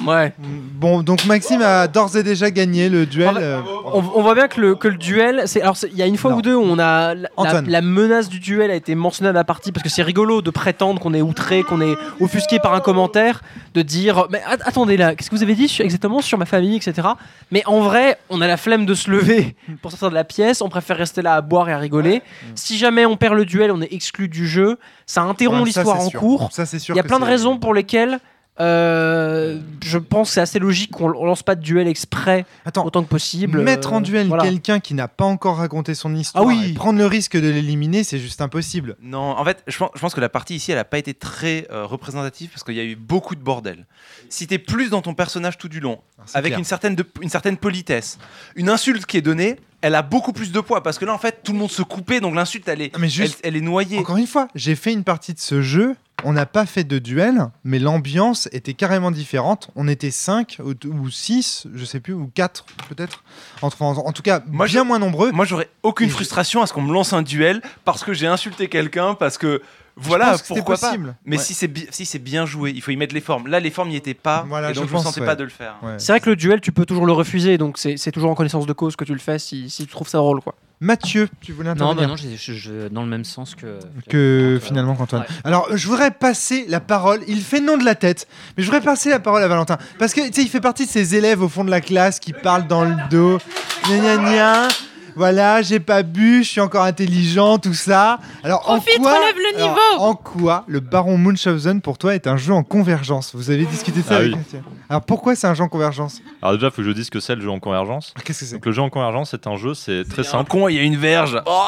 Speaker 6: Ouais.
Speaker 1: Bon, donc Maxime a d'ores et déjà gagné le duel. euh,
Speaker 6: On, on voit bien que le, que le duel, c'est alors c'est- il y a une fois ou deux où on a la, la-
Speaker 1: Antoine.
Speaker 6: la menace du duel a été mentionnée à la partie parce que c'est rigolo de prétendre qu'on est outré, qu'on est offusqué par un commentaire, de dire mais at- attendez là, qu'est-ce que vous avez dit sur- exactement sur ma famille, etc. Mais en vrai, on a la flemme de se lever pour sortir de la pièce, on préfère rester là à boire et à rigoler. Si jamais on perd le duel, on est exclu du jeu, ça interrompt
Speaker 1: Ouais, ça,
Speaker 6: l'histoire
Speaker 1: c'est
Speaker 6: en
Speaker 1: sûr.
Speaker 6: cours.
Speaker 1: Ça, c'est sûr
Speaker 6: Il y a
Speaker 1: que
Speaker 6: plein de
Speaker 1: c'est-
Speaker 6: raisons pour lesquelles. euh, je pense que c'est assez logique qu'on on lance pas de duel exprès autant que possible.
Speaker 1: Mettre en
Speaker 6: Euh,
Speaker 1: duel
Speaker 6: voilà.
Speaker 1: quelqu'un qui n'a pas encore raconté son histoire et prendre le risque de l'éliminer, c'est juste impossible.
Speaker 3: Non, en fait, je pense, je pense que la partie ici, elle n'a pas été très euh, représentative parce qu'il y a eu beaucoup de bordel. Si t'es plus dans ton personnage tout du long,
Speaker 1: Ah, c'est
Speaker 3: avec
Speaker 1: clair.
Speaker 3: une certaine, de- une certaine politesse, une insulte qui est donnée, elle a beaucoup plus de poids parce que là, en fait, tout le monde se coupait, donc l'insulte, elle est,
Speaker 1: Ah, Mais juste-
Speaker 3: elle, elle est noyée.
Speaker 1: Encore une fois, j'ai fait une partie de ce jeu. On n'a pas fait de duel, mais l'ambiance était carrément différente. On était 5 ou 6, je sais plus, ou 4 peut-être. Entre- En, en tout cas, bien moins nombreux.
Speaker 3: Moi, j'aurais aucune frustration à ce qu'on me lance un duel parce que j'ai insulté quelqu'un, parce que voilà,
Speaker 1: pense que c'est
Speaker 3: pourquoi pas.
Speaker 1: possible.
Speaker 3: Mais
Speaker 1: Ouais.
Speaker 3: si c'est bi- si c'est bien joué, il faut y mettre les formes. Là, les formes n'y étaient pas, et donc je ne sentais pas de le faire.
Speaker 6: C'est vrai que le duel, tu peux toujours le refuser, donc c'est c'est toujours en connaissance de cause que tu le fais si, si tu trouves ça drôle. Quoi.
Speaker 1: Mathieu, tu voulais
Speaker 14: Non,
Speaker 1: intervenir
Speaker 14: bah non, j'ai- je- je- dans le même sens que.
Speaker 3: euh,
Speaker 1: que finalement qu'Antoine.
Speaker 14: Ouais.
Speaker 1: Alors, je voudrais passer la parole. Il fait non de la tête, mais je voudrais passer la parole à Valentin parce que tu sais, il fait partie de ces élèves au fond de la classe qui parlent dans le dos. Gna gna gna. Voilà, j'ai pas bu, je suis encore intelligent, tout ça. Alors,
Speaker 29: Profite,
Speaker 1: en quoi,
Speaker 29: relève le
Speaker 1: alors,
Speaker 29: niveau.
Speaker 1: En quoi le Baron Munchausen pour toi est un jeu en convergence Vous avez discuté de ça
Speaker 23: Ah
Speaker 1: avec
Speaker 23: oui.
Speaker 1: Mathieu. Alors, pourquoi c'est un jeu en convergence
Speaker 23: Alors déjà, il faut que je dise ce que c'est le jeu en convergence.
Speaker 1: Ah, Qu'est-ce que c'est
Speaker 23: Donc le jeu en convergence, c'est un jeu, c'est très simple.
Speaker 3: con, il y a une verge.
Speaker 1: Oh,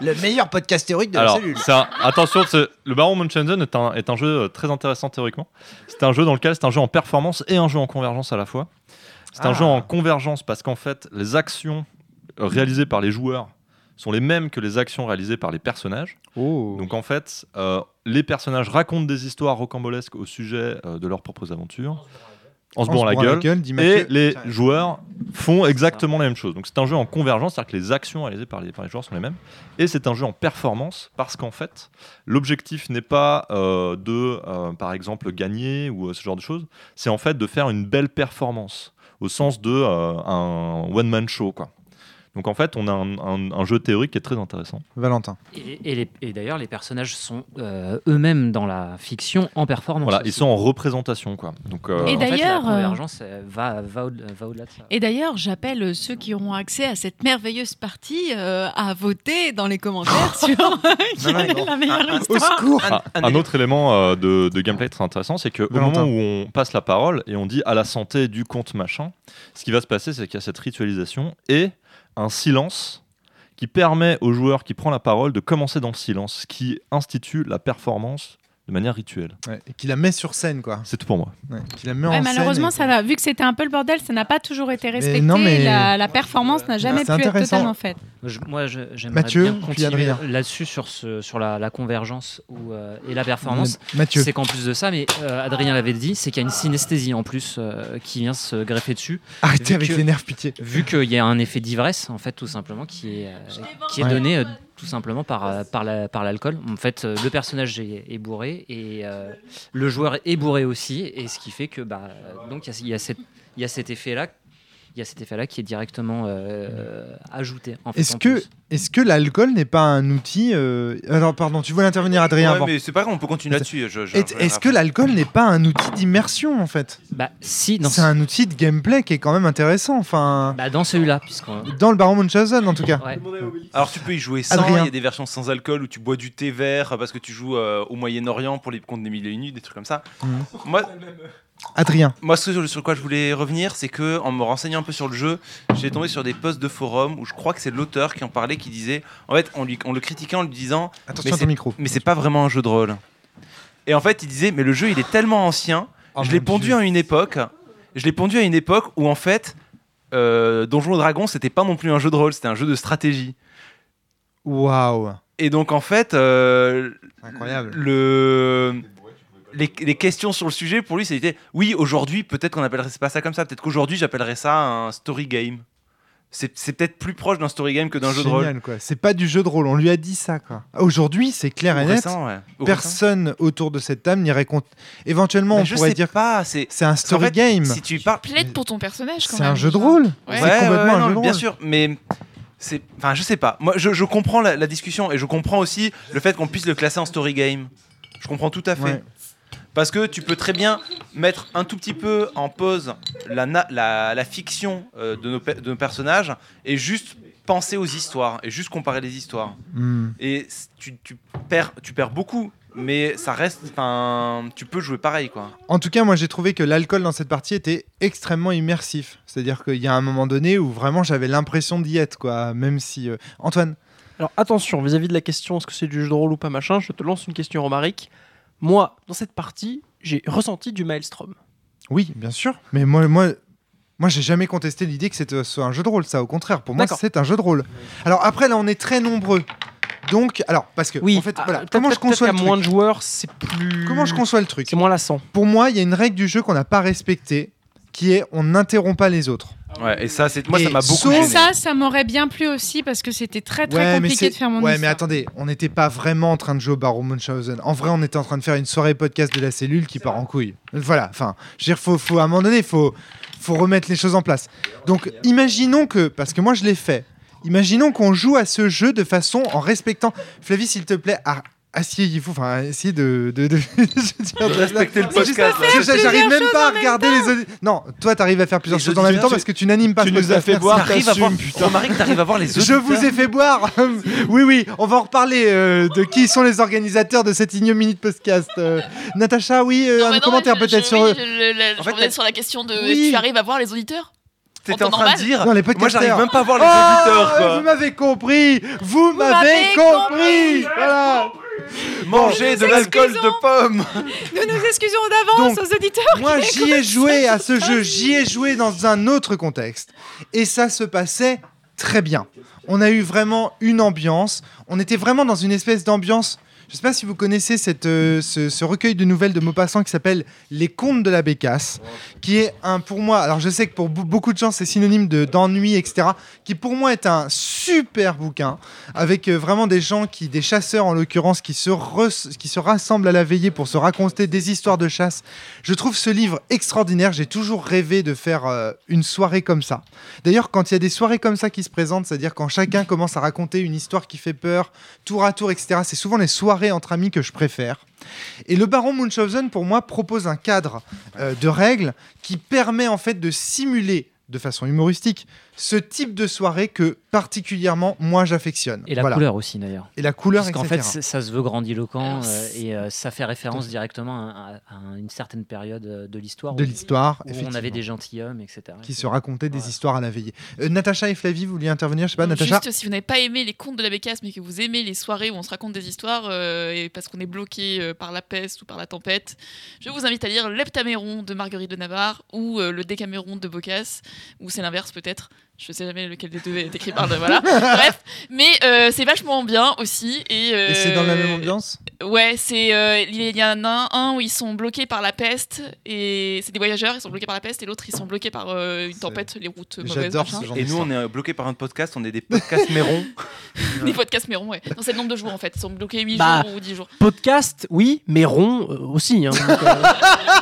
Speaker 1: Le meilleur podcast théorique
Speaker 23: Alors, c'est un- attention, c'est- le Baron Munchausen est un, est un jeu euh, très intéressant théoriquement. C'est un jeu dans lequel c'est un jeu en performance et un jeu en convergence à la fois. C'est un
Speaker 3: Ah.
Speaker 23: jeu en convergence parce qu'en fait, les actions euh, réalisées par les joueurs sont les mêmes que les actions réalisées par les personnages.
Speaker 1: Oh.
Speaker 23: Donc en fait, euh, les personnages racontent des histoires rocambolesques au sujet euh, de leurs propres aventures. En se bourrant la gueule.
Speaker 1: dit
Speaker 23: et
Speaker 1: Mathieu.
Speaker 23: les joueurs font exactement la même chose. Donc c'est un jeu en convergence, c'est-à-dire que les actions réalisées par les, par les joueurs sont les mêmes. Et c'est un jeu en performance parce qu'en fait, l'objectif n'est pas euh, de, euh, par exemple, gagner ou euh, ce genre de choses. C'est en fait de faire une belle performance au sens de euh, un one-man show, quoi. Donc en fait, on a un, un- un jeu théorique qui est très intéressant.
Speaker 1: Valentin.
Speaker 14: Et, et les- et d'ailleurs, les personnages sont euh, eux-mêmes dans la fiction en performance.
Speaker 23: Voilà, ils
Speaker 14: aussi.
Speaker 23: sont en représentation, quoi. Donc, euh,
Speaker 14: Donc,
Speaker 5: Et
Speaker 14: en fait,
Speaker 5: d'ailleurs,
Speaker 14: la convergence euh, va, va au- va au-delà de ça.
Speaker 5: Et d'ailleurs, j'appelle euh, ceux qui auront accès à cette merveilleuse partie euh, à voter dans les commentaires sur euh, quelle
Speaker 23: non,
Speaker 5: est la meilleure
Speaker 23: Au
Speaker 5: histoire.
Speaker 23: Ah, Un, autre élément euh, de, de gameplay très intéressant, c'est qu'au
Speaker 1: Valentin.
Speaker 23: moment où on passe la parole et on dit à la santé du compte machin, ce qui va se passer, c'est qu'il y a cette ritualisation et un silence qui permet au joueur qui prend la parole de commencer dans le silence, ce qui institue la performance de manière rituelle.
Speaker 1: et qui la met sur scène, quoi.
Speaker 23: C'est tout pour moi.
Speaker 1: Qui la met
Speaker 30: Ouais,
Speaker 1: en
Speaker 30: malheureusement, ça
Speaker 1: scène.
Speaker 30: n'a- vu que c'était un peu le bordel, ça n'a pas toujours été respecté.
Speaker 1: non, mais-
Speaker 30: la, la performance n'a jamais
Speaker 1: c'est
Speaker 30: pu être
Speaker 1: intéressant.
Speaker 30: totalement faite.
Speaker 14: Je- moi, je- j'aimerais
Speaker 1: Mathieu,
Speaker 14: bien
Speaker 1: puis
Speaker 14: continuer
Speaker 1: Adrien.
Speaker 14: là-dessus sur, ce, sur la, la convergence ou, euh, et la performance.
Speaker 1: Ma- Mathieu.
Speaker 14: C'est qu'en plus de ça, mais euh, Adrien l'avait dit, c'est qu'il y a une synesthésie en plus euh, qui vient se greffer dessus.
Speaker 1: Arrêtez
Speaker 14: Vu
Speaker 1: avec
Speaker 14: que-
Speaker 1: les nerfs, pitié.
Speaker 14: Vu qu'il y a un effet d'ivresse, en fait, tout simplement, qui est, euh, qui est
Speaker 1: Ouais.
Speaker 14: donné euh, tout simplement par, euh, par, la- par l'alcool. En fait, euh, le personnage est, est bourré et euh, le joueur est bourré aussi, et ce qui fait que bah, euh, donc il y a- il y, a cette- il y a cet effet-là. Il y a cet effet-là qui est directement euh, ajouté. en fait,
Speaker 1: Est-ce
Speaker 14: en
Speaker 1: que, est que l'alcool n'est pas un outil euh, Alors, pardon, tu voulais intervenir, Adrien
Speaker 3: Ouais,
Speaker 1: avant.
Speaker 3: mais c'est pas grave, on peut continuer là-dessus. je- je-
Speaker 1: Est- Est-ce que l'alcool n'est pas un outil d'immersion en fait
Speaker 14: Bah si,
Speaker 1: c'est un outil de gameplay qui est quand même intéressant. Enfin,
Speaker 14: bah dans celui-là, puisqu'on.
Speaker 1: Dans le Baron Munchausen en tout cas.
Speaker 3: Alors tu peux y jouer sans,
Speaker 1: Adrien.
Speaker 3: il y a des versions sans alcool où tu bois du thé vert euh, parce que tu joues euh, au Moyen-Orient pour les comptes des mille et une nuits, des trucs comme ça.
Speaker 1: Mhm.
Speaker 3: Moi,
Speaker 1: Adrien.
Speaker 3: moi ce que- sur quoi je voulais revenir, c'est que en me renseignant un peu sur le jeu, j'ai tombé sur des posts de forum où je crois que c'est l'auteur qui en parlait, qui disait, en fait, on, lui, on le critiquait en lui disant,
Speaker 1: Attention
Speaker 3: mais
Speaker 1: à ton
Speaker 3: c'est-
Speaker 1: micro.
Speaker 3: mais c'est pas vraiment un jeu de rôle. Et en fait, il disait, mais le jeu, il est tellement ancien.
Speaker 1: Oh,
Speaker 3: je l'ai pondu à une époque. Je l'ai pondu à une époque où, en fait, euh, Donjons et Dragons, c'était pas non plus un jeu de rôle, c'était un jeu de stratégie.
Speaker 1: Waouh.
Speaker 3: Et donc, en fait, euh,
Speaker 1: Incroyable.
Speaker 3: Le. Les, les questions sur le sujet, pour lui, c'était oui, aujourd'hui, peut-être qu'on appellerait pas ça comme ça. Peut-être qu'aujourd'hui, j'appellerais ça un story game. C'est c'est peut-être plus proche d'un story game que d'un jeu de rôle.
Speaker 1: Génial, quoi. C'est pas du jeu de rôle. On lui a dit ça quoi. Aujourd'hui, c'est clair
Speaker 3: Ou
Speaker 1: et net.
Speaker 3: récent, ouais. Ou
Speaker 1: Personne autour de cette table n'irait compte. Éventuellement,
Speaker 3: Bah,
Speaker 1: on
Speaker 3: je
Speaker 1: pourrait
Speaker 3: sais
Speaker 1: dire
Speaker 3: pas. C'est
Speaker 1: un
Speaker 3: Parce qu'en
Speaker 1: story
Speaker 3: fait,
Speaker 1: game.
Speaker 3: Si tu parles,
Speaker 2: Plaide pour ton personnage quand
Speaker 1: C'est
Speaker 2: même.
Speaker 1: un jeu de rôle.
Speaker 2: Ouais.
Speaker 1: C'est complètement hein. un jeu de
Speaker 3: Bien
Speaker 1: rôle.
Speaker 3: sûr, mais c'est. Enfin, je sais pas. Moi, je, je comprends la, la discussion et je comprends aussi le fait qu'on puisse le classer en story game. Je comprends tout à fait.
Speaker 1: Ouais.
Speaker 3: Parce que tu peux très bien mettre un tout petit peu en pause la, na- la, la fiction euh, de, nos, pe- de nos personnages et juste penser aux histoires et juste comparer les histoires.
Speaker 1: Hmm.
Speaker 3: Et c- tu, tu perds, tu perds beaucoup, mais ça reste. Enfin, tu peux jouer pareil, quoi.
Speaker 1: En tout cas, moi j'ai trouvé que l'alcool dans cette partie était extrêmement immersif. C'est-à-dire qu'il y a un moment donné où vraiment j'avais l'impression d'y être, quoi. Même si. euh, Antoine.
Speaker 6: Alors attention, vis-à-vis de la question est-ce que c'est du jeu de rôle ou pas machin, je te lance une question romarique. Moi, dans cette partie, j'ai ressenti du Maelstrom.
Speaker 1: Oui, bien sûr. Mais moi, moi, moi, j'ai jamais contesté l'idée que c'était euh, soit un jeu de rôle. Ça, au contraire, pour moi,
Speaker 6: D'accord.
Speaker 1: c'est un jeu de rôle. Alors après, là, on est très nombreux. Donc, alors, parce que,
Speaker 6: Oui,
Speaker 1: en fait,
Speaker 6: ah,
Speaker 1: voilà,
Speaker 6: peut-être-
Speaker 1: comment je
Speaker 6: peut-être
Speaker 1: conçois
Speaker 6: qu'à
Speaker 1: le truc
Speaker 6: moins de joueurs, c'est plus.
Speaker 1: Comment je conçois le truc
Speaker 6: C'est moins lassant.
Speaker 1: Pour moi, il y a une règle du jeu qu'on n'a pas respectée, qui est on n'interrompt pas les autres.
Speaker 3: Ouais, et ça, c'est moi, ça
Speaker 1: Et
Speaker 3: m'a beaucoup
Speaker 1: sauf-
Speaker 30: Mais
Speaker 3: gêné.
Speaker 30: ça, ça m'aurait bien plu aussi parce que c'était très très
Speaker 1: Ouais, mais
Speaker 30: compliqué
Speaker 1: c'est-
Speaker 30: de faire mon
Speaker 1: Ouais, mais
Speaker 30: histoire.
Speaker 1: attendez, on n'était pas vraiment en train de jouer au Baron Munchausen. En vrai, on était en train de faire une soirée podcast de la cellule qui part en couille. Voilà, enfin, je veux dire, faut, faut, à un moment donné, faut, faut remettre les choses en place. Donc, imaginons que, parce que moi je l'ai fait, imaginons qu'on joue à ce jeu de façon en respectant. Flavie, s'il te plaît, ar- Asseyez-vous, enfin, essayez de, de, de- je veux dire,
Speaker 3: De respecter le
Speaker 1: C'est juste-
Speaker 3: podcast,
Speaker 1: c'est juste-
Speaker 3: ouais.
Speaker 1: J'arrive même
Speaker 3: Plusieurs
Speaker 1: pas à regarder les audi- Non, toi, t'arrives à faire plusieurs
Speaker 3: Les
Speaker 1: choses en même temps
Speaker 3: auditeurs,
Speaker 1: parce que tu n'animes pas.
Speaker 3: tu
Speaker 1: ce
Speaker 3: nous as
Speaker 1: podcast.
Speaker 3: fait boire, T'arrives à t'assumes, voir- putain. remarque, t'arrives à voir les
Speaker 1: Je vous ai
Speaker 3: auditeurs.
Speaker 1: fait boire. oui, oui, on va en reparler euh, de qui sont les organisateurs de cette ignominie de podcast. Euh, Natacha, oui, euh, un
Speaker 2: Bah non,
Speaker 1: commentaire
Speaker 2: mais je-
Speaker 1: peut-être
Speaker 2: je-
Speaker 1: sur. euh,
Speaker 2: oui,
Speaker 1: eux.
Speaker 2: je- le- le- je revenais sur la question de
Speaker 1: Oui.
Speaker 2: tu arrives à voir les auditeurs
Speaker 3: T'étais en
Speaker 2: temps
Speaker 3: train de
Speaker 2: normal
Speaker 3: dire.
Speaker 1: Non, les
Speaker 3: moi, j'arrive
Speaker 1: podcasteurs.
Speaker 3: même pas à voir les
Speaker 1: Oh,
Speaker 3: auditeurs, quoi.
Speaker 1: Vous m'avez compris. Vous, m'avez
Speaker 3: m'avez
Speaker 1: compris. Voilà.
Speaker 3: Manger de l'alcool de pomme
Speaker 5: Nous nous excusons d'avance
Speaker 1: Donc,
Speaker 5: aux auditeurs.
Speaker 1: Moi,
Speaker 5: qui
Speaker 1: j'y ai joué à ce jeu, j'y ai joué dans un autre contexte. Et ça se passait très bien. On a eu vraiment une ambiance. On était vraiment dans une espèce d'ambiance. Je sais pas si vous connaissez cette, euh, ce, ce recueil de nouvelles de Maupassant qui s'appelle Les Contes de la Bécasse, qui est un, pour moi, alors je sais que pour bou- beaucoup de gens c'est synonyme de- d'ennui, etc., qui pour moi est un super bouquin, avec euh, vraiment des gens qui, des chasseurs en l'occurrence, qui, se res- qui se rassemblent à la veillée pour se raconter des histoires de chasse. Je trouve ce livre extraordinaire, j'ai toujours rêvé de faire euh, une soirée comme ça. D'ailleurs, quand il y a des soirées comme ça qui se présentent, c'est-à-dire quand chacun commence à raconter une histoire qui fait peur, tour à tour, etc., c'est souvent les soirées entre amis que je préfère. Et le baron Munchausen, pour moi, propose un cadre euh, de règles qui permet en fait de simuler de façon humoristique, ce type de soirée que particulièrement moi j'affectionne.
Speaker 14: Et la
Speaker 1: Voilà.
Speaker 14: couleur aussi d'ailleurs.
Speaker 1: Et la couleur,
Speaker 14: Parce qu'en
Speaker 1: etc.
Speaker 14: fait, c'est- ça se veut grandiloquent euh, et euh, ça fait référence
Speaker 1: Attends.
Speaker 14: directement à, à- à une certaine période euh, de l'histoire.
Speaker 1: De
Speaker 14: où-
Speaker 1: l'histoire,
Speaker 14: où on
Speaker 1: effectivement.
Speaker 14: avait des gentilshommes, etc.
Speaker 1: qui se racontait des histoires à la veillée. Euh, Natacha et Flavie, vous vouliez intervenir
Speaker 5: Euh,
Speaker 1: Je sais pas, Ah, Natacha.
Speaker 2: Juste si vous n'avez pas aimé les contes de la Bécasse, mais que vous aimez les soirées où on se raconte des histoires euh, et parce qu'on est bloqué euh, par la peste ou par la tempête, je vous invite à lire L'Heptaméron de Marguerite de Navarre ou euh, Le Décaméron de Boccace, ou c'est l'inverse peut-être. Je sais jamais lequel des deux est écrit par le voilà. Bref, mais euh, c'est vachement bien aussi. Et, euh,
Speaker 1: Et c'est dans la même ambiance
Speaker 2: Ouais, c'est euh, il y en a un où ils sont bloqués par la peste et c'est des voyageurs, ils sont bloqués par la peste et l'autre ils sont bloqués par euh, une tempête, les routes mauvaises. machin.
Speaker 3: Et nous, on est bloqué par un podcast, on est des podcasts mérons.
Speaker 2: Des podcasts mais ronds, ouais. Non, c'est le nombre de jours en fait. Ils sont bloqués 8
Speaker 7: Bah,
Speaker 2: jours ou 10 jours.
Speaker 7: Podcast, oui, mais rond euh, aussi. hein. Donc, euh,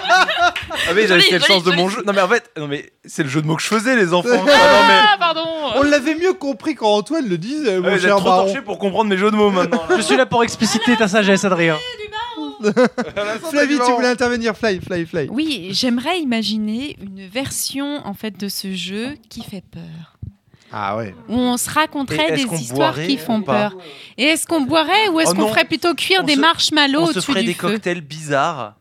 Speaker 3: Ah mais j'avais
Speaker 2: Joli,
Speaker 3: fait le
Speaker 2: joli,
Speaker 3: sens de mon jeu. Non mais en fait, non mais c'est le jeu de mots que je faisais les enfants. Ah, non, mais-
Speaker 2: Ah, pardon
Speaker 1: On l'avait mieux compris quand Antoine le disait.
Speaker 3: Ah,
Speaker 1: mon
Speaker 3: vous êtes
Speaker 1: cher
Speaker 3: trop
Speaker 1: baron.
Speaker 3: torché pour comprendre mes jeux de mots maintenant.
Speaker 7: je suis là pour expliciter ta sagesse, Adrien.
Speaker 1: Flavie, tu voulais intervenir. Fly, fly, fly.
Speaker 5: Oui, j'aimerais imaginer une version en fait de ce jeu qui fait peur.
Speaker 1: Ah ouais.
Speaker 5: Où on se
Speaker 1: Et
Speaker 5: raconterait
Speaker 1: est-ce
Speaker 5: des
Speaker 1: qu'on
Speaker 5: histoires
Speaker 1: boirait
Speaker 5: qui
Speaker 1: ou
Speaker 5: font
Speaker 1: pas
Speaker 5: peur. Et est-ce qu'on boirait ou est-ce
Speaker 3: Oh
Speaker 5: qu'on
Speaker 3: non,
Speaker 5: ferait plutôt cuire
Speaker 3: on
Speaker 5: des
Speaker 3: se-
Speaker 5: marshmallows
Speaker 3: On se
Speaker 5: au-dessus
Speaker 3: ferait
Speaker 5: du
Speaker 3: des
Speaker 5: feu Ah,
Speaker 3: cocktails bizarres.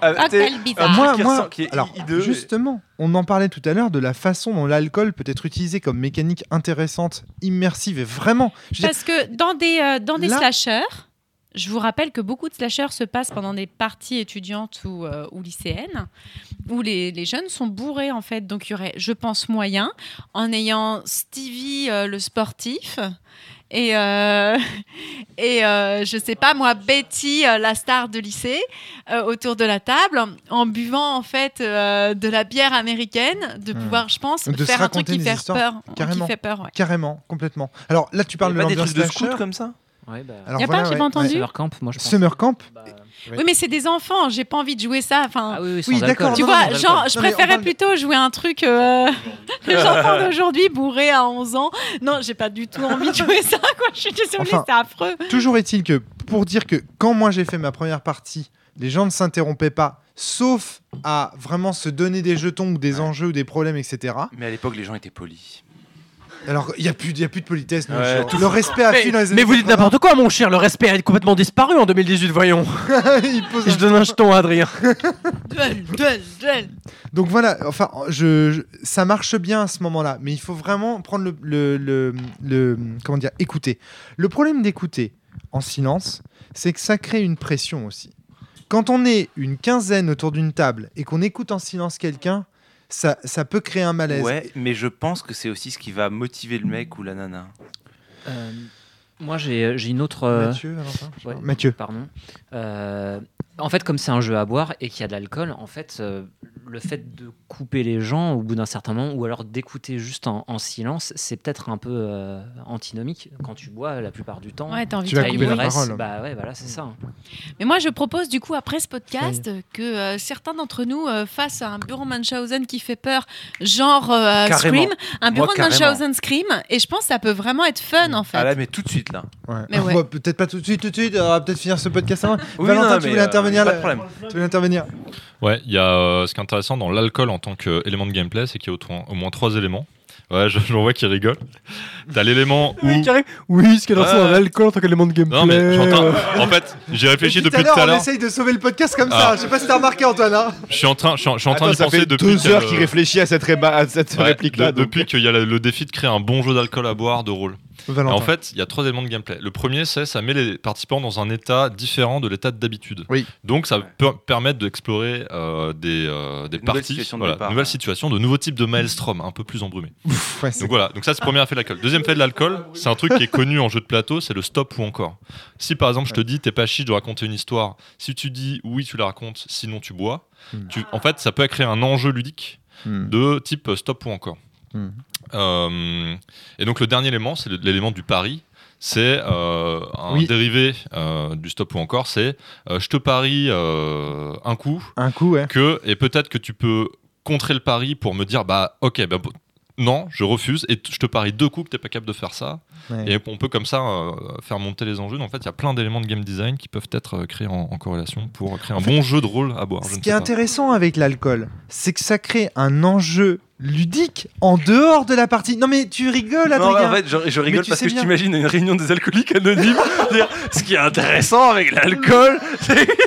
Speaker 3: Ah,
Speaker 5: Cocktail
Speaker 3: t'sais, un
Speaker 5: bizarre.
Speaker 3: truc
Speaker 1: Euh, Moi,
Speaker 3: qui
Speaker 1: moi,
Speaker 3: ressort- qui est
Speaker 1: alors,
Speaker 3: hideux et-
Speaker 1: justement, on en parlait tout à l'heure de la façon dont l'alcool peut être utilisé comme mécanique intéressante, immersive et vraiment. je veux dire,
Speaker 31: Parce que dans des, euh, dans des
Speaker 1: Là-
Speaker 31: slashers, je vous rappelle que beaucoup de slashers se passent pendant des parties étudiantes ou, euh, ou lycéennes, où les, les jeunes sont bourrés en fait. Donc il y aurait, je pense, moyen, en ayant Stevie euh, le sportif.
Speaker 5: Et, euh, et euh, je sais pas, moi, Betty, euh, la star de lycée, euh, autour de la table, en buvant en fait euh, de la bière américaine, de
Speaker 1: Hmm.
Speaker 5: pouvoir, je pense,
Speaker 1: de se
Speaker 5: faire un truc
Speaker 1: raconter
Speaker 5: qui
Speaker 1: des
Speaker 5: fait
Speaker 1: histoires.
Speaker 5: peur.
Speaker 1: Carrément.
Speaker 5: Qui fait peur, ouais.
Speaker 1: Carrément, complètement. Alors là, tu parles
Speaker 14: Y
Speaker 1: de
Speaker 14: a pas des
Speaker 1: l'ambiance
Speaker 14: trucs de scout
Speaker 1: slasher.
Speaker 14: comme ça Ouais, bah.
Speaker 1: Alors
Speaker 5: Y a pas,
Speaker 1: voilà,
Speaker 5: j'ai
Speaker 1: ouais,
Speaker 5: pas entendu.
Speaker 1: ouais.
Speaker 14: Summer camp, moi, je pense.
Speaker 1: Summer camp
Speaker 5: Oui, mais c'est des enfants, j'ai pas envie de jouer ça. Enfin,
Speaker 14: oui, sans Oui, alcool. d'accord,
Speaker 5: Tu
Speaker 14: non,
Speaker 5: vois,
Speaker 14: non, sans
Speaker 5: genre,
Speaker 14: alcool.
Speaker 5: je
Speaker 14: Non, mais on
Speaker 5: préférais plutôt jouer un truc. Euh... les enfants d'aujourd'hui bourrés à 11 ans. Non, j'ai pas du tout envie de jouer ça, quoi. Je suis désolée,
Speaker 1: Enfin,
Speaker 5: c'est affreux.
Speaker 1: Toujours est-il que pour dire que quand moi j'ai fait ma première partie, les gens ne s'interrompaient pas, sauf à vraiment se donner des jetons ou des enjeux ou des problèmes, etc.
Speaker 3: Mais à l'époque, les gens étaient polis.
Speaker 1: Alors il n'y a, plus- y a plus de politesse. non,
Speaker 3: Ouais,
Speaker 1: je-
Speaker 3: tout-
Speaker 1: le respect a
Speaker 7: mais,
Speaker 1: fui dans les
Speaker 7: mais
Speaker 1: années
Speaker 7: vous dites n'importe quoi, mon cher. Le respect a complètement disparu en 2018, voyons.
Speaker 1: 80. Il pose
Speaker 7: Je donne un jeton à Adrien.
Speaker 1: Donc voilà, enfin, je, je- ça marche bien à ce moment-là, mais il faut vraiment prendre le, le, le- le- comment dire, écouter. Le problème d'écouter en silence, c'est que ça crée une pression aussi. Quand on est une quinzaine autour d'une table et qu'on écoute en silence quelqu'un, ça, ça peut créer un malaise.
Speaker 3: Ouais, mais je pense que c'est aussi ce qui va motiver le mec ou la nana.
Speaker 14: Euh, moi, j'ai euh, j'ai une autre. euh,
Speaker 1: Mathieu, Valentin, je sais
Speaker 14: ouais,
Speaker 1: pas. Mathieu.
Speaker 14: Pardon. Euh, en fait, comme c'est un jeu à boire et qu'il y a de l'alcool, en fait, euh, le fait de couper les gens au bout d'un certain moment, ou alors d'écouter juste en, en silence, c'est peut-être un peu euh, antinomique. Quand tu bois, la plupart du temps,
Speaker 31: Ouais, t'as envie
Speaker 1: Tu de vas
Speaker 14: t'as une
Speaker 1: couper Mm. la
Speaker 14: ivresse,
Speaker 1: parole.
Speaker 14: Bah ouais, voilà, c'est ça.
Speaker 5: Mais moi, je propose du coup, après ce podcast, euh, que euh, certains d'entre nous euh, fassent un bureau Munchausen qui fait peur, genre euh,
Speaker 3: Carrément.
Speaker 5: Scream. Un bureau
Speaker 3: Moi,
Speaker 5: de
Speaker 3: carrément.
Speaker 5: Munchausen Scream. Et je pense que ça peut vraiment être fun, en fait.
Speaker 3: Ah là, mais tout de suite là.
Speaker 5: Mais ouais.
Speaker 1: Ouais, peut-être pas tout de suite, tout de suite, on va peut-être finir ce podcast avant.
Speaker 3: Oui,
Speaker 1: Valentin,
Speaker 3: non,
Speaker 1: tu
Speaker 3: mais,
Speaker 1: voulais
Speaker 3: euh,
Speaker 1: intervenir
Speaker 3: pas de
Speaker 1: là-
Speaker 3: problème.
Speaker 1: Tu voulais intervenir
Speaker 23: Ouais, il y a euh, ce qui est intéressant dans l'alcool en tant qu'élément de gameplay, c'est qu'il y a au, au moins trois éléments. Ouais, je, je vois qui rigole. T'as l'élément où.
Speaker 7: Oui, ce qu'elle
Speaker 23: Ouais.
Speaker 7: reçoit à l'alcool en tant qu'élément de gameplay.
Speaker 23: Non, mais j'entends.
Speaker 7: euh.
Speaker 23: En fait, j'ai réfléchi
Speaker 1: Depuis
Speaker 23: depuis tout à
Speaker 1: on
Speaker 23: l'heure.
Speaker 1: essaye de sauver le podcast comme ça.
Speaker 23: Ah.
Speaker 1: Je sais pas si t'as remarqué, Antoine. hein.
Speaker 23: Je suis en train, je suis en, je suis en train
Speaker 4: Attends,
Speaker 23: de
Speaker 4: ça
Speaker 23: penser
Speaker 4: fait
Speaker 23: depuis.
Speaker 4: deux
Speaker 23: que-
Speaker 3: euh,
Speaker 4: heures qu'il réfléchit à cette, réba- à cette
Speaker 23: Ouais,
Speaker 4: réplique-là.
Speaker 23: de- Depuis qu'il y a la- le défi de créer un bon jeu d'alcool à boire de rôle. Et
Speaker 32: Valentin.
Speaker 23: en fait, il y a trois éléments de gameplay. Le premier, c'est ça met les participants dans un état différent de l'état d'habitude.
Speaker 32: Oui.
Speaker 23: Donc ça peut permettre d'explorer euh, des, euh, des
Speaker 3: nouvelles
Speaker 23: parties,
Speaker 3: situations de
Speaker 23: voilà,
Speaker 3: départ,
Speaker 23: nouvelles
Speaker 3: ouais.
Speaker 23: situations, de nouveaux types de maelstrom un peu plus embrumés.
Speaker 3: ouais, c'est-
Speaker 23: Donc voilà, donc ça c'est le premier effet de l'alcool. Deuxième effet de l'alcool, c'est un truc qui est connu en jeu de plateau, c'est le stop ou encore. Si par exemple je te dis t'es pas chiche de raconter une histoire, si tu dis oui tu la racontes, sinon tu bois,
Speaker 16: Hmm.
Speaker 23: tu- en fait ça peut créer un enjeu ludique
Speaker 16: Hmm.
Speaker 23: de type euh, stop ou encore.
Speaker 16: Hmm.
Speaker 23: Hum. Euh, et donc le dernier élément, c'est l'élément du pari. C'est euh, un
Speaker 1: Oui.
Speaker 23: dérivé euh, du stop ou encore. C'est euh, je te parie euh, un coup
Speaker 1: Un coup, ouais.
Speaker 23: que et peut-être que tu peux contrer le pari pour me dire bah ok bah, bon, non je refuse et t- je te parie deux coups que t'es pas capable de faire ça
Speaker 1: Ouais.
Speaker 23: et on peut comme ça euh, faire monter les enjeux. Donc, en fait, il y a plein d'éléments de game design qui peuvent être euh, créés en, en corrélation pour euh, créer un
Speaker 1: En fait,
Speaker 23: bon jeu de rôle à boire. je
Speaker 1: Ce
Speaker 23: ne
Speaker 1: qui est
Speaker 23: sais pas.
Speaker 1: intéressant avec l'alcool, c'est que ça crée un enjeu ludique en dehors de la partie. Non mais tu rigoles, Adrien.
Speaker 3: Non, ouais, en fait, je, je
Speaker 1: Mais
Speaker 3: rigole
Speaker 1: tu
Speaker 3: parce
Speaker 1: sais
Speaker 3: que je
Speaker 1: bien.
Speaker 3: t'imagine une réunion des alcooliques anonymes. dire, ce qui est intéressant avec l'alcool, c'est.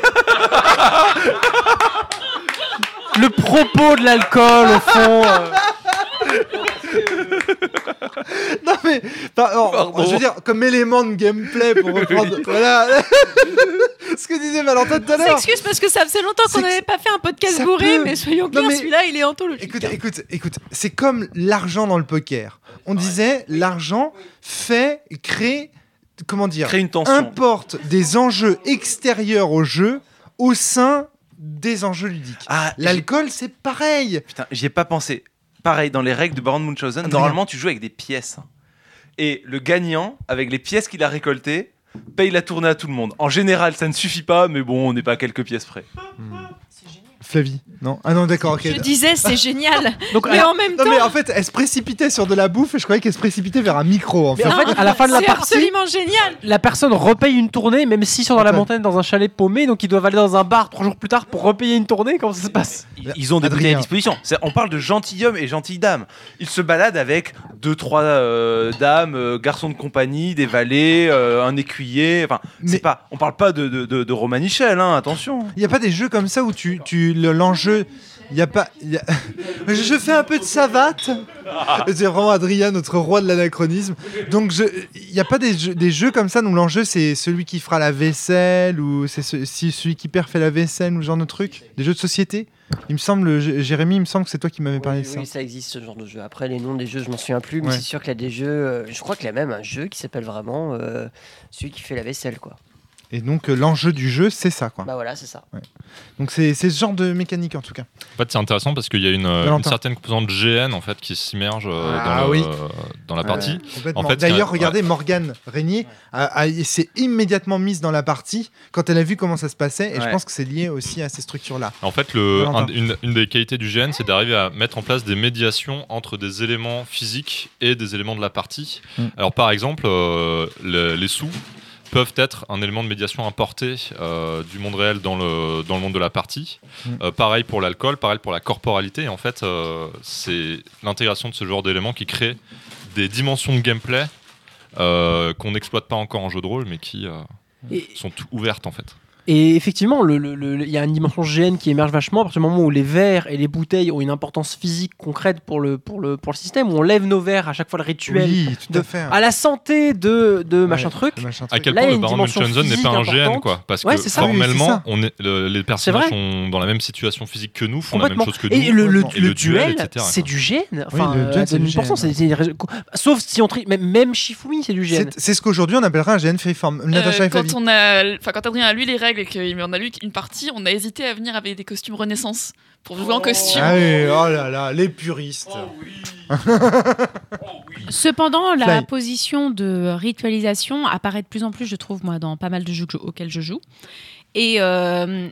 Speaker 6: Le propos de l'alcool, au fond. euh.
Speaker 1: Non mais, enfin, alors,
Speaker 6: Pardon.
Speaker 1: je veux dire, comme élément de gameplay pour reprendre, voilà, ce que disait Valentin tout à
Speaker 7: On
Speaker 1: l'heure.
Speaker 7: s'excuse parce que ça faisait longtemps qu'on n'avait pas fait un podcast
Speaker 1: ça
Speaker 7: bourré,
Speaker 1: peut.
Speaker 7: mais soyons
Speaker 1: Non,
Speaker 7: clairs,
Speaker 1: mais-
Speaker 7: celui-là, il est anthologique. hein.
Speaker 1: Écoute, écoute, écoute, c'est comme l'argent dans le poker. On disait, l'argent fait, crée, comment dire,
Speaker 3: Crée une tension.
Speaker 1: importe des enjeux extérieurs au jeu au sein des enjeux ludiques.
Speaker 3: Ah,
Speaker 1: L'alcool, c'est pareil.
Speaker 3: Putain, j'y ai pas pensé. Pareil, dans les règles de Baron de Munchausen, normalement, tu joues avec des pièces. Et le gagnant, avec les pièces qu'il a récoltées, paye la tournée à tout le monde. En général, ça ne suffit pas, mais bon, on n'est pas à quelques pièces près.
Speaker 1: Flavie, non Ah non, d'accord, ok.
Speaker 7: Je disais, c'est génial.
Speaker 1: Donc,
Speaker 7: mais
Speaker 1: alors-
Speaker 7: en même
Speaker 1: non,
Speaker 7: temps,
Speaker 1: mais en fait, elle se précipitait sur de la bouffe et je croyais qu'elle se précipitait vers un micro en fait.
Speaker 7: Mais en
Speaker 6: fait, à la fin de la
Speaker 7: c'est
Speaker 6: partie-
Speaker 7: absolument génial.
Speaker 6: La personne repaye une tournée, même s'ils sont dans la montagne, dans un chalet paumé, donc ils doivent aller dans un bar trois jours plus tard pour repayer une tournée. Comment ça se passe
Speaker 3: Ils ont des
Speaker 6: Adrien.
Speaker 3: bouteilles à disposition. C'est- On parle de gentilhomme et gentille dame. Ils se baladent avec deux, trois euh, dames, euh, garçons de compagnie, des valets, euh, un écuyer. Enfin, c'est pas. On parle pas de, de, de, de Romanichel, hein, attention.
Speaker 1: Il n'y a pas des jeux comme ça où tu, tu le- l'enjeu. Il y a pas. il y a- je fais un peu de savate. C'est vraiment Adrien, notre roi de l'anachronisme. Donc, je- il n'y a pas des jeux, des jeux comme ça où l'enjeu c'est celui qui fera la vaisselle ou c'est ce- si celui qui perd fait la vaisselle ou ce genre de truc. Des jeux de société. Il me semble, J- Jérémy, il me semble que c'est toi qui m'avais parlé de ça.
Speaker 22: Oui, ça existe ce genre de jeu. Après, les noms des jeux, je m'en souviens plus, mais
Speaker 1: Ouais.
Speaker 22: c'est sûr qu'il y a des jeux. euh, je crois qu'il y a même un jeu qui s'appelle vraiment euh, celui qui fait la vaisselle, quoi.
Speaker 1: Et donc, euh, l'enjeu du jeu, c'est ça quoi.
Speaker 22: Bah voilà, c'est ça.
Speaker 1: Ouais. Donc, c'est c'est ce genre de mécanique en tout cas.
Speaker 23: En fait, c'est intéressant parce qu'il y a une, euh,
Speaker 1: Valentin.
Speaker 23: une certaine composante GN en fait qui s'immerge euh,
Speaker 1: Ah
Speaker 23: dans, le-
Speaker 1: oui.
Speaker 23: dans la
Speaker 1: Ouais,
Speaker 23: partie.
Speaker 1: complètement.
Speaker 23: En fait,
Speaker 1: D'ailleurs,
Speaker 23: euh,
Speaker 1: regardez,
Speaker 23: ouais.
Speaker 1: Morgane Régnier a- a- et s'est immédiatement mise dans la partie quand elle a vu comment ça se passait, et je
Speaker 23: Ouais.
Speaker 1: pense que c'est lié aussi à ces structures-là.
Speaker 23: En fait, le,
Speaker 1: Valentin.
Speaker 23: un- une, une des qualités du GN, c'est d'arriver à mettre en place des médiations entre des éléments physiques et des éléments de la partie.
Speaker 1: Mm.
Speaker 23: Alors, par exemple, euh, le- les sous peuvent être un élément de médiation importé euh, du monde réel dans le, dans le monde de la partie.
Speaker 1: Mm.
Speaker 23: Euh, pareil pour l'alcool, pareil pour la corporalité. Et en fait, euh, c'est l'intégration de ce genre d'éléments qui crée des dimensions de gameplay euh, qu'on n'exploite pas encore en jeu de rôle, mais qui euh,
Speaker 6: Et-
Speaker 23: sont tout- ouvertes en fait.
Speaker 6: Et effectivement, le- le- le- il y a une dimension GN qui émerge vachement à partir du moment où les verres et les bouteilles ont une importance physique concrète pour le, pour le, pour le système, où on lève nos verres à chaque fois le rituel
Speaker 1: Oui, tout à
Speaker 6: de-
Speaker 1: fait. hein.
Speaker 6: la santé de, de machin truc.
Speaker 23: À quel
Speaker 6: Là, il y a
Speaker 23: point le
Speaker 6: une
Speaker 23: baron de
Speaker 6: dimension
Speaker 23: Munchausen n'est
Speaker 6: physique
Speaker 23: pas un GN,
Speaker 6: importante.
Speaker 23: quoi. Parce
Speaker 6: Ouais,
Speaker 23: que
Speaker 6: c'est ça. Oui, c'est
Speaker 23: formellement,
Speaker 6: ça.
Speaker 23: on est, le- les personnages
Speaker 6: vrai.
Speaker 23: sont dans la même situation physique que nous, font la même
Speaker 6: Complètement.
Speaker 23: chose que nous.
Speaker 6: et le, le-
Speaker 23: et
Speaker 6: le duel,
Speaker 23: etc.,
Speaker 6: c'est
Speaker 23: quoi.
Speaker 6: du gène. Enfin,
Speaker 1: le
Speaker 6: euh,
Speaker 1: duel,
Speaker 6: à
Speaker 1: c'est du
Speaker 6: 2000%,
Speaker 1: gène.
Speaker 6: c'est- c'est une raison- Sauf si on trie, même, même Shifumi, c'est du gène.
Speaker 1: C'est c'est ce qu'aujourd'hui on appellera un GN freeform. Natacha
Speaker 2: Euh,
Speaker 1: et Flavie.
Speaker 2: quand, on a, enfin, quand Adrien a lu les règles et qu'il en a lu une partie, on a hésité à venir avec des costumes Renaissance pour jouer en costume. Oh
Speaker 1: Ah oui, oh là là, les puristes.
Speaker 5: Cependant, la
Speaker 1: Fly.
Speaker 5: position de ritualisation apparaît de plus en plus, je trouve, moi, dans pas mal de jeux que je- auxquels je joue. Et, euh,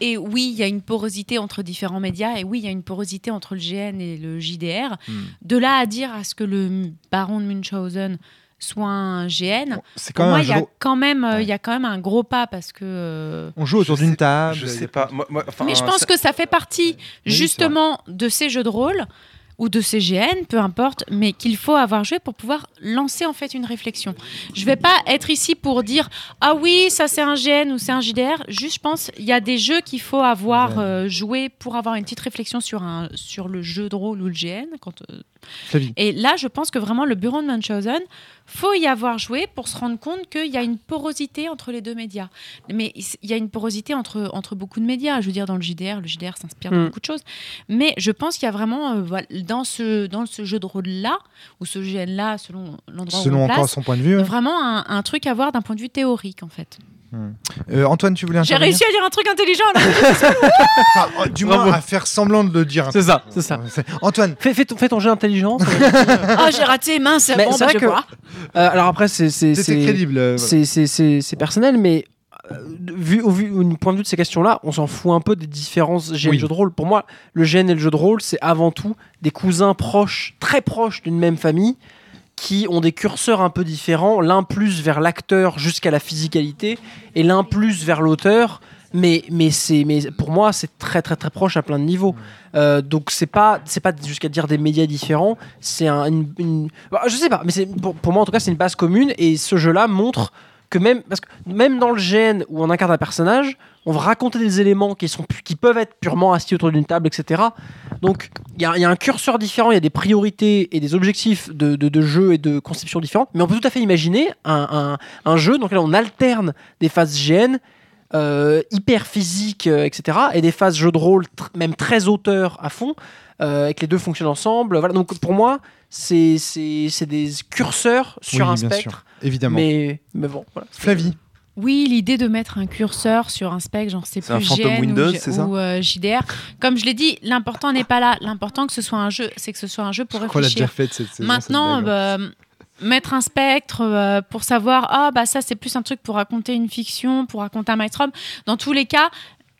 Speaker 5: et oui, il y a une porosité entre différents médias, et oui, il y a une porosité entre le GN et le JDR.
Speaker 1: Hmm.
Speaker 5: De là à dire à ce que le baron de Munchausen soit un GN,
Speaker 1: c'est
Speaker 5: pour
Speaker 1: quand
Speaker 5: moi,
Speaker 1: même un
Speaker 5: il y, a
Speaker 1: jeu-
Speaker 5: quand même, euh, il y a quand même un gros pas, parce que... euh,
Speaker 1: On joue autour d'une table.
Speaker 3: Je sais pas. Moi- moi- enfin,
Speaker 5: mais je pense
Speaker 3: ça-
Speaker 5: que ça fait partie
Speaker 3: Oui,
Speaker 5: justement de ces jeux de rôle ou de ces GN, peu importe, mais qu'il faut avoir joué pour pouvoir lancer en fait une réflexion. Je vais pas être ici pour dire ah oui ça c'est un GN ou c'est un JDR. Juste je pense il y a des jeux qu'il faut avoir euh, joué pour avoir une petite réflexion sur un sur le jeu de rôle ou le GN quand euh,
Speaker 1: Flavie.
Speaker 5: et là, je pense que vraiment le bureau de Munchausen faut y avoir joué pour se rendre compte qu'il y a une porosité entre les deux médias. Mais il y a une porosité entre, entre beaucoup de médias. Je veux dire, dans le JDR, le JDR s'inspire de
Speaker 33: Mm.
Speaker 5: beaucoup de choses. Mais je pense qu'il y a vraiment, euh, voilà, dans, ce, dans ce jeu de rôle-là, ou ce GN-là, selon l'endroit où
Speaker 1: Selon
Speaker 5: on le
Speaker 1: encore
Speaker 5: place,
Speaker 1: son point de vue, hein.
Speaker 5: vraiment un, un truc à voir d'un point de vue théorique, en fait.
Speaker 1: Hmm. Euh, Antoine, tu voulais
Speaker 5: J'ai
Speaker 1: intervenir
Speaker 5: réussi à dire un truc intelligent, là
Speaker 1: Enfin, oh, du moins à faire semblant de le dire.
Speaker 6: C'est ça, c'est ça.
Speaker 1: Antoine,
Speaker 6: fais, fais ton, fais ton jeu intelligent.
Speaker 5: Ah, j'ai raté, mince,
Speaker 6: Mais
Speaker 5: bon,
Speaker 6: c'est
Speaker 5: bah,
Speaker 6: vrai
Speaker 5: je
Speaker 6: que-
Speaker 5: vois.
Speaker 6: Euh, alors après, c'est c'est
Speaker 1: C'était
Speaker 6: c'est-
Speaker 1: crédible, euh,
Speaker 6: c'est- c'est- c'est- c'est personnel, mais euh, vu au vu, au point de vue de ces questions-là, on s'en fout un peu des différences GN
Speaker 1: Oui.
Speaker 6: jeu de rôle. Pour moi, le GN et le jeu de rôle, c'est avant tout des cousins proches, très proches d'une même famille qui ont des curseurs un peu différents, l'un plus vers l'acteur jusqu'à la physicalité et l'un plus vers l'auteur. Mais, mais, c'est- mais pour moi, c'est très très très proche à plein de niveaux. Euh, donc c'est pas, c'est pas jusqu'à dire des médias différents, c'est un, une, une- bah, Je sais pas, mais c'est- pour, pour moi en tout cas, c'est une base commune et ce jeu-là montre que même, parce que même dans le GN où on incarne un personnage, on va raconter des éléments qui, sont, pu- qui peuvent être purement assis autour d'une table, etc. Donc il y, a- il y a un curseur différent, il y a des priorités et des objectifs de, de- de jeu et de conception différentes, mais on peut tout à fait imaginer un, un- un jeu dans lequel on alterne des phases GN euh, hyper physique, euh, etc. Et des phases jeu de rôle, tr- même très auteur à fond, euh, et que les deux fonctionnent ensemble. Voilà. Donc pour moi, c'est c'est c'est des curseurs sur
Speaker 1: Oui,
Speaker 6: un
Speaker 1: bien
Speaker 6: spectre.
Speaker 1: sûr. Évidemment.
Speaker 6: Mais, mais bon, voilà.
Speaker 1: Flavie.
Speaker 5: Oui, l'idée de mettre un curseur sur un spec, genre c'est
Speaker 1: C'est
Speaker 5: plus
Speaker 1: un fantôme
Speaker 5: GN ou
Speaker 1: Windows,
Speaker 5: G-
Speaker 1: c'est
Speaker 5: ou,
Speaker 1: ça
Speaker 5: euh, JDR. Comme je l'ai dit, l'important n'est pas là. L'important que ce soit un jeu, c'est que ce soit un jeu pour
Speaker 1: qu'on l'a
Speaker 5: réfléchir.
Speaker 1: déjà faite cette hein saison,
Speaker 5: Maintenant,
Speaker 1: cette
Speaker 5: bah, mettre un spectre euh, pour savoir ah bah ça c'est plus un truc pour raconter une fiction, pour raconter un maelstrom. Dans tous les cas.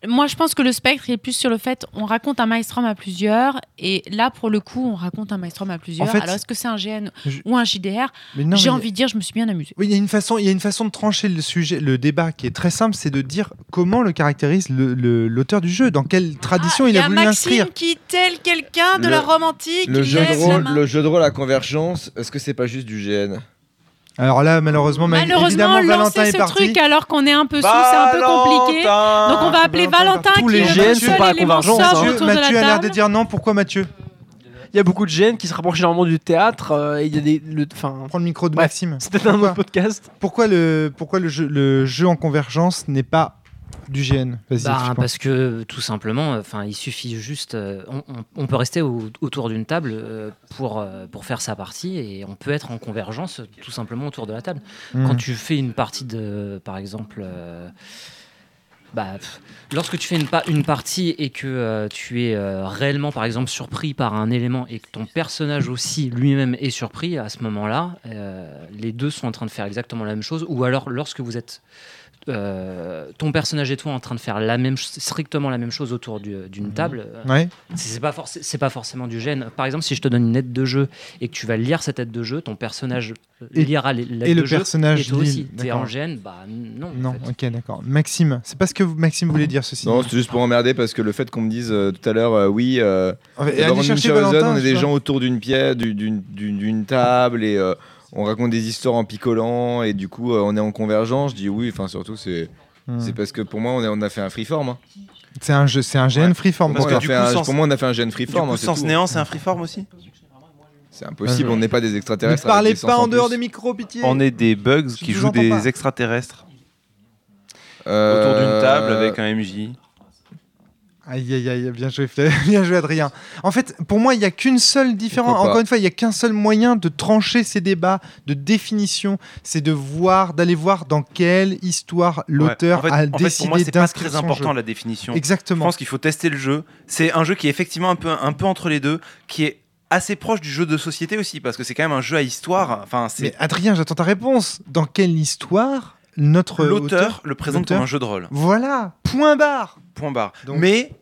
Speaker 5: Moi, je pense que le spectre il est plus sur le fait on raconte un maelstrom à plusieurs et là pour le coup on raconte un maelstrom à plusieurs.
Speaker 1: fait,
Speaker 5: Alors est-ce que c'est un GN
Speaker 1: je-
Speaker 5: ou un JDR
Speaker 1: Mais non,
Speaker 5: J'ai
Speaker 1: mais-
Speaker 5: envie de dire je me suis bien
Speaker 14: bah-
Speaker 5: amusée.
Speaker 1: Oui, il y a une façon, il y a une façon de trancher le sujet, le débat qui est très simple, c'est de dire comment le caractérise le- le- l'auteur du jeu, dans quelle tradition
Speaker 14: Ah,
Speaker 1: il
Speaker 33: y a
Speaker 1: a, voulu
Speaker 33: Maxime
Speaker 1: l'inscrire.
Speaker 33: qui, tel quelqu'un de
Speaker 1: Le-
Speaker 33: la Rome antique,
Speaker 4: Le jeu,
Speaker 33: lève
Speaker 4: de
Speaker 33: la
Speaker 4: rôle,
Speaker 33: main.
Speaker 4: le jeu de rôle à convergence, est-ce que c'est pas juste du GN
Speaker 1: Alors là, malheureusement, mais
Speaker 5: Malheureusement,
Speaker 1: évidemment, Valentin
Speaker 5: lancer
Speaker 1: est
Speaker 5: ce
Speaker 1: parti.
Speaker 5: truc alors qu'on est un peu sous, c'est un peu compliqué. Donc on va appeler Valentin
Speaker 1: Tous
Speaker 5: qui
Speaker 1: les
Speaker 5: est
Speaker 1: GN
Speaker 5: le
Speaker 1: sont
Speaker 5: seul
Speaker 1: pas à
Speaker 5: élément
Speaker 1: convergence,
Speaker 5: sobre
Speaker 1: hein.
Speaker 5: autour de
Speaker 1: Mathieu
Speaker 5: la
Speaker 1: a l'air
Speaker 5: table.
Speaker 1: de dire non. Pourquoi Mathieu
Speaker 6: Il y a beaucoup de GN qui se rapprochent énormément du théâtre. euh, et il y a des, le, enfin,
Speaker 1: Prends le micro de Maxime.
Speaker 6: C'était un autre podcast.
Speaker 1: Pourquoi le, pourquoi le jeu, le jeu en convergence n'est pas du GN Vas-y,
Speaker 14: Bah,
Speaker 1: explique-moi.
Speaker 14: parce que tout simplement, enfin, il suffit juste, euh, on, on- on peut rester au- autour d'une table euh, pour euh, pour faire sa partie et on peut être en convergence euh, tout simplement autour de la table.
Speaker 2: Mhm.
Speaker 14: Quand tu fais une partie de, par exemple. euh, bah, pff, lorsque tu fais une, pa- une partie et que euh, tu es euh, réellement, par exemple, surpris par un élément et que ton personnage aussi lui-même est surpris, à ce moment-là, euh, les deux sont en train de faire exactement la même chose. Ou alors, lorsque vous êtes euh, ton personnage et toi en train de faire la même, ch- strictement la même chose autour du- d'une table, euh,
Speaker 1: Mhm. Ouais.
Speaker 14: c'est c'est pas, forc- c'est pas forcément du gène. Par exemple, si je te donne une aide de jeu et que tu vas lire cette aide de jeu, ton personnage
Speaker 1: Et-
Speaker 14: lira les- l'aide
Speaker 1: et le
Speaker 14: de jeu,
Speaker 1: personnage
Speaker 14: et toi
Speaker 1: lit,
Speaker 14: aussi, t'es
Speaker 1: d'accord.
Speaker 14: en gène, bah non.
Speaker 1: Non, ok, d'accord. Maxime, c'est pas ce que vous- Maxime voulait dire ceci.
Speaker 4: Non, c'était juste pour emmerder parce que le fait qu'on me dise euh, tout à l'heure, euh, oui, euh,
Speaker 1: Ah, mais
Speaker 4: dans
Speaker 1: allez
Speaker 4: Baron
Speaker 1: chercher
Speaker 4: Munchausen,
Speaker 1: Valentin,
Speaker 4: on est
Speaker 1: je
Speaker 4: des
Speaker 1: sais
Speaker 4: gens
Speaker 1: pas.
Speaker 4: autour d'une pierre, du- d'une d'une- d'une table et euh, on raconte des histoires en picolant et du coup euh, on est en convergence. Je dis oui, enfin surtout c'est
Speaker 1: Hmm.
Speaker 4: c'est parce que pour moi on, est- on a fait un freeform. hein.
Speaker 1: C'est un jeu, c'est un GN freeform.
Speaker 4: Pour moi, on
Speaker 1: pourquoi
Speaker 4: a fait un- pour moi, on a fait un gène freeform.
Speaker 3: Du coup,
Speaker 4: hein, c'est
Speaker 3: Sens
Speaker 4: tout.
Speaker 3: Néant, c'est un freeform aussi
Speaker 4: C'est impossible, on n'est pas des
Speaker 1: Ne
Speaker 4: extraterrestres. avec
Speaker 1: parlez
Speaker 4: des sens
Speaker 1: pas en
Speaker 4: plus.
Speaker 1: dehors des micros, pitié.
Speaker 3: On est des bugs qui
Speaker 1: vous
Speaker 3: jouent
Speaker 1: entends
Speaker 3: des
Speaker 1: pas.
Speaker 3: extraterrestres
Speaker 4: Euh,
Speaker 3: autour d'une table avec un MJ.
Speaker 1: Aïe, aïe, aïe, bien joué, Fla- bien joué, Adrien. En fait, pour moi, il n'y a qu'une seule différence.
Speaker 4: Pourquoi pas
Speaker 1: Encore une fois, il n'y a qu'un seul moyen de trancher ces débats, de définition. C'est de voir, d'aller voir dans quelle histoire l'auteur
Speaker 3: Ouais. En fait-
Speaker 1: a
Speaker 3: en fait,
Speaker 1: décidé
Speaker 3: pour moi, c'est pas
Speaker 1: d'inscrire
Speaker 3: très
Speaker 1: son
Speaker 3: important
Speaker 1: jeu.
Speaker 3: la définition.
Speaker 1: Exactement.
Speaker 3: Je pense qu'il faut tester le jeu. C'est un jeu qui est effectivement un peu, un peu entre les deux, qui est assez proche du jeu de société aussi, parce que c'est quand même un jeu à histoire. Enfin,
Speaker 1: Mais
Speaker 3: c'est
Speaker 1: Adrien, j'attends ta réponse. Dans quelle histoire notre
Speaker 3: l'auteur le présente comme
Speaker 1: l'auteur-
Speaker 3: un jeu de rôle.
Speaker 1: Voilà, point barre.
Speaker 3: Point barre. Mais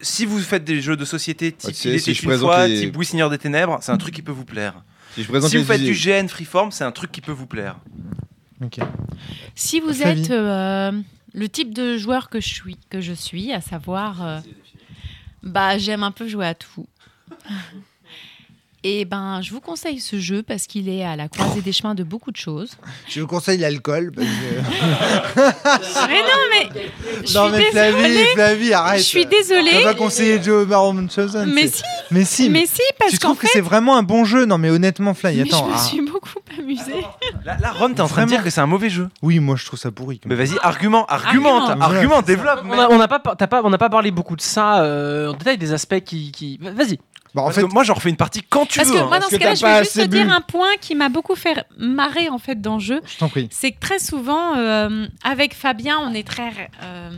Speaker 3: si vous faites des jeux de société type
Speaker 4: si-
Speaker 3: Il était
Speaker 4: si je
Speaker 3: une
Speaker 4: présente
Speaker 3: fois,
Speaker 4: les-
Speaker 3: type Oui Seigneur des Ténèbres, c'est un truc qui peut vous plaire.
Speaker 4: Si, je présente
Speaker 3: vous
Speaker 4: les-
Speaker 3: faites du GN Freeform, c'est un truc qui peut vous plaire.
Speaker 5: Si vous
Speaker 3: Flavie.
Speaker 5: êtes euh, le type de joueur que je suis, que je suis à savoir, euh, bah, j'aime un peu jouer à tout. Et ben, je vous conseille ce jeu parce qu'il est à la croisée des chemins de beaucoup de choses.
Speaker 1: Je vous conseille l'alcool. parce que-
Speaker 5: Mais non, mais je
Speaker 1: non,
Speaker 5: suis
Speaker 1: mais Flavie,
Speaker 5: désolée.
Speaker 1: Flavie, arrête.
Speaker 5: Je suis désolée.
Speaker 1: Tu vas conseiller Joe Baron Munchausen.
Speaker 5: Mais
Speaker 1: c'est-
Speaker 5: si.
Speaker 1: Mais si.
Speaker 5: Mais si, parce
Speaker 1: Tu
Speaker 5: qu'en
Speaker 1: trouves que c'est vraiment un bon jeu Non, mais honnêtement, Flavie,
Speaker 5: Mais je
Speaker 1: attends.
Speaker 5: me
Speaker 1: ah.
Speaker 5: suis beaucoup
Speaker 7: s'amuser.
Speaker 3: Là, là, Rome, t'es en train de dire que c'est un mauvais jeu.
Speaker 1: Oui, moi je trouve ça pourri.
Speaker 3: Mais vas-y, argument, argumente,
Speaker 6: Argument.
Speaker 3: argument,
Speaker 6: Voilà, c'est
Speaker 3: développe.
Speaker 6: On a- on n'a pas, par- t'as pas- on n'a pas parlé beaucoup de ça euh, en détail, des aspects qui. qui- Vas-y.
Speaker 1: Bah,
Speaker 3: Parce que moi, j'en refais une partie quand tu
Speaker 6: Parce
Speaker 3: veux.
Speaker 6: que
Speaker 3: hein.
Speaker 6: moi,
Speaker 5: Moi, dans ce cas-là, je vais juste te dire un point qui m'a beaucoup fait marrer en fait dans le jeu.
Speaker 1: t'en prie.
Speaker 5: C'est que très souvent, euh, avec Fabien, on est très euh,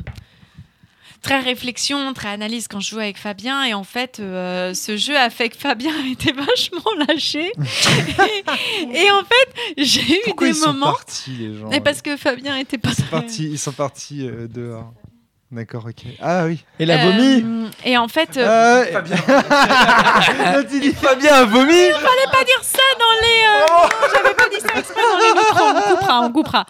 Speaker 5: très réflexion, très analyse quand je joue avec Fabien. Et en fait, euh, ce jeu a fait que Fabien a été vachement lâché. et, et en fait, j'ai eu
Speaker 1: Pourquoi
Speaker 5: des
Speaker 1: ils sont
Speaker 5: moments.
Speaker 1: partis, les gens
Speaker 5: Mais parce que Fabien était pas
Speaker 1: Ils sont partis, ils sont partis euh, dehors. D'accord, ok. Ah oui.
Speaker 5: Et la vomi Et en fait.
Speaker 1: Euh,
Speaker 5: Fabien.
Speaker 1: Fabien a vomi
Speaker 5: Il fallait pas dire ça dans les. euh, non, J'avais pas dit ça exprès dans les micros. On coupera, on coupera.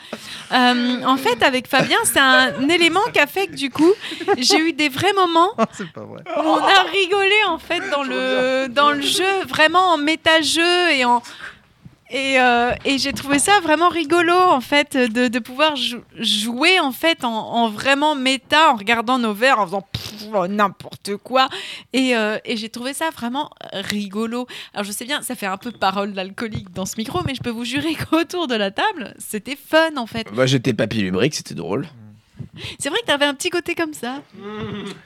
Speaker 5: Euh, en fait, avec Fabien, c'est un élément qui a fait que du coup, j'ai eu des vrais moments
Speaker 1: C'est pas vrai.
Speaker 5: où on a rigolé en fait dans le dans le jeu, vraiment en méta-jeu et en et, euh, et j'ai trouvé ça vraiment rigolo en fait de, de pouvoir jou- jouer en fait en, en vraiment méta en regardant nos verres en faisant pff, oh, n'importe quoi et, euh, et j'ai trouvé ça vraiment rigolo alors je sais bien ça fait un peu parole d'alcoolique dans ce micro mais je peux vous jurer qu'autour de la table c'était fun en fait
Speaker 4: Moi, j'étais papy lubrique, c'était drôle.
Speaker 5: c'est vrai que t'avais un petit côté comme ça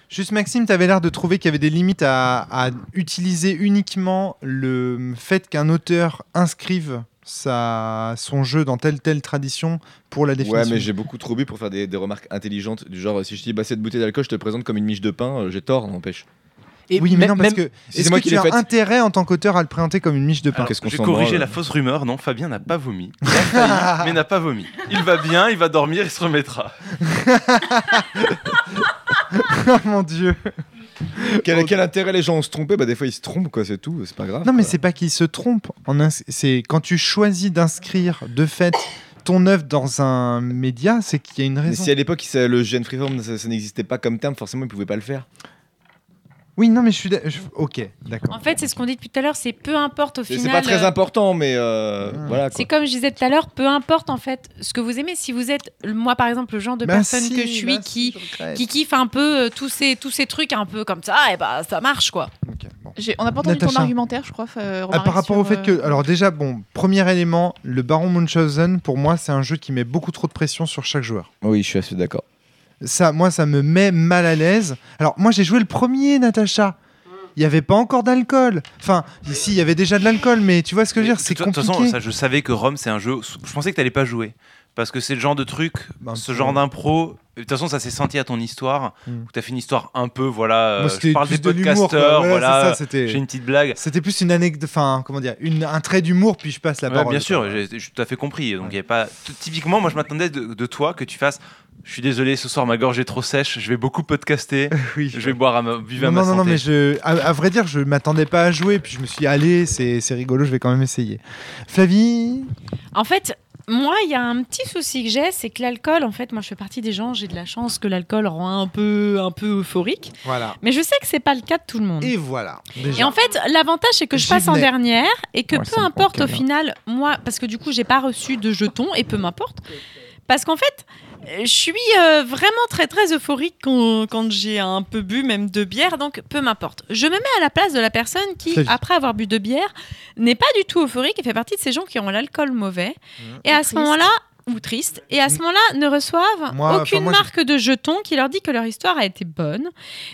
Speaker 1: Juste Maxime, t'avais l'air de trouver qu'il y avait des limites à, à utiliser uniquement le fait qu'un auteur inscrive sa, son jeu dans telle telle tradition pour la
Speaker 4: Ouais,
Speaker 1: définition.
Speaker 4: mais j'ai beaucoup trop bu pour faire des, des remarques intelligentes. Du genre, si je dis, bah, cette bouteille d'alcool, je te présente comme une miche de pain, euh, j'ai tort, n'empêche.
Speaker 1: oui, mais non, parce que
Speaker 4: Si c'est
Speaker 1: est-ce
Speaker 4: moi
Speaker 1: que
Speaker 4: qui
Speaker 1: tu
Speaker 4: l'ai
Speaker 1: as
Speaker 4: faite.
Speaker 1: intérêt en tant qu'auteur à le présenter comme une miche de pain
Speaker 3: Alors, J'ai corrigé la fausse rumeur, non, Fabien n'a pas vomi. Il a failli, mais n'a pas vomi. Il va bien, il va dormir, il se remettra.
Speaker 1: oh mon dieu.
Speaker 4: Quel, quel intérêt les gens ont se trompé Bah, des fois, ils se trompent, quoi, c'est tout, c'est pas grave.
Speaker 1: Non, mais c'est pas qu'il se trompe. en ins- C'est quand tu choisis d'inscrire de fait ton œuvre dans un média, c'est qu'il y a une
Speaker 4: Mais
Speaker 1: raison.
Speaker 4: si à l'époque, ça- le gène freeform, ça, ça n'existait pas comme terme, forcément, ils pouvaient pas le faire.
Speaker 1: Oui, non, mais je suis. d'a- je- Ok, d'accord.
Speaker 5: en fait c'est ce qu'on dit depuis tout à l'heure c'est peu importe au
Speaker 4: C'est
Speaker 5: final
Speaker 4: c'est pas très
Speaker 5: euh,
Speaker 4: important, mais euh,
Speaker 1: Ah.
Speaker 4: voilà. quoi.
Speaker 5: C'est comme je disais tout à l'heure, peu importe en fait ce que vous aimez. Si vous êtes, moi par exemple, le genre de
Speaker 1: Bah
Speaker 5: personne
Speaker 1: si,
Speaker 5: que je suis
Speaker 1: bah
Speaker 5: qui, qui kiffe un peu euh, tous ces, tous ces trucs un peu comme ça, et bah ça marche quoi.
Speaker 2: J'ai- On n'a pas entendu ton
Speaker 1: Natacha.
Speaker 2: argumentaire, je crois. euh,
Speaker 1: Ah,
Speaker 2: Romaric,
Speaker 1: par rapport
Speaker 2: sur,
Speaker 1: au fait
Speaker 2: euh,
Speaker 1: que, alors déjà, bon, premier élément, le Baron Munchausen, pour moi, c'est un jeu qui met beaucoup trop de pression sur chaque joueur.
Speaker 4: Oui, je suis assez d'accord.
Speaker 1: Ça, moi, ça me met mal à l'aise. Alors, moi, j'ai joué le premier, Natacha. Il n'y avait pas encore d'alcool. Enfin, ici, il y avait déjà de l'alcool, mais tu vois ce que je veux dire C'est
Speaker 3: De toute
Speaker 1: compliqué.
Speaker 3: façon, ça, je savais que Rome, c'est un jeu. Je pensais que t'allais pas jouer. Parce que c'est le genre de truc,
Speaker 1: Ben,
Speaker 3: ce genre d'impro. De toute façon, ça s'est senti à ton histoire.
Speaker 1: Mm.
Speaker 3: Où t'as fait une histoire un peu, voilà.
Speaker 1: Moi,
Speaker 3: euh,
Speaker 1: c'était
Speaker 3: je parle
Speaker 1: plus
Speaker 3: des
Speaker 1: de l'humour, quoi.
Speaker 3: podcasters,
Speaker 1: Voilà, c'est
Speaker 3: voilà.
Speaker 1: ça, c'était-
Speaker 3: J'ai une petite blague.
Speaker 1: C'était plus une anecdote, enfin, comment dire, une, un trait d'humour, puis je passe la
Speaker 3: Ouais,
Speaker 1: parole.
Speaker 3: bien sûr, j'ai j'ai tout à fait compris. Donc, il y avait pas... t- Typiquement, moi, je m'attendais de, de toi que tu fasses. Je suis désolé, ce soir, ma gorge est trop sèche. Je vais beaucoup podcaster. je vais boire à ma, vivre
Speaker 1: Non,
Speaker 3: à ma
Speaker 1: non, non,
Speaker 3: santé.
Speaker 1: mais je, à, à vrai dire, je m'attendais pas à jouer, puis je me suis dit, allez, c'est c'est rigolo, je vais quand même essayer. Flavie
Speaker 5: En fait, moi, il y a un petit souci que j'ai, c'est que l'alcool, en fait, moi je fais partie des gens, j'ai de la chance que l'alcool rend un peu, un peu euphorique.
Speaker 1: Voilà.
Speaker 5: Mais je sais que c'est pas le cas de tout le monde.
Speaker 1: Et voilà.
Speaker 5: Et en fait, l'avantage, c'est que je
Speaker 1: J'y
Speaker 5: passe en
Speaker 1: venais.
Speaker 5: dernière et que
Speaker 1: Ouais, ça
Speaker 5: peu
Speaker 1: me
Speaker 5: importe au
Speaker 1: manquait, hein.
Speaker 5: final, moi, parce que du coup, j'ai pas reçu de jetons et peu m'importe. Parce qu'en fait, euh, je suis euh, vraiment très très euphorique quand, quand j'ai un peu bu, même deux bières, donc peu m'importe. Je me mets à la place de la personne qui,
Speaker 7: Salut.
Speaker 5: après avoir bu deux bières, n'est pas du tout euphorique et fait partie de ces gens qui ont l'alcool mauvais.
Speaker 1: Mmh.
Speaker 5: Et à ce
Speaker 7: Triste.
Speaker 5: moment-là, ou triste, et à ce moment-là, ne reçoivent
Speaker 7: Moi,
Speaker 5: aucune
Speaker 7: enfin, moi, j'ai-
Speaker 5: marque de jetons qui leur dit que leur histoire a été bonne.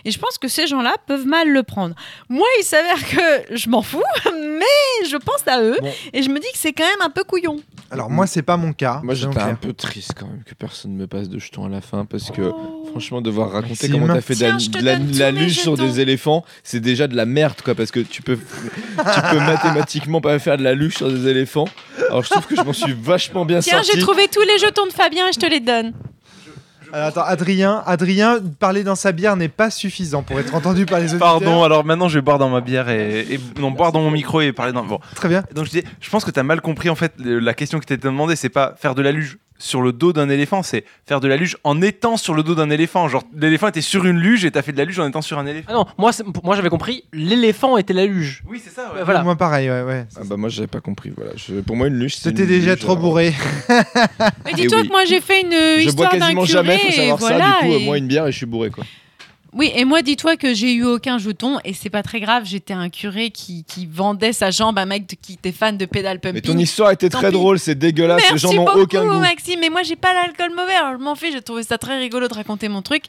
Speaker 5: Et je pense que ces gens-là peuvent mal le prendre. Moi, il s'avère que je m'en fous, mais je pense à eux et je me dis que c'est quand même un peu couillon.
Speaker 1: Alors, moi, c'est pas mon cas.
Speaker 4: Moi, j'étais
Speaker 1: Soyons
Speaker 4: un
Speaker 1: clairs.
Speaker 4: peu triste quand même que personne ne me passe de jetons à la fin parce que franchement, devoir raconter
Speaker 1: Maxime.
Speaker 4: comment t'as fait de la-
Speaker 1: Tiens, je te
Speaker 4: de la,
Speaker 1: donne
Speaker 4: de
Speaker 1: tous
Speaker 4: la
Speaker 1: mes
Speaker 4: luge sur
Speaker 1: jetons.
Speaker 4: des éléphants, c'est déjà de la merde quoi parce que tu peux, tu peux mathématiquement pas faire de la luge sur des éléphants. Alors, je trouve que je m'en suis vachement bien
Speaker 5: Tiens,
Speaker 4: sorti.
Speaker 5: j'ai trouvé tous les jetons de Fabien et je te les donne.
Speaker 1: Alors, Euh, attends, Adrien, Adrien, parler dans sa bière n'est pas suffisant pour être entendu par les auditeurs.
Speaker 3: Pardon, alors maintenant je vais boire dans ma bière et, et- non boire dans mon micro et parler dans bon.
Speaker 1: Très bien.
Speaker 3: Donc je disais, je pense que t'as mal compris en fait le- la question qui t'était demandée, c'est pas faire de la luge sur le dos d'un éléphant, c'est faire de la luge en étant sur le dos d'un éléphant. Genre l'éléphant était sur une luge et t'as fait de la luge en étant sur un éléphant.
Speaker 6: Ah non, moi, c'est- pour- moi j'avais compris, l'éléphant était la luge.
Speaker 3: Oui, c'est ça.
Speaker 6: Voilà.
Speaker 1: Moi, pareil, ouais, ouais.
Speaker 4: Ah bah moi j'avais pas compris voilà. Je- pour moi une luge c'était
Speaker 1: T'étais
Speaker 4: une
Speaker 1: déjà
Speaker 4: luge,
Speaker 1: trop
Speaker 4: alors.
Speaker 1: bourré.
Speaker 5: Mais
Speaker 4: Et
Speaker 5: dis-toi
Speaker 4: Eh oui.
Speaker 5: que moi j'ai fait une euh,
Speaker 4: je bois
Speaker 5: histoire d'un
Speaker 4: quasiment
Speaker 5: curé
Speaker 4: jamais, faut
Speaker 5: et
Speaker 4: savoir
Speaker 5: voilà.
Speaker 4: ça. Du coup, euh,
Speaker 5: et-
Speaker 4: moi une bière et je suis bourré quoi.
Speaker 5: Oui, et moi, dis-toi que j'ai eu aucun jouton et c'est pas très grave. J'étais un curé qui, qui vendait sa jambe à un mec de- qui était fan de pédale pumping.
Speaker 4: Mais ton histoire était
Speaker 5: Tant
Speaker 4: très
Speaker 5: pis.
Speaker 4: drôle, c'est dégueulasse,
Speaker 5: Merci
Speaker 4: les gens n'ont
Speaker 5: beaucoup,
Speaker 4: aucun goût.
Speaker 5: Maxime, mais moi j'ai pas l'alcool mauvais, alors je m'en fiche, j'ai trouvé ça très rigolo de raconter mon truc.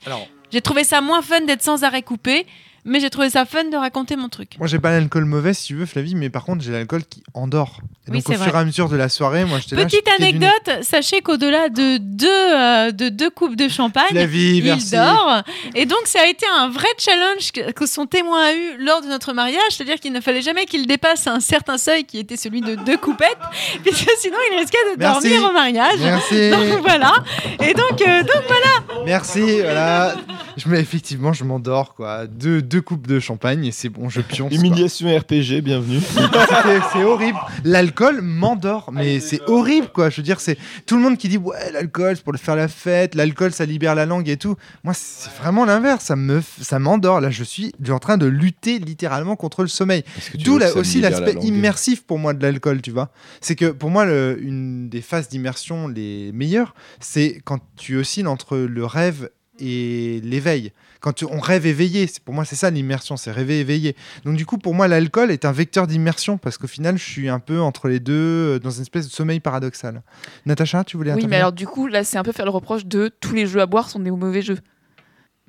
Speaker 5: J'ai trouvé ça moins fun d'être sans arrêt coupé, mais j'ai trouvé ça fun de raconter mon truc.
Speaker 1: Moi, j'ai pas l'alcool mauvais, si tu veux, Flavie, mais par contre, j'ai l'alcool qui endort. Et
Speaker 5: Oui,
Speaker 1: donc, au
Speaker 5: c'est
Speaker 1: fur et
Speaker 5: vrai.
Speaker 1: à mesure de la soirée, moi, j'étais là.
Speaker 5: Petite
Speaker 1: je piquais du nez.
Speaker 5: anecdote, sachez qu'au-delà de deux, euh, de deux coupes de champagne,
Speaker 1: La vie,
Speaker 5: il
Speaker 1: merci.
Speaker 5: dort. Et donc, ça a été un vrai challenge que, que son témoin a eu lors de notre mariage, c'est-à-dire qu'il ne fallait jamais qu'il dépasse un certain seuil qui était celui de deux coupettes, puisque sinon il risquait de
Speaker 1: Merci.
Speaker 5: dormir au mariage.
Speaker 1: Merci.
Speaker 5: Donc voilà. Et donc, euh, donc voilà.
Speaker 1: Merci, voilà. Je mets, effectivement, je m'endors, quoi. Deux, deux coupes de champagne et c'est bon, je pionce.
Speaker 4: Humiliation RPG, bienvenue.
Speaker 1: c'est c'est horrible. L'alcool m'endort, mais c'est horrible, quoi. Je veux dire, c'est tout le monde qui dit ouais, l'alcool, c'est pour le faire la fête, l'alcool, ça libère la langue et tout. Moi, c'est vraiment l'inverse. Ça me, f- ça m'endort. Là, je suis, je suis en train de lutter littéralement contre le sommeil.
Speaker 4: tu
Speaker 1: D'où
Speaker 4: veux que
Speaker 1: là
Speaker 4: ça me
Speaker 1: aussi
Speaker 4: libère la
Speaker 1: l'aspect
Speaker 4: langue
Speaker 1: immersif pour moi de l'alcool, tu vois. C'est que pour moi, le- une des phases d'immersion les meilleures, c'est quand tu oscilles entre le rêve et l'éveil. Quand tu- on rêve éveillé, c'est- pour moi c'est ça l'immersion, c'est rêver éveillé. Donc du coup pour moi l'alcool est un vecteur d'immersion parce qu'au final je suis un peu entre les deux euh, dans une espèce de sommeil paradoxal. Natacha, tu voulais
Speaker 2: Oui, mais
Speaker 1: intervenir
Speaker 2: alors du coup, là, c'est un peu faire le reproche de tous les jeux à boire sont des mauvais jeux.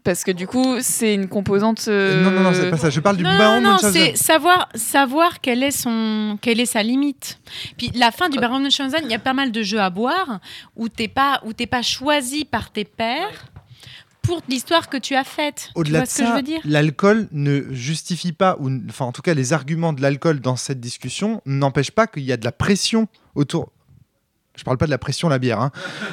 Speaker 2: Parce que du coup, c'est une composante. euh,
Speaker 1: Non non non, c'est pas ça. Je parle du
Speaker 5: Non,
Speaker 1: Baron
Speaker 5: non, non,
Speaker 1: Munchausen.
Speaker 5: c'est savoir, savoir quelle, est son, quelle est sa limite. Puis la fin
Speaker 1: Ah.
Speaker 5: du Baron de Munchausen, il y a pas mal de jeux à boire où t'es pas, où t'es pas choisi par tes pairs pour l'histoire que tu as faite. tu
Speaker 1: Au-delà
Speaker 5: vois
Speaker 1: de
Speaker 5: ce que je
Speaker 1: ça,
Speaker 5: veux dire
Speaker 1: l'alcool ne justifie pas, ou n- enfin en tout cas les arguments de l'alcool dans cette discussion n'empêchent pas qu'il y a de la pression autour. Je parle pas de la pression la bière, hein.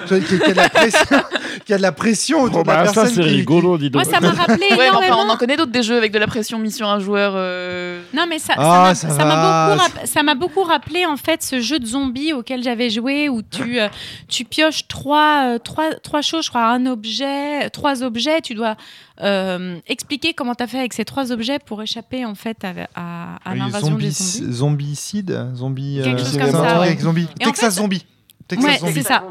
Speaker 1: Je- qu'il y a de la pression, qu'il y a de la pression autour
Speaker 2: Oh, bah,
Speaker 1: de la
Speaker 2: ça,
Speaker 1: personne.
Speaker 2: c'est
Speaker 1: qui-
Speaker 2: rigolo,
Speaker 1: qui-
Speaker 2: Moi, ça m'a rappelé. on en connaît d'autres des jeux avec de la pression mise sur un joueur. euh,
Speaker 5: Non, mais ça, ça
Speaker 1: Ah,
Speaker 5: m'a-
Speaker 1: ça
Speaker 5: ça m'a
Speaker 1: va.
Speaker 5: beaucoup, rapp- ça m'a beaucoup rappelé en fait ce jeu de zombies auquel j'avais joué où tu, euh, tu pioches trois, euh, trois, trois choses, je crois, un objet, trois objets. Tu dois euh, expliquer comment tu as fait avec ces trois objets pour échapper en fait à, à- à
Speaker 1: Oui,
Speaker 5: l'invasion des zombies.
Speaker 1: zombies- Zombicide Zombie.
Speaker 5: Quelque
Speaker 1: euh,
Speaker 5: chose
Speaker 1: c'est
Speaker 5: comme
Speaker 1: un
Speaker 5: ça,
Speaker 1: truc
Speaker 5: ouais.
Speaker 1: avec zombie.
Speaker 5: Et en
Speaker 1: Texas
Speaker 5: fait,
Speaker 1: Zombie. Texas
Speaker 5: Ouais,
Speaker 1: Zombie.
Speaker 5: c'est ça.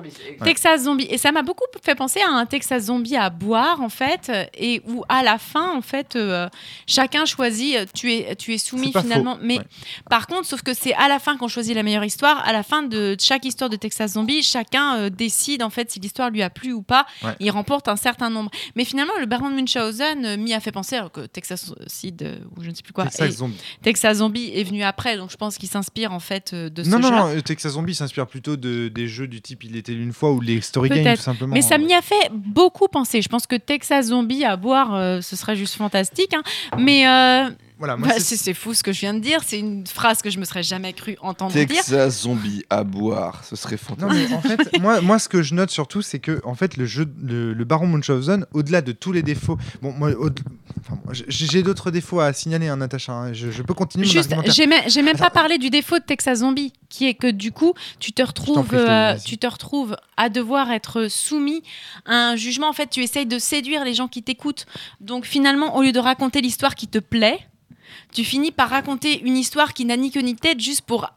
Speaker 5: Texas Zombie. Et ça m'a beaucoup fait penser à un Texas Zombie à boire, en fait, euh, et où à la fin, en fait, euh, chacun choisit, euh, tu es, tu es soumis
Speaker 14: C'est pas
Speaker 5: finalement.
Speaker 14: faux,
Speaker 5: Mais
Speaker 14: ouais.
Speaker 5: par contre, sauf que c'est à la fin qu'on choisit la meilleure histoire. À la fin de chaque histoire de Texas Zombie, chacun euh, décide, en fait, si l'histoire lui a plu ou pas.
Speaker 14: Ouais.
Speaker 5: Il remporte un certain nombre. Mais finalement, le baron de Munchausen euh, m'y a fait penser, alors que Texas Seed, euh, ou je ne sais plus quoi.
Speaker 1: Texas
Speaker 5: est-
Speaker 1: Zombie.
Speaker 5: Texas Zombie est venu après, donc je pense qu'il s'inspire, en fait, euh, de ce
Speaker 1: non, non,
Speaker 5: jeu-là.
Speaker 1: non, euh, Texas Zombie s'inspire plutôt de, des jeux du type Il était une fois ou les story games,
Speaker 5: Peut-être.
Speaker 1: tout simplement. hein.
Speaker 5: Mais ça m'y a fait beaucoup penser. Je pense que Texas Zombie à boire, euh, ce serait juste fantastique. hein. Mais euh,
Speaker 1: Voilà, moi,
Speaker 5: bah,
Speaker 1: c'est-
Speaker 5: c'est c'est fou ce que je viens de dire. C'est une phrase que je me serais jamais cru entendre dire.
Speaker 4: Texas zombie à boire, ce serait
Speaker 1: Non, mais
Speaker 4: fantastique.
Speaker 1: en fait, moi, moi, ce que je note surtout, c'est que en fait, le jeu, le, le Baron Munchausen, au-delà de tous les défauts, bon, moi, au- enfin, moi, j'ai- j'ai d'autres défauts à signaler, hein, Natacha. hein. je, je peux continuer mon
Speaker 5: Juste,
Speaker 1: argumentaire.
Speaker 5: j'ai même, j'ai même pas parlé du défaut de Texas Zombie, qui est que du coup, tu te retrouves,
Speaker 1: prie, je te
Speaker 5: euh,
Speaker 1: laisse.
Speaker 5: tu te retrouves à devoir être soumis à un jugement. En fait, tu essayes de séduire les gens qui t'écoutent. Donc finalement, au lieu de raconter l'histoire qui te plaît, tu finis par raconter une histoire qui n'a ni queue ni tête juste pour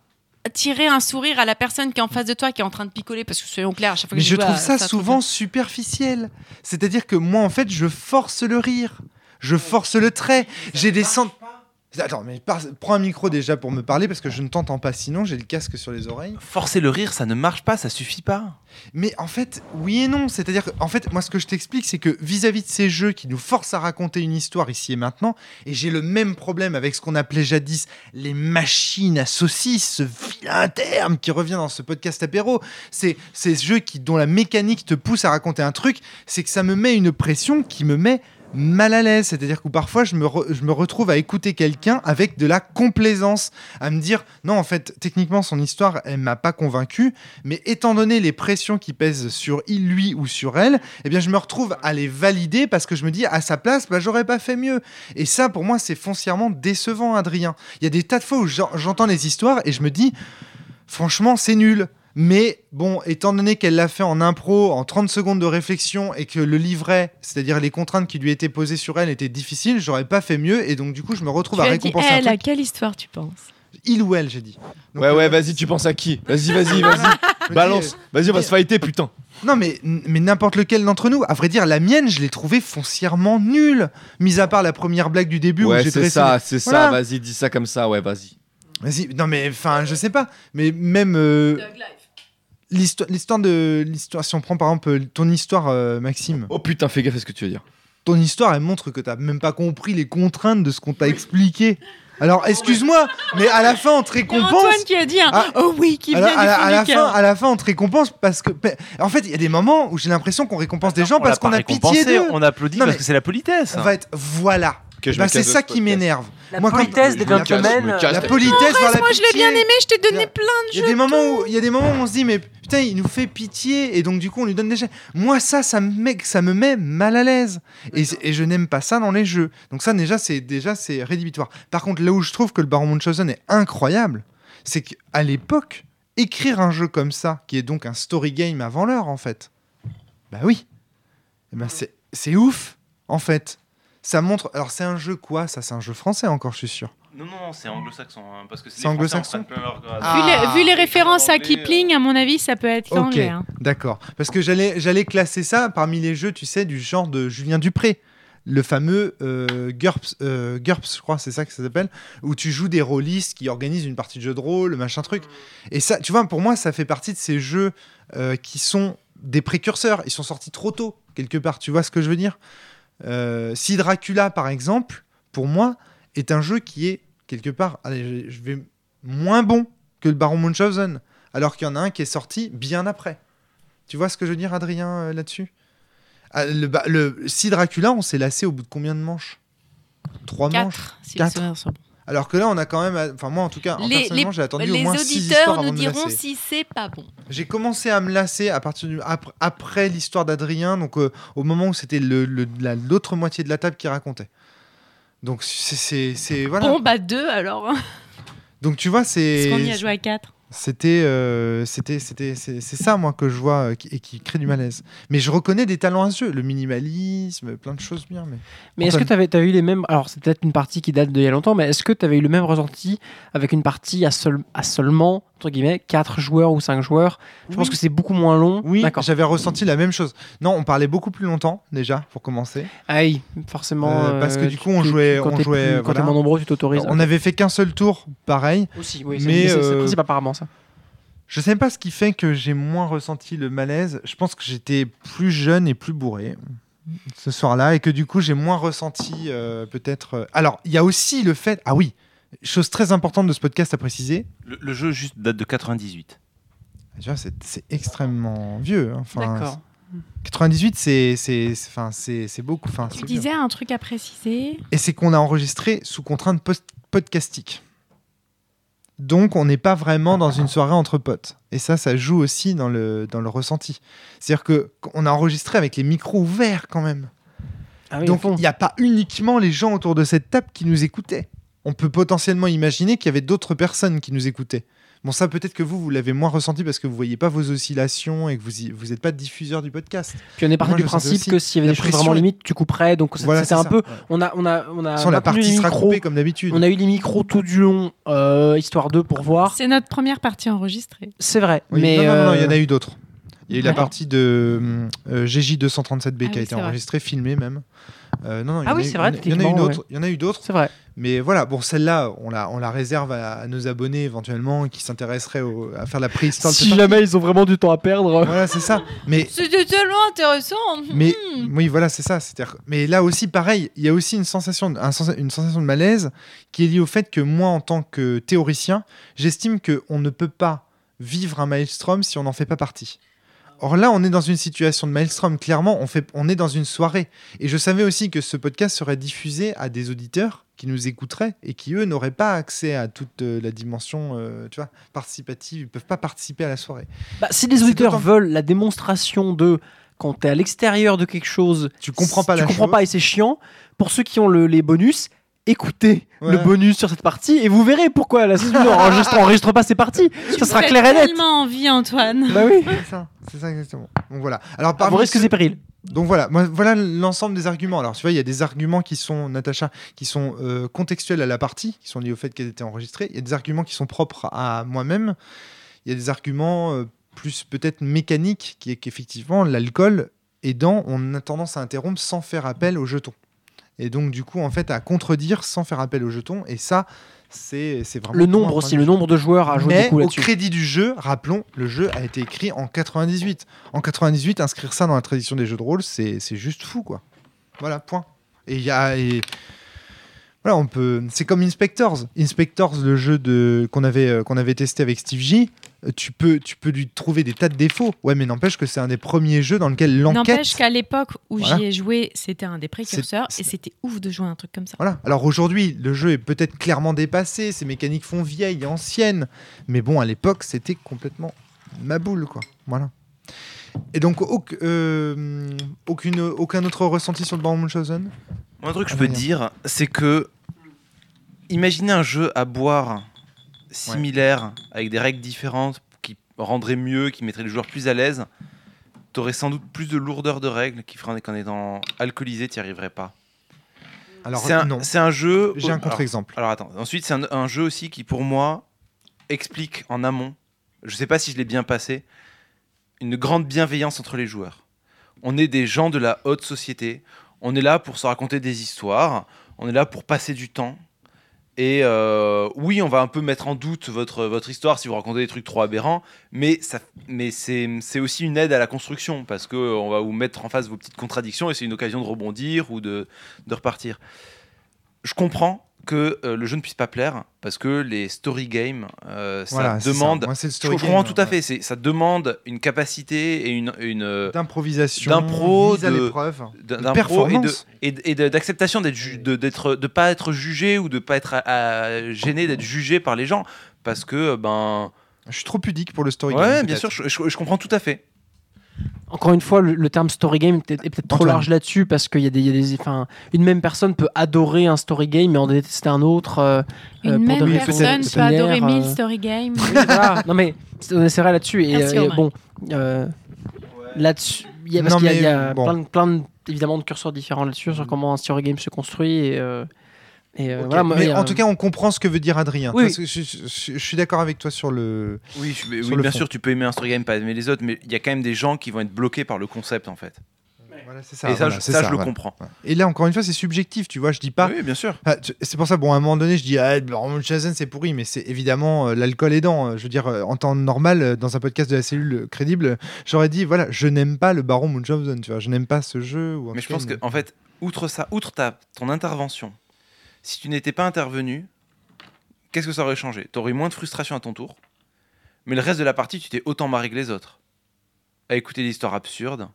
Speaker 5: tirer un sourire à la personne qui est en face de toi qui est en train de picoler parce que soyons clairs à chaque fois
Speaker 1: Mais
Speaker 5: que
Speaker 1: je
Speaker 5: joue à-
Speaker 1: trouve ça
Speaker 5: c'est un truc
Speaker 1: souvent superficiel. C'est-à-dire que moi, en fait, je force le rire. Je force le trait. J'ai des cent... Attends, mais par- prends un micro déjà pour me parler parce que je ne t'entends pas. Sinon, j'ai le casque sur les oreilles.
Speaker 34: Forcer le rire, ça ne marche pas, ça suffit pas.
Speaker 1: Mais en fait, oui et non. C'est-à-dire que, en fait, moi, ce que je t'explique, c'est que vis-à-vis de ces jeux qui nous forcent à raconter une histoire ici et maintenant, et j'ai le même problème avec ce qu'on appelait jadis les machines à saucisses, ce vilain terme qui revient dans ce podcast apéro, c'est ces jeux qui, dont la mécanique te pousse à raconter un truc, c'est que ça me met une pression qui me met mal à l'aise, c'est-à-dire que parfois je me, re- je me retrouve à écouter quelqu'un avec de la complaisance, à me dire non en fait techniquement son histoire elle m'a pas convaincu, mais étant donné les pressions qui pèsent sur il, lui ou sur elle, eh bien je me retrouve à les valider parce que je me dis à sa place bah j'aurais pas fait mieux. Et ça pour moi c'est foncièrement décevant Adrien. Il y a des tas de fois où j'en- j'entends les histoires et je me dis franchement, c'est nul. Mais bon, étant donné qu'elle l'a fait en impro, en 30 secondes de réflexion, et que le livret, c'est-à-dire les contraintes qui lui étaient posées sur elle, étaient difficiles, j'aurais pas fait mieux, et donc du coup, je me retrouve
Speaker 5: Tu
Speaker 1: à
Speaker 5: as dit,
Speaker 1: récompenser
Speaker 5: elle, à
Speaker 1: un truc.
Speaker 5: quelle histoire tu penses
Speaker 1: Il ou elle, j'ai dit.
Speaker 4: ouais, ouais, vas-y, tu penses à qui Vas-y, vas-y, vas-y.
Speaker 1: me
Speaker 10: Balance.
Speaker 1: dis, euh,
Speaker 10: Vas-y, on va
Speaker 1: mais-
Speaker 10: se fighter, putain.
Speaker 1: Non, mais, mais n'importe lequel d'entre nous. À vrai dire, la mienne, je l'ai trouvée foncièrement nulle. Mis à part la première blague du début où
Speaker 10: Ouais,
Speaker 1: j'ai
Speaker 10: c'est
Speaker 1: dressé-
Speaker 10: ça, c'est ça.
Speaker 1: Voilà.
Speaker 10: Vas-y, dis ça comme ça, ouais, vas-y.
Speaker 1: Vas-y, non mais enfin, je sais pas, mais même euh, l'histo- l'histoire de l'histoire. Si on prend par exemple ton histoire, euh, Maxime.
Speaker 10: Oh putain, fais gaffe à ce que tu veux dire.
Speaker 1: Ton histoire, elle montre que t'as même pas compris les contraintes de ce qu'on t'a expliqué. Alors, excuse-moi, mais à la fin, on te
Speaker 26: Il y a
Speaker 1: récompense.
Speaker 26: Antoine qui a dit un
Speaker 1: Ah,
Speaker 26: Oh oui, qui vient
Speaker 1: Alors,
Speaker 26: du
Speaker 1: à la,
Speaker 26: fond
Speaker 1: à
Speaker 26: du
Speaker 1: la fin,
Speaker 26: cœur.
Speaker 1: à la fin, on te récompense parce que. En fait, il y a des moments où j'ai l'impression qu'on récompense des gens
Speaker 3: on
Speaker 1: parce
Speaker 3: l'a pas
Speaker 1: qu'on a pitié
Speaker 3: récompensé,
Speaker 1: d'eux.
Speaker 3: on applaudit
Speaker 1: Non,
Speaker 3: parce
Speaker 1: mais
Speaker 3: que c'est la politesse,
Speaker 1: En
Speaker 3: hein.
Speaker 1: fait, voilà.
Speaker 3: Que je
Speaker 1: Bah,
Speaker 3: me
Speaker 1: c'est
Speaker 3: casse de
Speaker 1: ça
Speaker 3: ce
Speaker 1: qui m'énerve.
Speaker 3: La
Speaker 1: Moi, quand-
Speaker 3: politesse des
Speaker 1: Je me casse,
Speaker 3: gentlemen.
Speaker 1: je me
Speaker 6: euh,
Speaker 1: casse.
Speaker 3: La
Speaker 1: La politesse
Speaker 26: Reste,
Speaker 1: vers la
Speaker 26: euh, moi je l'ai bien
Speaker 1: pitié.
Speaker 26: aimé, je t'ai donné plein de
Speaker 1: Il y
Speaker 26: jeux.
Speaker 1: a des moments où il y a des moments où on se dit mais putain il nous fait pitié et donc du coup on lui donne des chèques. Moi ça ça me met ça me met mal à l'aise et, et je n'aime pas ça dans les jeux. Donc ça déjà c'est déjà c'est rédhibitoire. Par contre là où je trouve que le Baron Munchausen est incroyable, c'est qu'à l'époque écrire un jeu comme ça qui est donc un story game avant l'heure en fait. Bah oui. Eh ben, c'est c'est ouf en fait. Ça montre alors c'est un jeu quoi ça c'est un jeu français encore je suis sûr.
Speaker 3: Non, non, c'est anglo-saxon. hein, parce que
Speaker 1: C'est
Speaker 3: les Français en
Speaker 1: anglo-saxon
Speaker 3: train de pleurer leur-
Speaker 1: Ah.
Speaker 5: Vu, les, vu les
Speaker 3: Et
Speaker 5: références à
Speaker 3: anglais, euh,
Speaker 5: Kipling, à mon avis, ça peut être
Speaker 1: Ok,
Speaker 5: anglais. hein.
Speaker 1: d'accord. Parce que j'allais, j'allais classer ça parmi les jeux, tu sais, du genre de Julien Dupré. Le fameux euh, GURPS, euh, GURPS, je crois, c'est ça que ça s'appelle, où tu joues des rôlistes qui organisent une partie de jeu de rôle, machin truc. Et ça, tu vois, pour moi, ça fait partie de ces jeux euh, qui sont des précurseurs. Ils sont sortis trop tôt, quelque part. Tu vois ce que je veux dire Euh, Si Dracula, par exemple, pour moi, est un jeu qui est, quelque part, allez, je- je vais moins bon que le Baron Munchausen, alors qu'il y en a un qui est sorti bien après. Tu vois ce que je veux dire, Adrien, euh, là-dessus Ah, le, ba- le- Si Dracula, on s'est lassé au bout de combien de manches Trois
Speaker 5: Quatre,
Speaker 1: manches
Speaker 5: si les souvenirs sont
Speaker 1: Alors que là, on a quand même. Enfin, moi, en tout cas, en
Speaker 26: Les,
Speaker 1: personnellement,
Speaker 26: les-
Speaker 1: j'ai attendu
Speaker 26: les
Speaker 1: au moins six histoires
Speaker 26: auditeurs
Speaker 1: avant
Speaker 26: nous
Speaker 1: de me
Speaker 26: diront
Speaker 1: lasser.
Speaker 26: si c'est pas bon.
Speaker 1: J'ai commencé à me lasser à partir du, après, après l'histoire d'Adrien, donc euh, au moment où c'était le- le- la- l'autre moitié de la table qui racontait. Donc c'est- c'est c'est- voilà.
Speaker 26: Bon, bah deux alors. hein.
Speaker 1: donc tu vois, c'est
Speaker 26: Parce qu'on y a joué à quatre.
Speaker 1: C'était euh, c'était c'était c'est c'est ça moi que je vois euh, qui- et qui crée du malaise. Mais je reconnais des talents à ce jeu, le minimalisme, plein de choses bien. Mais,
Speaker 6: Mais est-ce que tu avais, eu les mêmes. Alors, c'est peut-être une partie qui date d'il y a longtemps, mais est-ce que tu avais eu le même ressenti avec une partie à, seul- à seulement, entre guillemets, 4 joueurs ou 5 joueurs Je pense que c'est beaucoup moins long.
Speaker 1: Oui, j'avais ressenti la même chose. Non, on parlait beaucoup plus longtemps déjà pour commencer.
Speaker 6: Aïe, forcément.
Speaker 1: Euh, parce que
Speaker 6: euh,
Speaker 1: du coup, on
Speaker 6: tu-
Speaker 1: jouait.
Speaker 6: quand
Speaker 1: on
Speaker 6: t'es
Speaker 1: jouait
Speaker 6: plus- quand t'es moins nombreux, tu t'autorises.
Speaker 1: On avait fait qu'un seul tour, pareil.
Speaker 6: Aussi, oui, c'est-
Speaker 1: mais
Speaker 6: mais c'est- c'est le
Speaker 1: euh,
Speaker 6: principe apparemment ça.
Speaker 1: Je sais pas ce qui fait que j'ai moins ressenti le malaise. Je pense que j'étais plus jeune et plus bourré ce soir-là et que du coup j'ai moins ressenti euh, peut-être. euh, Alors il y a aussi le fait. Ah oui, chose très importante de ce podcast à préciser.
Speaker 3: Le, le jeu juste date de 98.
Speaker 1: Tu vois, c'est c'est extrêmement vieux. hein. Enfin,
Speaker 5: D'accord.
Speaker 1: c'est- 98, c'est c'est c'est- enfin, c'est- c'est beaucoup. Enfin,
Speaker 5: Tu
Speaker 1: c'est
Speaker 5: disais
Speaker 1: bien.
Speaker 5: un truc à préciser
Speaker 1: Et c'est qu'on a enregistré sous contrainte post- podcastique. Donc, on n'est pas vraiment dans une soirée entre potes. Et ça, ça joue aussi dans le, dans le ressenti. C'est-à-dire que- qu'on a enregistré avec les micros ouverts quand même.
Speaker 6: Ah
Speaker 1: Donc, il n'y a pas uniquement les gens autour de cette table qui nous écoutaient. On peut potentiellement imaginer qu'il y avait d'autres personnes qui nous écoutaient. Bon, ça, peut-être que vous, vous l'avez moins ressenti parce que vous voyez pas vos oscillations et que vous n'êtes pas diffuseur du podcast.
Speaker 6: Puis on est parti
Speaker 1: Moi,
Speaker 6: du
Speaker 1: je le sentais
Speaker 6: principe
Speaker 1: aussi.
Speaker 6: que s'il y avait
Speaker 1: La
Speaker 6: des choses
Speaker 1: pression
Speaker 6: vraiment
Speaker 1: est-
Speaker 6: limites, tu couperais. Donc c'est-
Speaker 1: Voilà,
Speaker 6: c'était
Speaker 1: c'est
Speaker 6: un
Speaker 1: ça,
Speaker 6: peu.
Speaker 1: ouais.
Speaker 6: On a, on a, on a.
Speaker 1: Sans, la
Speaker 6: maintenu
Speaker 1: partie
Speaker 6: les
Speaker 1: sera
Speaker 6: micros.
Speaker 1: coupée comme d'habitude.
Speaker 6: On a eu les micros tout du long, euh, histoire de pour
Speaker 1: Ah.
Speaker 6: voir.
Speaker 5: C'est notre première partie enregistrée.
Speaker 6: C'est vrai.
Speaker 1: Oui,
Speaker 6: mais
Speaker 1: non, non, non, non, il y en a
Speaker 6: euh,
Speaker 1: eu d'autres. Il y a eu la
Speaker 6: D'accord.
Speaker 1: partie de hum, euh,
Speaker 6: Ah
Speaker 1: GJ237B qui a
Speaker 6: oui,
Speaker 1: été
Speaker 6: c'est vrai.
Speaker 1: enregistrée, filmée même. Euh, non, non, il y
Speaker 6: Ah
Speaker 1: en a
Speaker 6: oui,
Speaker 1: eu-
Speaker 6: c'est vrai,
Speaker 1: Il y en a- il y en a eu
Speaker 6: techniquement,
Speaker 1: d'autres.
Speaker 6: ouais.
Speaker 1: Il y en a eu d'autres.
Speaker 6: C'est vrai.
Speaker 1: Mais voilà, bon, celle-là, on la, on la réserve à, à nos abonnés éventuellement qui s'intéresseraient au- à faire la préhistoire. de
Speaker 6: Si
Speaker 1: cette partie.
Speaker 6: jamais ils ont vraiment du temps à perdre.
Speaker 1: Voilà, c'est ça. Mais
Speaker 26: C'était tellement intéressant.
Speaker 5: Mhm.
Speaker 1: mais oui, voilà, c'est ça. c'est-à-dire- Mais là aussi, pareil, il y a aussi une sensation, un sens- une sensation de malaise qui est liée au fait que moi, en tant que théoricien, j'estime que on ne peut pas vivre un maelstrom si on n'en fait pas partie. Or là, on est dans une situation de maelstrom. Clairement, on, fait, on est dans une soirée. Et je savais aussi que ce podcast serait diffusé à des auditeurs qui nous écouteraient et qui, eux, n'auraient pas accès à toute euh, la dimension euh, tu vois, participative. Ils ne peuvent pas participer à la soirée.
Speaker 6: Bah, si les auditeurs veulent la démonstration de quand t'es à l'extérieur de quelque chose, tu
Speaker 1: comprends pas
Speaker 6: tu
Speaker 1: la
Speaker 6: comprends
Speaker 1: chose.
Speaker 6: pas et c'est chiant. Pour ceux qui ont le- les bonus, écoutez
Speaker 1: Ouais.
Speaker 6: le bonus sur cette partie et vous verrez pourquoi la saison enregistre, enregistre pas ces parties. ça sera clair et net.
Speaker 5: tellement envie, Antoine.
Speaker 6: Bah oui.
Speaker 1: C'est ça, c'est ça exactement. Donc voilà. Alors
Speaker 6: À
Speaker 1: parmi
Speaker 6: vos risques
Speaker 1: ceux-
Speaker 6: et périls.
Speaker 1: Donc voilà, moi, voilà l'ensemble des arguments. Alors tu vois, il y a des arguments qui sont, Natacha, qui sont euh, contextuels à la partie, qui sont liés au fait qu'elle était enregistrée. Il y a des arguments qui sont propres à moi-même. Il y a des arguments euh, plus peut-être mécanique, qui est qu'effectivement, l'alcool aidant, on a tendance à interrompre sans faire appel au jeton. Et donc, du coup, en fait, à contredire sans faire appel au jeton. Et ça, c'est c'est vraiment.
Speaker 6: Le
Speaker 1: pour moi
Speaker 6: nombre
Speaker 1: un point
Speaker 6: aussi,
Speaker 1: de
Speaker 6: le
Speaker 1: vue.
Speaker 6: nombre de joueurs à jouer
Speaker 1: Mais
Speaker 6: du coup
Speaker 1: au
Speaker 6: là-dessus.
Speaker 1: crédit du jeu, rappelons, le jeu a été écrit en 98. En 98, inscrire ça dans la tradition des jeux de rôle, c'est c'est juste fou, quoi. Voilà, point. Et il y a. et- Voilà, on peut. C'est comme Inspectors. Inspectors, le jeu de qu'on avait euh, qu'on avait testé avec Steve J. euh, Tu peux tu peux lui trouver des tas de défauts. Ouais, mais n'empêche que c'est un des premiers jeux dans lequel
Speaker 5: N'empêche
Speaker 1: l'enquête.
Speaker 5: qu'à l'époque où
Speaker 1: Voilà.
Speaker 5: j'y ai joué, c'était un des précurseurs et c'était ouf de jouer à un truc comme ça.
Speaker 1: Voilà. Alors aujourd'hui, le jeu est peut-être clairement dépassé. Ses mécaniques font vieilles, anciennes. Mais bon, à l'époque, c'était complètement ma boule, quoi. Voilà. Et donc, auc- euh, aucune, aucun autre ressenti sur le Baron Munchausen
Speaker 3: Un truc que je peux dire, c'est que imaginez un jeu à boire similaire, avec des règles différentes, qui rendrait mieux, qui mettrait les joueurs plus à l'aise. T'aurais sans doute plus de lourdeur de règles qui ferait qu'en étant alcoolisé, t'y arriverais pas.
Speaker 1: Alors,
Speaker 3: c'est un,
Speaker 1: non.
Speaker 3: c'est un jeu.
Speaker 1: J'ai un contre-exemple.
Speaker 3: Alors, alors, attends. Ensuite, c'est un, un jeu aussi qui, pour moi, explique en amont. Je sais pas si je l'ai bien passé. Une grande bienveillance entre les joueurs. On est des gens de la haute société. On est là pour se raconter des histoires. On est là pour passer du temps. Et euh, oui, on va un peu mettre en doute votre, votre histoire si vous racontez des trucs trop aberrants, mais, ça, mais c'est c'est aussi une aide à la construction parce qu'on on va vous mettre en face vos petites contradictions et c'est une occasion de rebondir ou de, de repartir. Je comprends que euh, le jeu ne puisse pas plaire parce que les story games, euh, ça
Speaker 1: Voilà, c'est ça.
Speaker 3: demande.
Speaker 1: Moi, c'est le
Speaker 3: Je-
Speaker 1: story
Speaker 3: je comprends
Speaker 1: game,
Speaker 3: tout à fait, c'est- ça demande une capacité et une. une euh,
Speaker 1: D'improvisation,
Speaker 3: d'impro,
Speaker 1: mise à
Speaker 3: de-
Speaker 1: l'épreuve,
Speaker 3: d-
Speaker 1: de
Speaker 3: d'impro et de-
Speaker 1: performance.
Speaker 3: et d- et de- d'acceptation d'être ju- de d'être de pas être jugé ou de pas être à- à- gêné d'être jugé par les gens parce que euh, ben
Speaker 1: je suis trop pudique pour le story
Speaker 3: ouais
Speaker 1: game,
Speaker 3: bien sûr
Speaker 1: peut-être.
Speaker 3: je, je- je comprends tout à fait
Speaker 6: Encore une fois, le, le terme story game est peut-être est peut-être trop
Speaker 3: Antoine.
Speaker 6: large là-dessus parce qu'il y a des, il y a des- enfin, une même personne peut adorer un story game et en détester un autre. euh, euh,
Speaker 5: Une
Speaker 6: pour
Speaker 5: même
Speaker 6: des raisons
Speaker 5: personne peut
Speaker 6: similaires,
Speaker 5: adorer mille
Speaker 6: euh.
Speaker 5: story games.
Speaker 6: Voilà. non mais c'est c'est vrai là-dessus et,
Speaker 5: Merci,
Speaker 6: euh, et
Speaker 5: Romain.
Speaker 6: bon euh, là-dessus il y a, parce
Speaker 1: Non,
Speaker 6: qu'il y a-
Speaker 1: mais,
Speaker 6: il y a
Speaker 1: bon. Mm.
Speaker 6: plein, de, plein de- évidemment de curseurs différents là-dessus sur comment un story game se construit et, euh, et, euh,
Speaker 1: Ok,
Speaker 6: voilà moi,
Speaker 1: mais
Speaker 6: et,
Speaker 1: en
Speaker 6: euh,
Speaker 1: tout cas, on comprend ce que veut dire Adrien.
Speaker 6: Oui.
Speaker 1: Parce que je, je- je suis d'accord avec toi sur le.
Speaker 3: oui, je- mais
Speaker 1: sur
Speaker 3: oui,
Speaker 1: le
Speaker 3: bien
Speaker 1: fond.
Speaker 3: sûr tu peux aimer un story game pas aimer les autres mais il y a quand même des gens qui vont être bloqués par le concept en fait
Speaker 1: C'est
Speaker 3: et ça,
Speaker 1: voilà,
Speaker 3: je,
Speaker 1: c'est
Speaker 3: ça, je le
Speaker 1: voilà.
Speaker 3: comprends
Speaker 1: Ouais. Et là, encore une fois, c'est subjectif, tu vois. Je dis pas. Ah,
Speaker 3: Oui, bien sûr.
Speaker 1: c'est pour ça, bon, à un moment donné, je dis, ah, le Baron Munchausen, c'est pourri, mais c'est évidemment euh, l'alcool aidant. Euh, Je veux dire, euh, en temps normal, euh, dans un podcast de la cellule euh, crédible, euh, j'aurais dit, voilà, je n'aime pas le Baron Munchausen, tu vois. Je n'aime pas ce jeu. Ou en
Speaker 3: mais je
Speaker 1: tout cas,
Speaker 3: pense que
Speaker 1: une-
Speaker 3: en fait outre ça outre ta ton intervention si tu n'étais pas intervenu qu'est-ce que ça aurait changé tu aurais eu moins de frustration à ton tour mais le reste de la partie tu t'es autant marré que les autres à écouter des histoires absurdes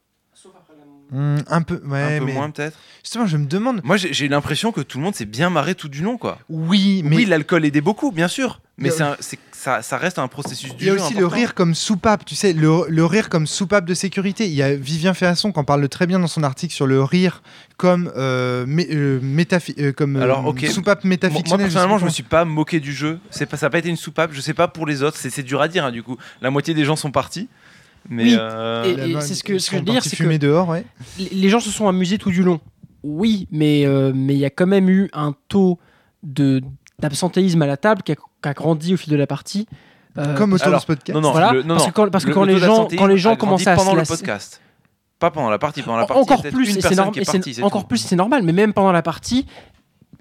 Speaker 1: Hum, un peu, ouais,
Speaker 3: un peu
Speaker 1: mais-
Speaker 3: moins peut-être
Speaker 1: Justement, je me demande.
Speaker 3: Moi, j'ai j'ai l'impression que tout le monde s'est bien marré tout du long, quoi.
Speaker 1: Oui, mais.
Speaker 3: Oui, l'alcool aidait beaucoup, bien sûr. Mais
Speaker 1: Il y a-
Speaker 3: c'est un- c'est- ça, ça reste un processus du
Speaker 1: Il y a
Speaker 3: jeu
Speaker 1: aussi le
Speaker 3: important.
Speaker 1: rire comme soupape, tu sais, le, le rire comme soupape de sécurité. Il y a Vivien Ferrasson qui en parle très bien dans son article sur le rire comme, euh, mé- euh, métaphi- euh, comme euh,
Speaker 3: Alors, ok.
Speaker 1: soupape
Speaker 3: Moi,
Speaker 1: métafictionnelle.
Speaker 3: moi, personnellement,
Speaker 1: sais
Speaker 3: je me
Speaker 1: pas
Speaker 3: suis pas moqué du jeu. C'est pas, ça n'a pas été une soupape. Je sais pas pour les autres. C'est c'est dur à dire, hein, du coup. La moitié des gens sont partis. Mais
Speaker 6: Oui.
Speaker 3: euh,
Speaker 6: Et- et c'est ce que, ce que je veux dire, c'est que
Speaker 1: fumer dehors, ouais.
Speaker 6: les- les gens se sont amusés tout du long. Oui, mais euh, mais il y a quand même eu un taux de d'absentéisme à la table qui a, qui a grandi au fil de la partie. Euh,
Speaker 1: Comme autour de
Speaker 3: Alors,
Speaker 1: ce podcast.
Speaker 3: Non, non,
Speaker 6: Voilà,
Speaker 3: le- non,
Speaker 6: parce
Speaker 3: non,
Speaker 6: que quand, parce que
Speaker 3: le-
Speaker 6: quand les
Speaker 3: le taux
Speaker 6: gens
Speaker 3: d'absentéisme
Speaker 6: quand les
Speaker 3: a
Speaker 6: gens
Speaker 3: grandi
Speaker 6: commençaient à
Speaker 3: pendant
Speaker 6: se
Speaker 3: le
Speaker 6: lasser-
Speaker 3: podcast. Pas pendant la partie, pendant la partie. il y a
Speaker 6: encore
Speaker 3: peut-être
Speaker 6: plus,
Speaker 3: une
Speaker 6: et c'est
Speaker 3: personne
Speaker 6: norm-
Speaker 3: qui est
Speaker 6: et c'est-
Speaker 3: partie, c'est
Speaker 6: encore
Speaker 3: tout.
Speaker 6: plus, c'est normal. Mais même pendant la partie,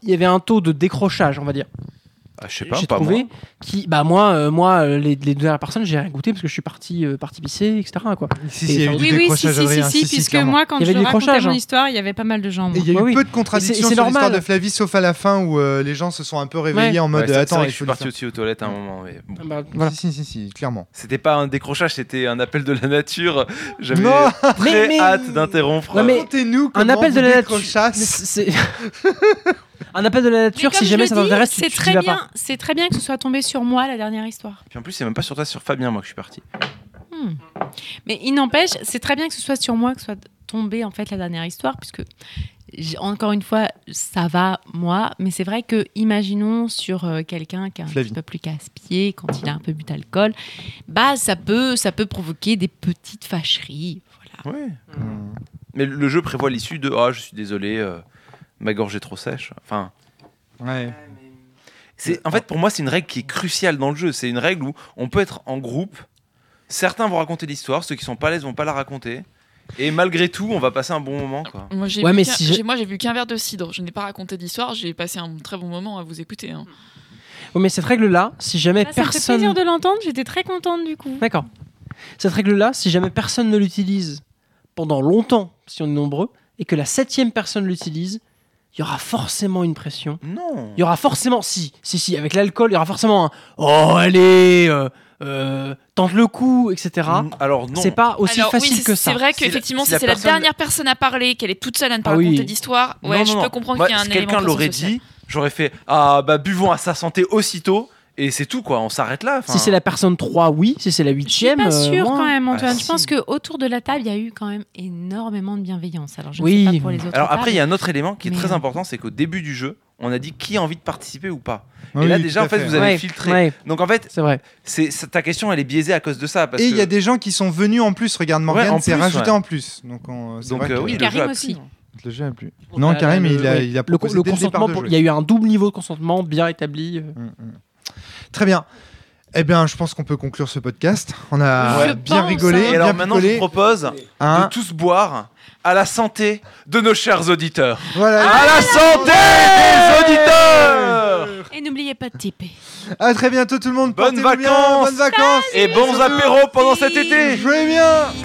Speaker 6: il y avait un taux de décrochage, on va dire.
Speaker 3: Ah, je sais pas,
Speaker 6: J'ai
Speaker 3: pas
Speaker 6: trouvé
Speaker 3: moi.
Speaker 6: qui, bah moi, euh, moi, euh, les, les deux dernières personnes, j'ai rien goûté parce que je suis parti, euh, parti pisser, etc. Quoi.
Speaker 1: Si,
Speaker 6: Et
Speaker 1: si, il y a
Speaker 6: enfin,
Speaker 1: eu du Oui, oui, décrochage, si, si, Adrien, si, si, si, puisque clairement. moi, quand
Speaker 6: il y avait
Speaker 1: je
Speaker 6: du
Speaker 1: racontais
Speaker 6: décrochage,
Speaker 1: mon
Speaker 6: hein.
Speaker 5: Histoire, il y avait pas mal de gens.
Speaker 1: Et il y a eu peu de contradictions sur l'histoire de
Speaker 6: normal.
Speaker 1: Flavie, sauf à la fin où euh, les gens se sont un peu réveillés
Speaker 3: Ouais.
Speaker 1: en mode
Speaker 3: Ouais, c'est- c'est
Speaker 1: attends,
Speaker 3: vrai
Speaker 1: il
Speaker 3: que je suis
Speaker 1: faut
Speaker 3: parti aussi aux toilettes à un moment. mais bon.
Speaker 1: Si, si, si, si, clairement.
Speaker 3: C'était pas un décrochage, c'était un appel de la nature. J'avais
Speaker 1: Non.
Speaker 3: très
Speaker 1: Mais- mais-
Speaker 3: hâte d'interrompre.
Speaker 6: Non, mais un
Speaker 1: comment
Speaker 6: appel de
Speaker 1: vous
Speaker 6: la nature.
Speaker 1: décrochasse.
Speaker 6: c'est- un appel de la nature.
Speaker 5: Comme
Speaker 6: Si
Speaker 5: je
Speaker 6: jamais
Speaker 5: le
Speaker 6: ça
Speaker 5: dis,
Speaker 6: t'intéresse, tu-
Speaker 5: c'est
Speaker 6: tu y
Speaker 5: très
Speaker 6: vas
Speaker 5: bien.
Speaker 6: pas.
Speaker 5: C'est très bien que ce soit tombé sur moi la dernière histoire.
Speaker 3: Puis en plus, c'est même pas sur toi, c'est sur Fabien, moi que je suis parti.
Speaker 5: Hmm. Mais il n'empêche, c'est très bien que ce soit sur moi que soit tombée en fait la dernière histoire, puisque j'ai- encore une fois, ça va moi, mais c'est vrai que imaginons sur euh, quelqu'un qui a un
Speaker 1: Flavie.
Speaker 5: petit peu plus casse-pied quand il a un peu bu d'alcool, bah ça peut ça peut provoquer des petites fâcheries.
Speaker 3: Voilà. Mais le- le jeu prévoit l'issue de Ah, je suis désolé, euh, ma gorge est trop sèche. Enfin.
Speaker 1: Ouais.
Speaker 3: C'est, en fait, pour moi, c'est une règle qui est cruciale dans le jeu. C'est une règle où on peut être en groupe, Certains vont raconter l'histoire, ceux qui sont pas à l'aise vont pas la raconter. Et malgré tout, on va passer un bon moment. Quoi.
Speaker 2: Moi, j'ai bu qu'un- j'ai- moi, j'ai bu qu'un verre de cidre. Je n'ai pas raconté d'histoire. J'ai passé un très bon moment à vous écouter. hein.
Speaker 6: Oui, oh, mais cette règle-là, si jamais
Speaker 1: Bah,
Speaker 5: Ah, Ça me fait
Speaker 6: personne.
Speaker 5: plaisir de l'entendre, j'étais très contente du coup.
Speaker 6: D'accord. Cette règle-là, si jamais personne ne l'utilise pendant longtemps, si on est nombreux, et que la septième personne l'utilise, il y aura forcément une pression.
Speaker 3: Non.
Speaker 6: Il y aura forcément, si, si, si, avec l'alcool, il y aura forcément un Oh, allez, euh, euh, tente le coup, etc.
Speaker 3: Alors, non.
Speaker 6: C'est pas aussi
Speaker 2: Mm, Alors, oui,
Speaker 6: facile
Speaker 2: c'est-
Speaker 6: que ça.
Speaker 2: C'est vrai qu'effectivement, si c'est la dernière personne à parler, qu'elle est toute seule à ne pas
Speaker 6: Ah oui.
Speaker 2: raconter d'histoire, ouais,
Speaker 3: Non,
Speaker 2: je
Speaker 3: non,
Speaker 2: peux
Speaker 3: non.
Speaker 2: comprendre
Speaker 3: Moi,
Speaker 2: qu'il y a un
Speaker 3: si
Speaker 2: élément
Speaker 3: quelqu'un l'aurait
Speaker 2: pression
Speaker 3: dit, j'aurais fait Ah, bah, buvons à sa santé aussitôt. Et c'est tout, quoi. On s'arrête là. enfin.
Speaker 6: Si c'est la personne 3, oui. Si c'est la huitième.
Speaker 5: Pas
Speaker 6: euh,
Speaker 5: sûr
Speaker 6: moins.
Speaker 5: quand même, Antoine.
Speaker 6: Ah,
Speaker 5: je pense que autour de la table, il y a eu quand même énormément de bienveillance. Alors je ne
Speaker 6: Oui.
Speaker 5: sais pas pour les autres.
Speaker 3: Alors après, il y a
Speaker 5: tables.
Speaker 3: un autre élément qui est
Speaker 5: Mais,
Speaker 3: très
Speaker 5: euh,
Speaker 3: important, c'est qu'au début du jeu, on a dit qui a envie de participer ou pas.
Speaker 1: Ah
Speaker 3: et là
Speaker 1: oui,
Speaker 3: déjà,
Speaker 1: tout
Speaker 3: en
Speaker 1: à
Speaker 3: fait,
Speaker 1: fait.
Speaker 3: vous avez
Speaker 1: Ouais,
Speaker 3: filtré.
Speaker 1: ouais.
Speaker 3: Donc en fait,
Speaker 6: c'est vrai.
Speaker 3: ta question, elle est biaisée à cause de ça. Parce
Speaker 1: Et il
Speaker 3: que...
Speaker 1: y a des gens qui sont venus en plus. Regarde
Speaker 3: Ouais,
Speaker 1: Morgan,
Speaker 3: en
Speaker 1: c'est
Speaker 3: plus,
Speaker 1: rajouté
Speaker 3: ouais.
Speaker 1: en plus. Donc, on- c'est
Speaker 3: Donc,
Speaker 1: vrai
Speaker 3: euh,
Speaker 1: que-
Speaker 3: oui,
Speaker 5: Et Karim aussi.
Speaker 1: Le jeu a plu.
Speaker 6: Bon,
Speaker 1: Non,
Speaker 6: bah,
Speaker 1: Karim,
Speaker 6: le-
Speaker 1: il a,
Speaker 6: ouais.
Speaker 1: il a
Speaker 6: le,
Speaker 1: proposé
Speaker 6: le
Speaker 1: dès le départ
Speaker 6: consentement.
Speaker 1: de Mm,
Speaker 6: pour-
Speaker 1: jouer.
Speaker 6: Il y a eu un double niveau de consentement bien établi. euh.
Speaker 1: Très bien. Eh bien, je pense qu'on peut conclure ce podcast. On a
Speaker 3: Ouais.
Speaker 1: bien
Speaker 5: hein.
Speaker 1: rigolé.
Speaker 3: Et
Speaker 1: bien
Speaker 3: alors maintenant, je
Speaker 1: picolé.
Speaker 3: vous propose
Speaker 1: Hein
Speaker 3: de tous boire à la santé de nos chers auditeurs.
Speaker 1: Voilà.
Speaker 3: À la santé des auditeurs
Speaker 5: Et n'oubliez pas de tiper.
Speaker 1: À très bientôt tout le monde.
Speaker 3: Bonnes
Speaker 1: Portez-vous bien,
Speaker 3: vacances
Speaker 1: Bonnes vacances.
Speaker 3: Et bons apéros pendant cet été
Speaker 1: Jouez bien.